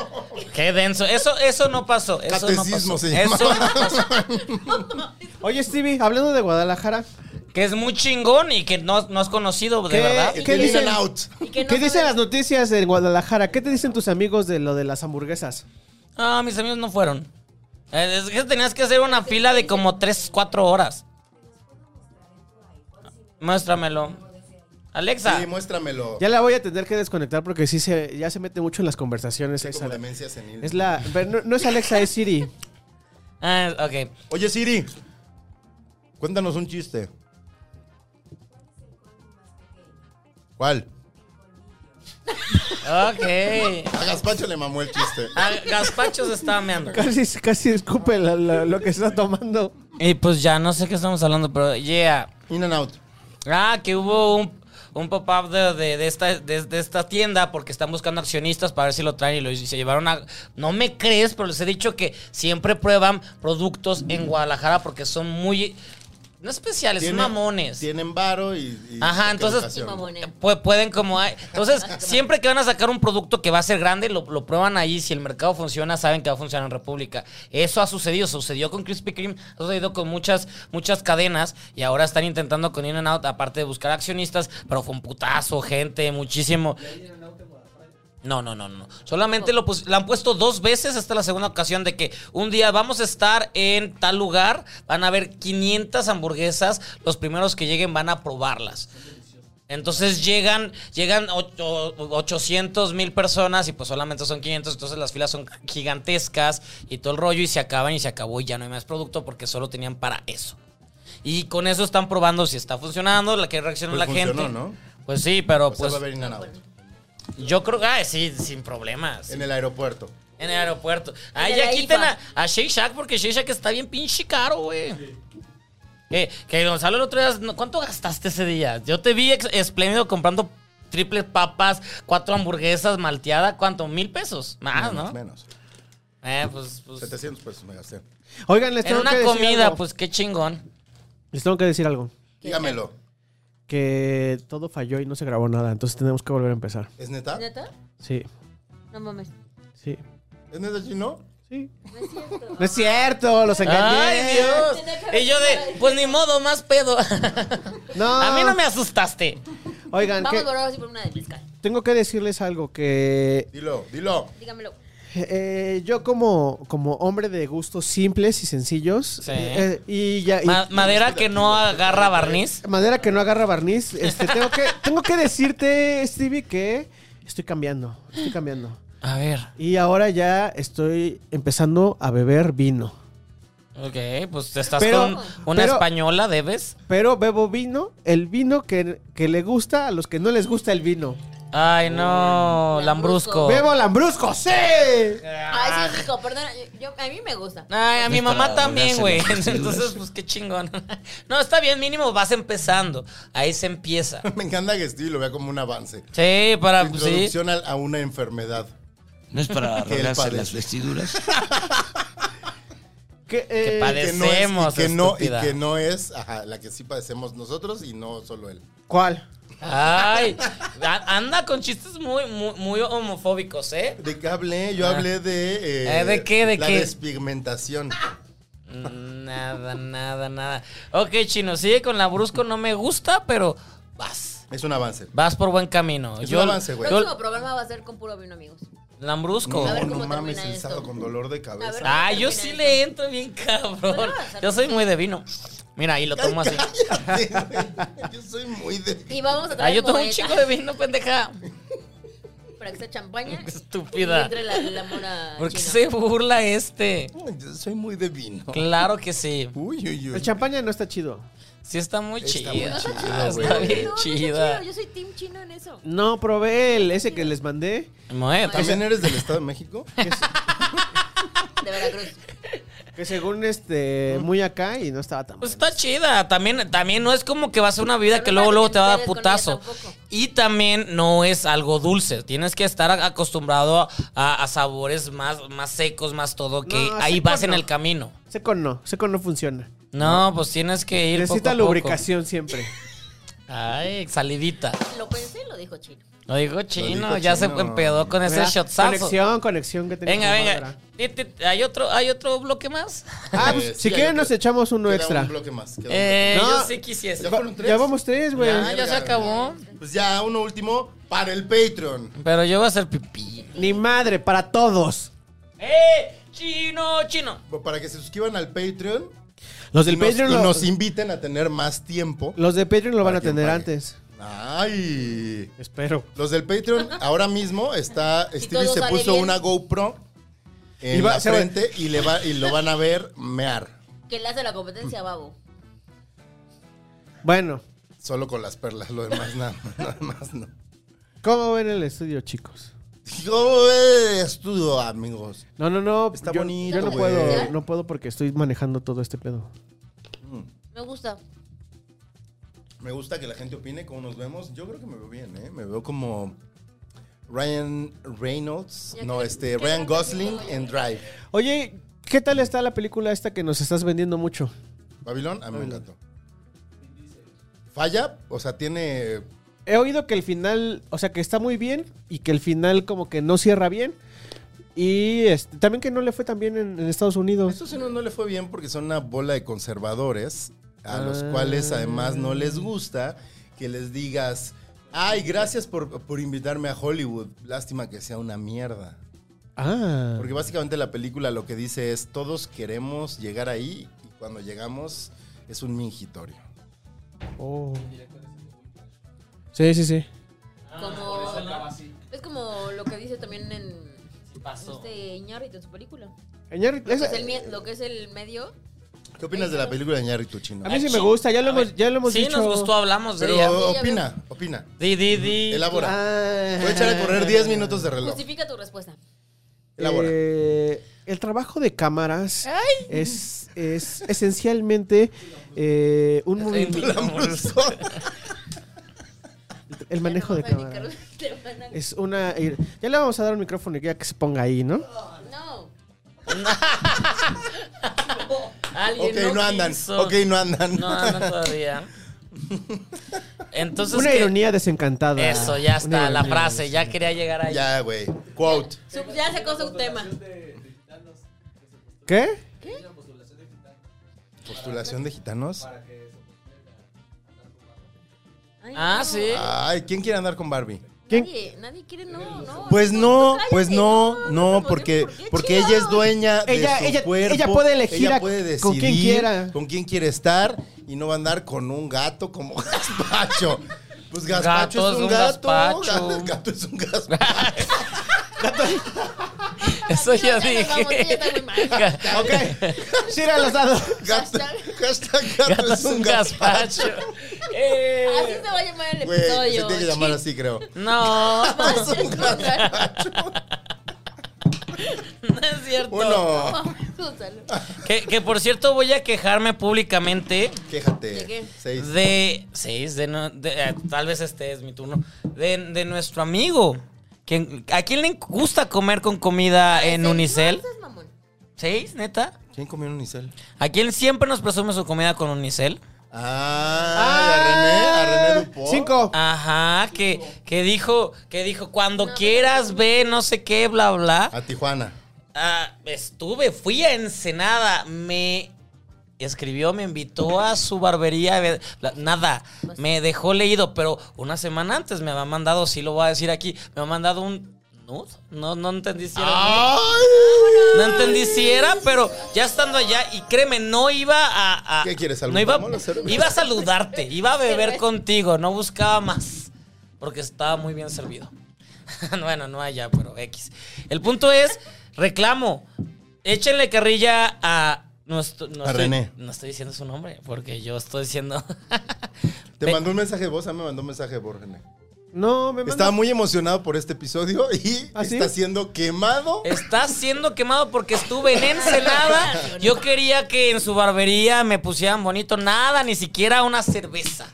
S4: Qué denso. Eso, eso no pasó. Eso no
S2: Catecismo
S4: pasó.
S2: se llama.
S4: Eso no pasó.
S3: Oye, Stevie, hablando de Guadalajara.
S4: Que es muy chingón y que no, no has conocido, de
S3: ¿Qué?
S4: verdad.
S3: ¿Qué
S2: In
S3: dicen?
S2: and out.
S5: y que no
S3: ¿Qué dicen
S5: sabe-
S3: las noticias en Guadalajara? ¿Qué te dicen tus amigos de lo de las hamburguesas?
S4: Ah, mis amigos no fueron. Eh, Es que tenías que hacer una fila de como 3, 4 horas. Muéstramelo. Alexa.
S2: Sí, muéstramelo.
S3: Ya la voy a tener que desconectar porque sí se, ya se mete mucho en las conversaciones.
S2: Sí,
S3: esa.
S2: como demencia senil.
S3: Es la. pero no, no es Alexa, es Siri.
S4: Ah, ok.
S2: Oye, Siri. Cuéntanos un chiste. ¿Cuál?
S4: Ok.
S2: A Gaspacho le mamó el chiste.
S4: Ah, Gaspacho se estaba meando.
S3: Casi, casi escupe la- la- lo que está tomando.
S4: Y pues ya no sé qué estamos hablando, pero yeah.
S2: In and out.
S4: Ah, que hubo un, un pop-up de, de- de esta, de, de esta tienda porque están buscando accionistas para ver si lo traen y, lo, y se llevaron a... No me crees, pero les he dicho que siempre prueban productos en Guadalajara porque son muy... No especiales, son
S2: Tiene-
S4: mamones.
S2: Tienen varo y. y-
S4: Ajá,
S2: qué
S4: entonces-
S2: educación.
S5: Y mamones.
S4: Pu- pueden como... hay- Entonces, siempre que van a sacar un producto que va a ser grande, lo, lo prueban ahí. Si el mercado funciona, saben que va a funcionar en República. Eso ha sucedido. Sucedió con Krispy Kreme, ha sucedido con muchas, muchas cadenas. Y ahora están intentando con In-N-Out, aparte de buscar accionistas, pero con putazo, gente, muchísimo. No, no, no, no. Solamente lo, pus- la han puesto dos veces. Esta es la segunda ocasión de que un día vamos a estar en tal lugar. Van a haber 500 hamburguesas. Los primeros que lleguen van a probarlas. Entonces llegan, llegan ocho- 800 mil personas y pues solamente son 500, entonces las filas son gigantescas y todo el rollo y se acaban y se acabó y ya no hay más producto porque solo tenían para eso. Y con eso están probando si está funcionando, la que reacciona
S2: Pues
S4: la
S2: funcionó,
S4: gente.
S2: ¿no?
S4: Pues sí, pero
S2: O sea,
S4: pues
S2: va a haber in and out.
S4: yo creo que ah, sí, sin problemas.
S2: En el aeropuerto.
S4: En el aeropuerto. Ah,
S5: En
S4: ya
S5: la
S4: quiten a,
S5: IFA.
S4: a Shake Shack porque Shake Shack está bien pinche caro, güey. Que, que Gonzalo el otro día, no, ¿cuánto gastaste ese día? Yo te vi ex- espléndido comprando triples papas, cuatro hamburguesas, malteada, ¿cuánto? ¿Mil pesos? Más, Ah,
S2: Menos,
S4: ¿no?
S2: Menos.
S4: Eh, pues, pues,
S2: 700 pesos me gasté.
S3: Oigan, les
S4: en
S3: tengo que
S4: una
S3: decir
S4: comida,
S3: algo.
S4: pues qué chingón.
S3: Les tengo que decir algo.
S2: Dígamelo.
S3: Que todo falló y no se grabó nada, entonces tenemos que volver a empezar.
S2: ¿Es neta?
S5: ¿Neta?
S3: Sí,
S5: No mames.
S3: sí,
S2: ¿Es neta chino?
S3: sí.
S5: No es cierto.
S3: No es cierto, los engañé.
S4: ¡Ay, Dios!
S5: Tenía que haber
S4: Y yo de,
S5: sido-
S4: pues ni modo, más pedo.
S3: No.
S4: A mí no me asustaste.
S3: Oigan,
S5: Vamos
S3: que-
S5: por ahora sí por una de mezcal.
S3: tengo que decirles algo que
S2: Dilo, dilo.
S5: Dígamelo.
S3: eh, yo como, como hombre de gustos simples y sencillos
S4: Sí.
S3: eh, y ya y-
S4: Ma- madera que no agarra barniz.
S3: madera que no agarra barniz, este, tengo que tengo que decirte Stevie que estoy cambiando, estoy cambiando
S4: A ver.
S3: y ahora ya estoy empezando a beber vino,
S4: Ok, pues te estás
S3: Pero-
S4: con una
S3: pero-
S4: española, debes.
S3: pero bebo vino, el vino que, que le gusta a los que no les gusta el vino.
S4: Ay, no, Lambrusco.
S5: Lambrusco.
S3: Bebo lambrusco, sí.
S4: Ah.
S5: Ay, sí, rico, perdona. yo- yo- a mí me gusta.
S4: Ay, a mi mamá
S8: Para
S4: también,
S8: volverse
S4: güey.
S8: los vestidos.
S4: Entonces, pues qué chingón. No, está bien, mínimo vas empezando. Ahí se empieza.
S2: Me encanta que Stevie lo vea como un avance.
S4: Sí, para, pues, sí.
S2: Introducción al- a una enfermedad.
S8: No es para
S2: Que él
S8: arreglarse
S2: padece.
S8: las vestiduras.
S3: Que,
S4: Que
S3: eh,
S2: Que no es, y
S4: padecemos,
S2: que no, y
S4: estúpida.
S2: que no es ajá, la que sí padecemos nosotros y no solo él.
S3: ¿Cuál?
S4: Ay, a- anda con chistes muy, muy, muy homofóbicos, ¿eh?
S2: ¿De qué hablé? Yo hablé de.
S4: Eh, ¿de qué? ¿De
S2: la
S4: qué?
S2: despigmentación.
S4: Nada, nada, nada. Ok, chino, sigue con Lambrusco, no me gusta, pero vas.
S2: Es un avance.
S4: Vas por buen camino.
S2: Es un avance, güey.
S4: yo-
S5: Próximo programa va a ser con puro vino, amigos.
S4: Lambrusco.
S5: A ver
S2: no
S5: cómo
S2: mames,
S5: termina
S2: el
S5: esto.
S2: sábado con dolor de
S5: A ver.
S2: cabeza.
S4: Ah, yo sí le entro bien cabrón. Yo soy muy de vino. Mira, y lo tomo así.
S2: yo soy muy de.
S5: Y vamos a
S4: Ah,
S5: traer
S4: yo tomo un
S5: Moët
S4: chico de vino, pendeja.
S5: Para que sea champaña.
S4: Qué estúpida.
S5: Y entre la, la mora.
S4: ¿Por qué
S5: china.
S4: se burla este?
S2: Yo soy muy de vino.
S4: Claro que sí.
S2: Uy, uy, uy.
S3: El champaña no está chido.
S4: Sí está muy
S2: Está
S4: chida.
S2: muy
S4: Ah,
S2: chida, güey.
S4: Está
S5: No,
S4: bien
S5: no, no soy
S4: chida.
S5: chino, Yo soy team chino en eso.
S3: No, probé el ese que les mandé.
S4: Moet,
S2: ¿También eres del Estado de México?
S5: De Veracruz.
S3: Que según este, muy acá y no estaba tan
S4: pues
S3: bueno.
S4: está chida. También, también no es como que va a ser una vida
S5: Pero
S4: que
S5: no
S4: luego,
S5: para
S4: luego
S5: que
S4: te va a dar
S5: ustedes con
S4: putazo.
S5: ella tampoco.
S4: Y también no es algo dulce. Tienes que estar a- acostumbrado a, a sabores más, más secos, más todo, que
S3: No,
S4: ahí
S3: seco
S4: vas en
S3: no.
S4: el camino.
S3: Seco no, seco no funciona.
S4: No, pues tienes que ir.
S3: Necesita
S4: poco a poco.
S3: lubricación siempre.
S4: Ay, salidita.
S5: Lo pensé y lo dijo chino.
S4: Lo dijo chino,
S2: dijo
S4: ya
S2: chino.
S4: se empedó con ese
S3: Mira,
S4: shotsazo.
S3: Conexión, conexión que tenemos
S4: Venga,
S3: con
S4: venga.
S3: Bárbara.
S4: Tit, tit, ¿Hay otro, ¿Hay otro bloque más?
S3: Ah, pues,
S2: Eh, sí,
S3: si quieren
S2: hay
S3: nos
S2: otro.
S3: echamos uno
S2: Queda
S3: extra.
S2: Un bloque más. queda un
S4: Eh,
S3: No.
S4: Yo sí quisiese.
S2: ¿Ya fueron tres?
S3: Ya vamos tres, güey.
S4: Ah, ya se acabó.
S2: bloque. Pues ya, uno último para el Patreon.
S4: Pero yo voy a hacer pipí.
S3: Ni madre, para todos.
S4: ¡Eh! ¡Chino, chino!
S2: Para que se suscriban al Patreon.
S3: Los del
S2: y nos,
S3: Patreon
S2: y
S3: lo-
S2: nos inviten a tener más tiempo.
S3: Los de Patreon lo van
S2: Para
S3: a
S2: quien
S3: tener
S2: pague.
S3: antes.
S2: Ay.
S3: Espero.
S2: Los del Patreon, ahora mismo está. Stevie
S5: todo
S2: se
S5: sale
S2: puso
S5: bien.
S2: una GoPro en
S3: Y va-
S2: la
S3: se va-
S2: frente y, le va, y lo van a ver mear.
S5: Que le hace la competencia a Babo.
S3: Bueno,
S2: Solo con las perlas, lo demás nada, nada más no.
S3: ¿Cómo ven el estudio, chicos?
S2: ¿Cómo es estudio, amigos?
S3: No, no, no.
S2: Está
S3: yo,
S2: bonito,
S3: Yo no
S2: güey.
S3: puedo, no puedo porque estoy manejando todo este pedo.
S5: Me gusta.
S2: Me gusta que la gente opine cómo nos vemos. Yo creo que me veo bien, ¿eh? Me veo como Ryan Reynolds,
S5: Ya
S2: no,
S5: que-
S2: este,
S5: que-
S2: Ryan
S5: que-
S2: Gosling en Drive.
S3: Oye, ¿qué tal está la película esta que nos estás vendiendo mucho?
S2: Babilón, a mí me encantó. Falla, o sea, tiene...
S3: He oído que el final, o sea, que está muy bien y que el final como que no cierra bien. Y este, también que no le fue tan bien en, en Estados Unidos.
S2: Estos no, no le fue bien porque son una bola de conservadores a los
S3: Ah.
S2: cuales además no les gusta que les digas, ay, gracias por, por invitarme a Hollywood. Lástima que sea una mierda.
S3: Ah,
S2: Porque básicamente la película lo que dice es, todos queremos llegar ahí y cuando llegamos es un mingitorio.
S3: oh. Sí, sí, sí.
S5: Como, es como lo que dice también en
S4: Pasó.
S5: este Iñárritu en su película.
S3: Iñárritu,
S5: Lo que,
S3: esa-
S5: Pues es el, mie- lo que es el medio.
S2: ¿Qué opinas de la película de Ñarritu Chino?
S3: a mí sí
S4: Ah,
S3: me
S4: ching.
S3: gusta, ya lo
S4: A ver,
S3: hemos, ya lo hemos
S4: sí,
S3: dicho.
S4: nos gustó, hablamos de ella.
S2: Pero opina, opina.
S4: Di, di, di.
S2: Elabora.
S3: Ah.
S2: Voy a echar a correr 10 minutos de reloj.
S5: Justifica tu respuesta.
S2: Elabora.
S3: Eh, el trabajo de cámaras es, es esencialmente eh, un movimiento-
S4: La bolsa.
S3: el manejo de
S5: Ya
S2: Ah.
S5: no vas a
S3: cámaras.
S5: dedicar- te van a-
S3: Es una. Ya le vamos a dar un micrófono y ya que se ponga ahí, ¿no?
S5: No.
S4: Alguien
S2: Ok, no andan.
S4: quiso.
S2: Ok, no andan.
S4: No andan todavía. Entonces.
S3: una
S4: ¿qué?
S3: ironía desencantada.
S4: Eso, ya
S3: Una
S4: está, la
S3: ironía
S4: frase. Ya quería llegar ahí.
S2: Ya, güey. Quote.
S5: Su- ya sacó su tema.
S3: des- ¿Qué?
S2: Postulación de gitanos.
S5: Ay,
S4: Ah,
S5: no.
S4: sí.
S2: Ay, ¿quién quiere andar con Barbie?
S3: ¿Quién?
S5: Nadie, nadie quiere, no, no.
S2: Pues
S5: tú-
S2: no,
S5: tú cállate,
S2: pues no, no,
S5: ¿por qué?
S2: porque,
S5: ¿Por qué?
S2: porque ella es
S5: Chido.
S2: dueña de
S3: Ella-
S2: su
S3: ella-
S2: cuerpo.
S3: ella puede elegir
S2: ella
S3: a-
S2: puede
S3: con quién
S2: decidir
S3: quiera.
S2: Con quién quiere estar y no va a andar con un gato como gazpacho. Pues gazpacho
S4: Gato
S2: es
S4: es
S2: un,
S4: un
S2: gato.
S4: gazpacho.
S2: Gato es un gazpacho.
S4: Eso
S5: Así
S4: ya
S5: nos
S4: dije.
S5: vamos, sí, ya está muy mal.
S3: Ok. Tira los dados.
S2: Gato, hashtag gato,
S4: Gato es un gazpacho. Eh,
S5: Así se va a llamar el
S2: Güey, se
S5: episodio.
S2: tiene que llamar así, creo.
S4: No,
S5: Gato es un
S2: gazpacho.
S4: no es cierto.
S2: Uno,
S5: Úsalo.
S4: Que, que por cierto voy a quejarme públicamente
S5: ¿De
S2: quéjate.
S5: qué?
S2: Seis.
S4: de... Seis, de... no- de- eh, tal vez este es mi turno. De, de nuestro amigo. Quien, ¿A quién le gusta comer con comida en
S5: Ese-
S4: Unicel?
S5: No, seas mamón.
S4: ¿Seis, neta?
S2: ¿Quién comió un unicel?
S4: ¿A quién siempre nos presume su comida con Unicel?
S2: Ah, a René, a René Dupont.
S3: Cinco.
S4: Ajá, que, que dijo, que dijo, cuando quieras ve, no sé qué, bla, bla.
S2: A Tijuana.
S4: Ah, estuve, fui a Ensenada, me escribió, me invitó a su barbería, ve- la- nada, me dejó leído, pero una semana antes me había mandado, sí lo voy a decir aquí, me ha mandado un nude, no, no entendí si era nude. No entendí si era, pero ya estando allá, y créeme, no iba a... a-
S2: ¿Qué quieres,
S4: no iba,
S2: ¿Vamos a hacer-
S4: iba a saludarte, iba a beber contigo, no buscaba más, porque estaba muy bien servido. bueno, no allá, pero X. El punto es, reclamo, échenle carrilla a... No, estoy- no
S2: A
S4: estoy-
S2: René.
S4: no estoy diciendo su nombre, porque yo estoy diciendo...
S2: Te
S4: Ve-
S2: mandó un mensaje de voz, a mí me mandó un mensaje de voz, René.
S3: No, me
S2: Estaba
S3: manda.
S2: muy emocionado por este episodio y
S3: ¿Ah, sí? Eh,
S2: está siendo quemado.
S4: Está siendo quemado porque estuve en Ensenada. Yo quería que en su barbería me pusieran bonito nada, ni siquiera una cerveza.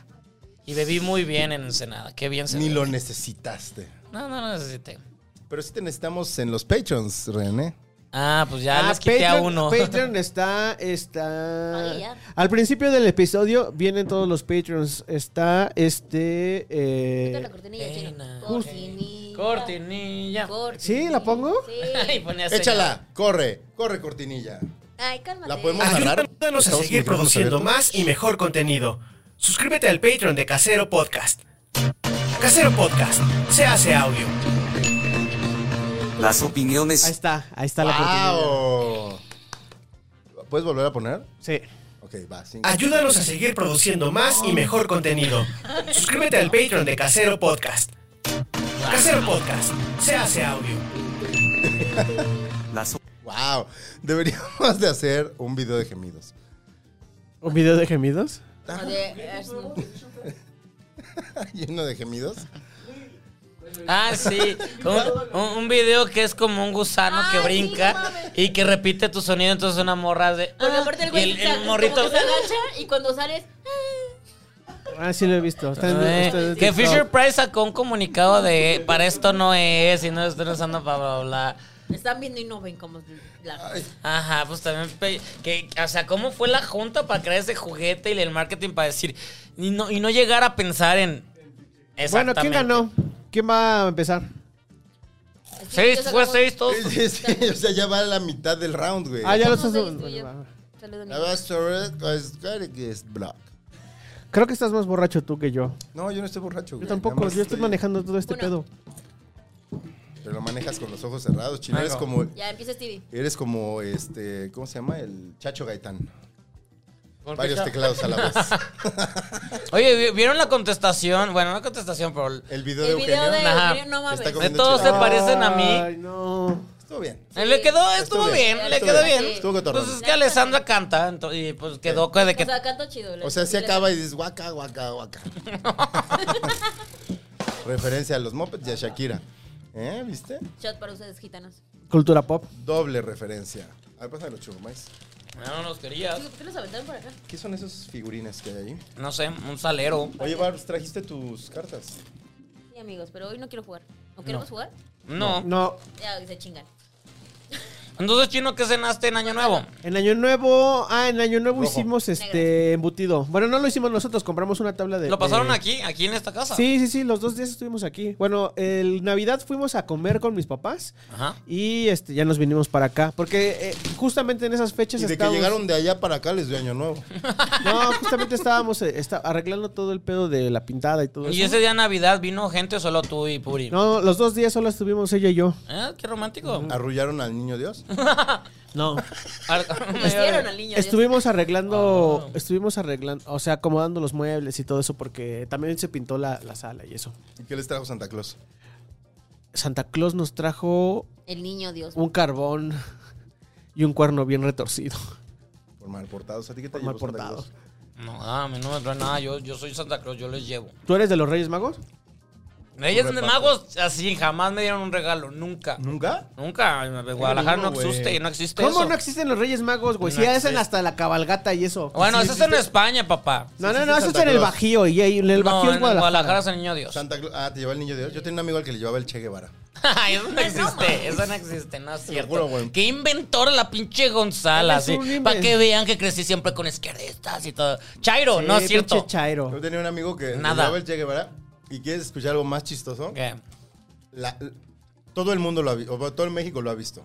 S4: Y bebí muy bien en Ensenada. Qué bien se
S2: Ni
S4: bebe.
S2: lo necesitaste.
S4: No, no, no necesité.
S2: Pero sí te necesitamos en los Patreons, René.
S4: Ah, pues ya
S3: Ah,
S4: les quité a
S3: Patreon-
S4: uno.
S3: Patreon está, está.
S5: Ay, Ah, ya.
S3: Al principio del episodio vienen todos los Patreons. Está este.
S5: Quita
S3: eh,
S5: la cortinilla,
S4: Ey,
S5: chino.
S4: na-
S5: Cortinilla.
S4: Cortinilla.
S5: Cortinilla.
S3: ¿Sí? ¿La pongo?
S5: Sí.
S4: Ay, ponía
S2: Échala, corre, corre cortinilla.
S5: Ay, cálmate.
S2: ¿La podemos agarrar?
S1: Ayúdanos a
S2: Estamos
S1: seguir
S2: micrófonos
S1: produciendo
S2: abiertos.
S1: más y mejor contenido. Suscríbete al Patreon de Casero Podcast. Casero Podcast se hace audio.
S6: Las opiniones
S3: Ahí está, ahí está la cortinilla.
S2: ¡Wow! ¿Puedes volver a poner?
S3: Sí.
S2: Ok, va. cinco.
S1: Ayúdanos a seguir produciendo más y mejor contenido. Suscríbete al Patreon de Casero Podcast. Casero Podcast se hace audio.
S6: las
S2: ¡Wow! Deberíamos de hacer un video de gemidos.
S3: ¿Un video de gemidos?
S5: O de- es- no.
S2: ¿Lleno de gemidos?
S4: Ah, sí. Un, un- un video que es como un gusano que
S5: Ay,
S4: brinca
S5: sí, no mames.
S4: y que repite tu sonido, entonces una morra de.
S5: Porque
S4: "Ah",
S5: aparte el
S4: y
S5: güey
S4: el,
S5: se-
S4: el
S5: como
S4: morrito.
S5: que se agacha y cuando sales. "Ah".
S3: Ah, sí lo he visto. Está en-
S4: Eh,
S3: está en
S4: que
S3: TikTok.
S4: Fisher Price sacó un comunicado de para esto no es y no lo están usando para bla bla.
S5: Están viendo y no ven cómo es la.
S4: Ajá, pues también pe- que, o sea, cómo fue la junta para crear ese juguete y el marketing para decir y no y no llegar a pensar en
S3: Bueno, ¿quién
S4: Exactamente.
S3: ganó? ¿Quién va a empezar?
S5: Es que
S4: Seis,
S5: yo saco-
S4: fue seis todos.
S2: Sí, sí, o sea, ya va a la mitad del round, güey.
S3: Ah, ya lo
S5: Somos
S3: estás.
S5: seis, tú
S3: bueno,
S5: y yo.
S3: va.
S5: Saludos,
S2: La
S5: amigo.
S2: verdad, sobre- es- claro que es black.
S3: Creo que estás más borracho tú que yo.
S2: No, yo no estoy borracho,
S3: Yo
S2: güey.
S3: tampoco,
S2: Nada más
S3: yo estoy manejando todo este
S5: Bueno.
S3: pedo.
S2: Pero lo manejas con los ojos cerrados, chino. Eres como,
S5: Ya empieza Stevie.
S2: eres como, este, ¿cómo se llama? El Chacho Gaitán.
S4: Porque
S2: Varios
S4: está-
S2: teclados a la vez.
S4: Oye, ¿vi- ¿vieron la contestación? Bueno, no contestación, pero
S2: El video
S5: El
S2: de
S5: video de
S2: Eugenio.
S4: Ajá.
S5: Eugenio,
S2: Se
S5: no
S2: está
S5: mames.
S4: de
S2: comiendo
S4: todos se
S2: chilaquiles.
S4: parecen a mí. Eh,
S3: Ay, no.
S2: Estuvo bien.
S4: Le quedó, estuvo
S2: Estuvo bien,
S4: bien, le
S2: estuvo
S4: quedó
S2: bien.
S4: bien.
S2: Estuvo cotorrón.
S4: Pues es que Alessandra canta, ento- y pues quedó que de
S5: O
S4: que
S5: sea, canto chido.
S2: O sea, se acaba y dices, guaca, guaca, guaca. referencia a los mopeds y a Shakira. ¿Eh? ¿Viste?
S5: Chat para ustedes, gitanos.
S3: Cultura pop.
S2: Doble referencia. A ver, pásame los churumais.
S4: no nos querías.
S5: Oye, ¿Por qué los aventaron por acá?
S2: ¿Qué son esos figurines que hay ahí?
S4: No sé, un salero.
S2: Oye, Barbs, trajiste tus cartas.
S5: Sí, amigos, pero hoy no quiero jugar. ¿O queremos jugar?
S4: No.
S3: No.
S5: Ya, se chingan.
S4: Entonces, chino, ¿qué cenaste en Año Nuevo?
S3: En Año Nuevo. Ah, en Año Nuevo
S2: Rojo.
S3: hicimos este embutido. Bueno, no lo hicimos nosotros, compramos una tabla de.
S4: ¿Lo pasaron
S3: de-
S4: aquí, aquí en esta casa?
S3: Sí, sí, sí, los dos días estuvimos aquí. Bueno, el Navidad fuimos a comer con mis papás
S4: Ajá.
S3: y este ya nos vinimos para acá. Porque eh, justamente en esas
S2: Y
S3: fechas
S2: de que
S3: estábamos-
S2: llegaron de allá para acá les dio año nuevo.
S3: No, justamente estábamos eh, está- arreglando todo el pedo de la pintada y todo
S4: ¿Y
S3: eso.
S4: ese día Navidad vino gente o solo tú y Puri?
S3: Pues No, los dos días solo estuvimos ella y yo.
S4: ¿Eh? Qué romántico.
S2: ¿Arrullaron al niño Dios?
S3: No.
S5: Hicieron al niño. Dios.
S3: Estuvimos
S4: Ah,
S3: arreglando, estuvimos arreglando, o sea, acomodando los muebles y todo eso porque también se pintó la, la sala y eso.
S2: ¿Y qué les trajo Santa Claus?
S3: Santa Claus nos trajo
S5: El niño Dios.
S4: Uh.
S3: un carbón y un cuerno bien retorcido.
S2: Por mal portados. ¿A ti qué te
S3: Por mal
S2: llevó Santa
S3: portados.
S2: Claus?
S4: No, ah, a mí no me trae nada. Yo, yo soy Santa Claus, yo les llevo.
S3: ¿Tú eres de los Reyes Magos?
S4: Reyes de Magos, así, jamás me dieron un regalo. Nunca.
S2: ¿Nunca?
S4: Nunca. En Guadalajara no
S2: Ninguno, güey.
S4: existe, no existe
S3: ¿Cómo
S4: eso.
S3: no existen los Reyes Magos, güey?
S4: No
S3: si hacen
S4: existe.
S3: hasta la cabalgata y eso.
S4: Bueno,
S2: Sí,
S4: eso es
S2: existe.
S4: en España, papá.
S3: no, no,
S2: sí, sí,
S3: no,
S2: sí,
S3: eso es
S2: Santa
S3: en el
S2: Claus.
S3: Bajío y ahí en el Bajío
S4: No,
S3: es
S4: en
S3: Guadalajara.
S4: Guadalajara es el niño Dios.
S2: Santa Claus. Ah, te llevó el niño Dios. Yo tenía un amigo al que le llevaba el Che Guevara.
S4: Ay, eso no existe, eso no existe, no es cierto.
S2: juro, güey.
S4: Qué inventor la pinche Gonzala,
S3: Eres
S4: sí.
S3: un inven-
S4: Para que vean que crecí siempre con izquierdistas y todo. Chairo, no es
S3: Sí,
S4: cierto.
S3: pinche Chairo.
S2: Yo tenía un amigo que le
S4: Nada.
S2: llevaba el Che Guevara. ¿Y quieres escuchar algo más chistoso?
S4: ¿Qué?
S2: La- la- todo el mundo lo ha visto. Todo el México lo ha visto.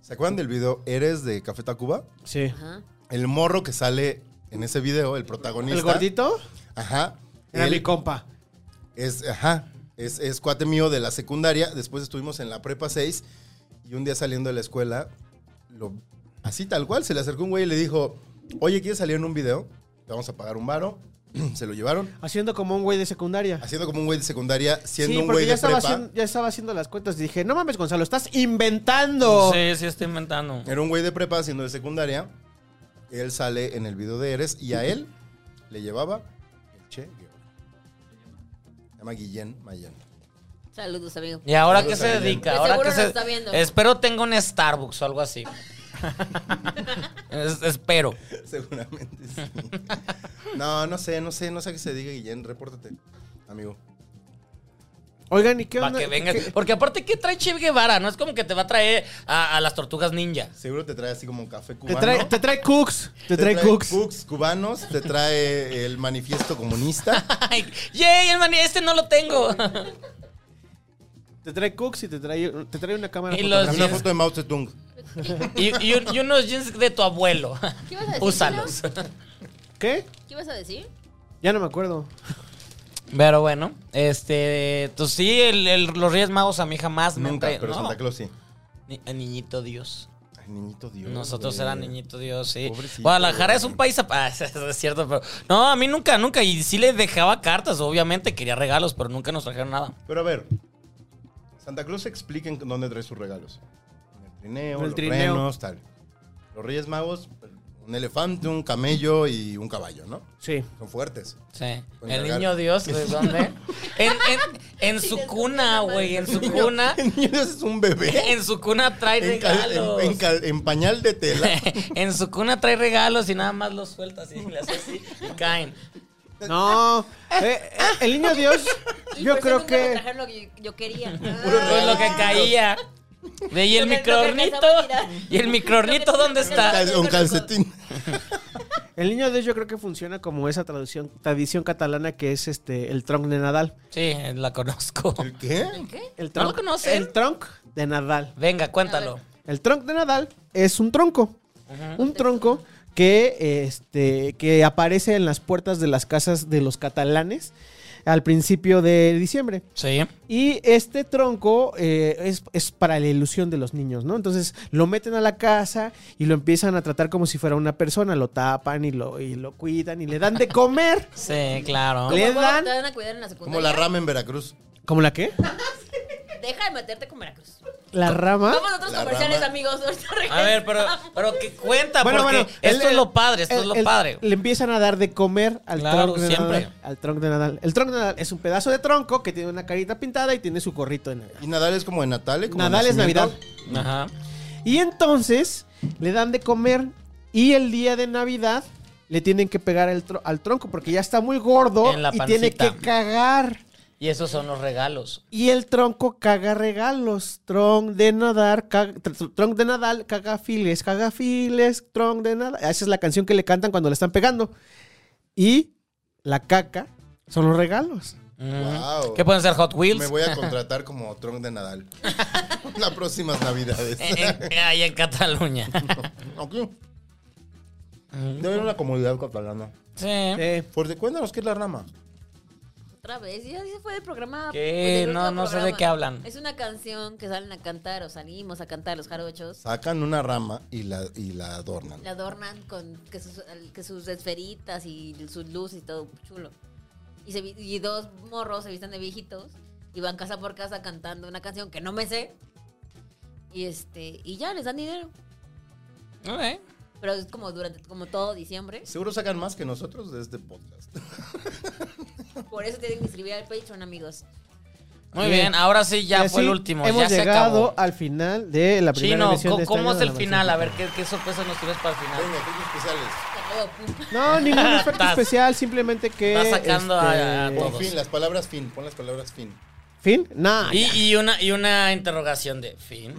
S2: ¿Se acuerdan del video Eres de Café Tacuba?
S3: Sí.
S5: Ajá.
S2: El morro que sale en ese video, el protagonista.
S3: ¿El gordito?
S2: Ajá.
S3: Era
S2: Él
S3: mi compa.
S2: es, ajá, es, es cuate mío de la secundaria. Después estuvimos en la prepa 6 y un día saliendo de la escuela, lo, así tal cual, se le acercó un güey y le dijo, oye, ¿quieres salir en un video? Te vamos a pagar un varo. se lo llevaron.
S3: Haciendo como un güey de secundaria.
S2: Haciendo como un güey de secundaria, siendo
S3: sí,
S2: un
S3: porque
S2: güey
S3: ya
S2: de
S3: estaba,
S2: prepa.
S3: haciendo, ya estaba haciendo las cuentas y dije, no mames, Gonzalo, estás inventando.
S4: Sí, sí, estoy inventando.
S2: Era un güey de prepa siendo de secundaria. Él sale en el video de Eres y a él le llevaba el Che Guevara. Se llama Guillén Mayán.
S5: Saludos, amigo.
S4: ¿Y ahora
S2: Seguro
S4: qué se
S2: está
S4: dedica?
S5: viendo.
S4: Ahora
S5: Seguro
S4: que
S5: nos
S4: se...
S5: está viendo.
S4: Espero tenga un Starbucks o algo así. Es- espero.
S2: Seguramente sí. No, no sé, no sé, no sé a qué se diga, Guillén. Repórtate, amigo.
S3: Oigan, ¿y qué
S4: Para
S3: onda?
S4: que vengas.
S3: ¿Qué-
S4: Porque aparte, ¿qué trae Che Guevara? No es como que te va a traer a, a las tortugas ninja.
S2: Seguro te trae así como un café
S3: Te
S2: cubano.
S3: trae, te trae cooks. Te, trae, cooks.
S2: cubanos, te trae el manifiesto comunista.
S4: Ay, ¡Yay, el maní! Este no lo tengo.
S3: Te trae cooks y te trae, te trae una cámara.
S4: Y
S3: fotográfica.
S4: Así
S2: una
S4: es.
S2: foto de Mao Zedong.
S4: Y, y un- y unos jeans de tu abuelo.
S5: ¿Qué ibas a decir,
S4: Úsalos.
S3: ¿Qué?
S5: ¿Qué ibas a decir?
S3: Ya no me acuerdo.
S4: Pero bueno, este. Pues sí, el- el- los Reyes Magos a mí jamás me
S2: Nunca,
S4: entre-
S2: pero
S4: no.
S2: Santa Claus sí.
S4: Ni- el niñito Dios.
S2: Ay, niñito Dios.
S4: Nosotros
S2: güey.
S4: era niñito Dios, sí.
S2: Pobrecito,
S4: Guadalajara
S2: güey.
S4: es un país. ap- Ah, eso es cierto, pero. No, a mí nunca, nunca. Y sí le dejaba cartas, obviamente. Quería regalos, pero nunca nos trajeron nada.
S2: Pero a ver, Santa Claus explica en dónde trae sus regalos. En el trineo,
S3: En el
S2: los
S3: trineo.
S2: renos, tal. Los Reyes Magos, un elefante, un camello y un caballo, ¿no?
S3: Sí.
S2: Son fuertes.
S4: Sí.
S2: Con
S4: el
S2: regalos.
S4: niño Dios, ¿de dónde? en, en- En su cuna, güey, en su
S3: ¿Ah?
S4: cuna.
S2: El niño es un bebé.
S4: En su cuna trae
S2: En, cal-
S4: regalos.
S2: en- en cal- en pañal de tela.
S4: En su cuna trae regalos y nada más los sueltas y le hace así y caen.
S3: No, eh, eh, el niño Dios,
S5: Y
S3: yo
S4: pues
S5: por eso
S3: creo
S5: nunca me
S3: que...
S5: trajeron lo que yo, yo quería.
S4: Con Pues lo que caía. Ve, y el
S5: Lo que- lo que
S4: microornito.
S5: alcanzaba a tirar.
S4: ¿Y el microornito dónde está?
S2: Cal- Con calcetín.
S3: El niño Dios yo creo que funciona como esa traducción, tradición catalana que es este el tronc de Nadal.
S4: Sí, la conozco.
S2: ¿El qué?
S3: El
S4: ¿No lo
S3: tronc,
S4: conocen?
S3: El tronc de Nadal.
S4: Venga, cuéntalo.
S3: El tronc de Nadal es un tronco. Un tronco que, este, que aparece en las puertas de las casas de los catalanes al principio de diciembre.
S4: Sí.
S3: Y este tronco eh, es, es para la ilusión de los niños, ¿no? Entonces lo meten a la casa y lo empiezan a tratar como si fuera una persona, lo tapan y lo, y lo cuidan y le dan de comer.
S4: Sí, claro.
S3: Le
S5: ¿Cómo
S3: dan-
S5: te van a cuidar en la
S2: Como
S5: secundaria?
S2: la rama en Veracruz.
S3: ¿Cómo la qué?
S5: Deja de meterte con Veracruz.
S3: La rama.
S5: Vamos a otros
S2: La
S5: comerciales,
S2: rama.
S5: amigos. ahorita
S4: A ver, pero,
S5: regresamos.
S4: pero que cuenta,
S3: Bueno,
S4: porque
S3: bueno,
S4: esto
S3: el-
S4: es lo padre, esto es
S3: el-
S4: lo
S3: el-
S4: padre.
S3: Le empiezan a dar de comer al
S4: Claro,
S3: tronco de
S4: siempre.
S3: Nadal. Al tronco de Nadal. El tronco de Nadal es un pedazo de tronco que tiene una carita pintada y tiene su gorrito de Navidad.
S2: ¿Y Nadal es como de Natale? como
S3: Nadal es
S2: nacimiento?
S3: Navidad.
S4: Ajá.
S3: Y entonces le dan de comer y el día de Navidad le tienen que pegar el tro- al tronco porque ya está muy gordo
S4: En la
S3: y tiene que
S4: pancita.
S3: cagar.
S4: Y esos son los regalos.
S3: Y el tronco caga regalos. Tronc de nadar, caga- tr- tronc de Nadal, caga files, caga files, tronc de Nadal. Esa es la canción que le cantan cuando le están pegando. Y la caca son los regalos.
S4: Mm.
S2: Wow.
S4: ¿Qué pueden ser Hot Wheels?
S2: Me voy a contratar como tronc de Nadal. Las próximas navidades.
S4: En- en- ahí en Cataluña.
S2: Aquí. Debe haber una comunidad catalana.
S4: Sí.
S3: Eh,
S2: Fuerte, cuéntanos qué es la rama.
S5: Otra vez, ya se fue del programa. pues,
S4: ¿Qué?
S5: del
S4: No,
S5: otro
S4: no sé de
S5: programa.
S4: qué hablan.
S5: Es una canción que salen a cantar o salimos a cantar los jarochos.
S2: Sacan una rama y la, y la adornan.
S5: La adornan con que sus, que sus esferitas y sus luces y todo chulo. Y, se vi- y dos morros se visten de viejitos y van casa por casa cantando una canción que no me sé. Y este y ya les dan dinero.
S4: Ok.
S5: Pero es como durante como todo diciembre.
S2: Seguro sacan más que nosotros de este podcast.
S5: Por eso tienen que inscribir al Patreon, amigos.
S4: Muy
S3: Bien.
S4: bien. ahora sí ya
S3: y
S4: fue el
S3: así
S4: último.
S3: Hemos
S4: ya se
S3: llegado
S4: acabó.
S3: al final de la primera
S4: Chino,
S3: emisión
S4: ¿cómo,
S3: de este
S4: cómo
S3: año
S4: es
S3: de
S4: el
S3: la
S4: final?
S3: Manzana.
S4: A ver, ¿qué, qué sorpresa nos tienes para el final?
S2: Venga, efectos especiales.
S5: Luego, pum.
S3: No, ningún efecto
S4: Estás-
S3: especial, simplemente que.
S4: Estás sacando a- a
S3: este,
S2: Por
S4: todos.
S2: fin, las palabras fin. Pon las palabras fin.
S3: ¿Fin? Nah.
S4: Y, y una, y una interrogación de fin.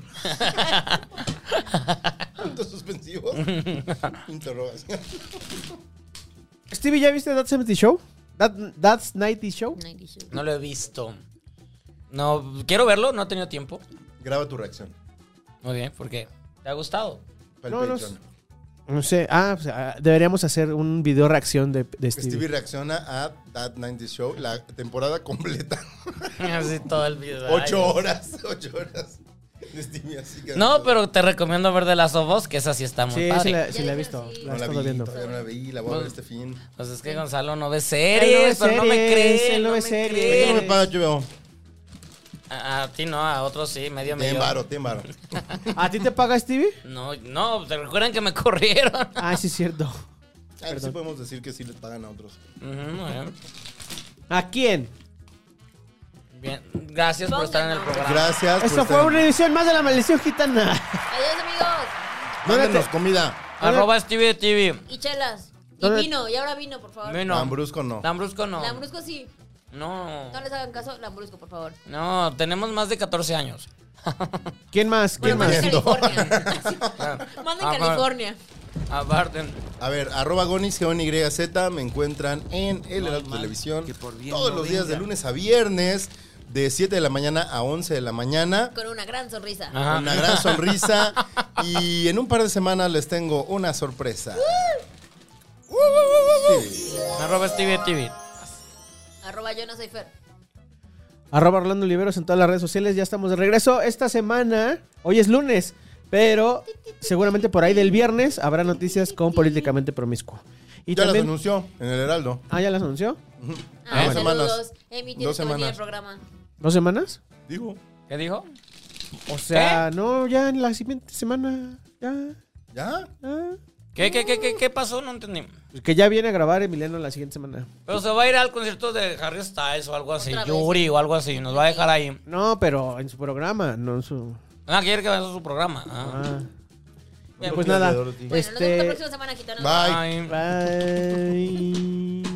S2: Puntos suspensivos. Interrogación.
S3: Stevie, ¿ya viste That 70 Show? That, that's 90 Show.
S5: Nighty show.
S4: No lo he visto. No, quiero verlo, no he tenido tiempo.
S2: Graba tu reacción.
S4: Muy bien, ¿por qué? ¿Te ha gustado?
S2: Para el
S3: No, no
S2: Patreon.
S3: sé. No sé. Ah, pues, ah, deberíamos hacer un video reacción de, de Stevie.
S2: Stevie reacciona a That 90 Show, la temporada completa.
S4: Así todo el video.
S2: Ocho
S4: Ay,
S2: horas, ocho horas. De Stevie así que-
S4: No, pero te recomiendo ver de las Us, que esa sí está muy
S3: Sí, sí
S4: padre.
S3: la, sí la
S5: Ya
S3: he
S5: dije,
S3: visto.
S5: sí.
S3: La
S2: No
S3: he
S2: la
S3: estado
S2: vi,
S3: viendo.
S2: todavía no la vi, la voy a ver este fin.
S4: Pues es que Gonzalo no ve
S3: Él
S4: series,
S3: no ve
S4: pero no me
S3: series,
S4: crees.
S3: él no
S4: no
S3: ve
S4: me
S3: series.
S4: crees.
S3: ¿Qué no me pagas
S2: HBO?
S4: A, a ti no, a otros sí, medio
S2: Ten
S4: medio.
S2: varo, ten varo.
S3: ¿A ti te paga Stevie?
S4: No, no, ¿te recuerdan que me corrieron?
S3: Ah, sí, es cierto.
S2: A ver si podemos decir que sí les pagan a otros.
S4: Ujú, muy bien.
S3: ¿A quién?
S4: Bien, gracias por estar en el programa.
S2: Gracias. por
S3: Esto
S2: estar-
S3: fue una edición más de La Maldición Gitana.
S5: Adiós, amigos.
S2: Mándenos comida.
S4: Arroba Stevie TV.
S5: Y chelas. Y
S3: ¿Dónde-
S5: vino, y ahora vino, por favor.
S4: Bueno,
S2: Lambrusco no.
S4: Lambrusco no.
S5: Lambrusco sí.
S4: No.
S5: No les hagan caso, Lambrusco, por favor.
S4: No, tenemos más de 14 años.
S3: ¿Quién más? ¿Quién
S5: Bueno,
S3: más?
S2: Entiendo.
S5: California. Manda en California.
S4: Aparten.
S2: A ver, arroba gonis, G-O-N-Y-Z, me encuentran en El Heraldo Televisión
S6: que por bien
S2: todos
S6: no
S2: los días
S6: venga.
S2: de lunes a viernes, de 7 de la mañana a 11 de la mañana.
S5: Con una gran sonrisa.
S4: Ajá.
S2: Una gran sonrisa. y en un par de semanas les tengo una sorpresa. Sí.
S4: Arroba Stevie TV.
S5: Arroba yo no soy Fer.
S3: pues, Arroba Orlando Oliveros en todas las redes sociales. Ya estamos de regreso esta semana. Hoy es lunes, pero seguramente por ahí del viernes habrá noticias con Políticamente Promiscuo. Y
S2: Ya las
S3: también...
S2: anunció en El Heraldo.
S3: Ah, ¿ya las anunció?
S5: Ah,
S2: Dos semanas.
S5: saludos. Emi,
S2: Dos
S5: tienes que venir al
S2: semanas.
S5: programa.
S3: ¿Dos semanas?
S2: Digo,
S4: ¿Qué dijo?
S3: O sea, no, ya en la siguiente semana. Ya,
S2: ¿ya?
S3: ya.
S4: ¿Qué, qué, qué, qué, qué pasó? No entendí.
S3: Que ya viene a grabar Emiliano la siguiente semana.
S4: Pero se va a ir al concierto de Harry Styles o algo así,
S5: Otra vez.
S4: Yuri o algo así, nos va a dejar ahí.
S3: No, pero en su programa, no en su.
S4: Ah, quiere que vaya a su programa. Ah.
S3: Ah.
S4: Bien.
S3: Pues nada.
S5: Bueno, nos vemos la
S3: Este.
S5: próxima semana, gitanos.
S2: Bye.
S4: Ay.
S3: Bye.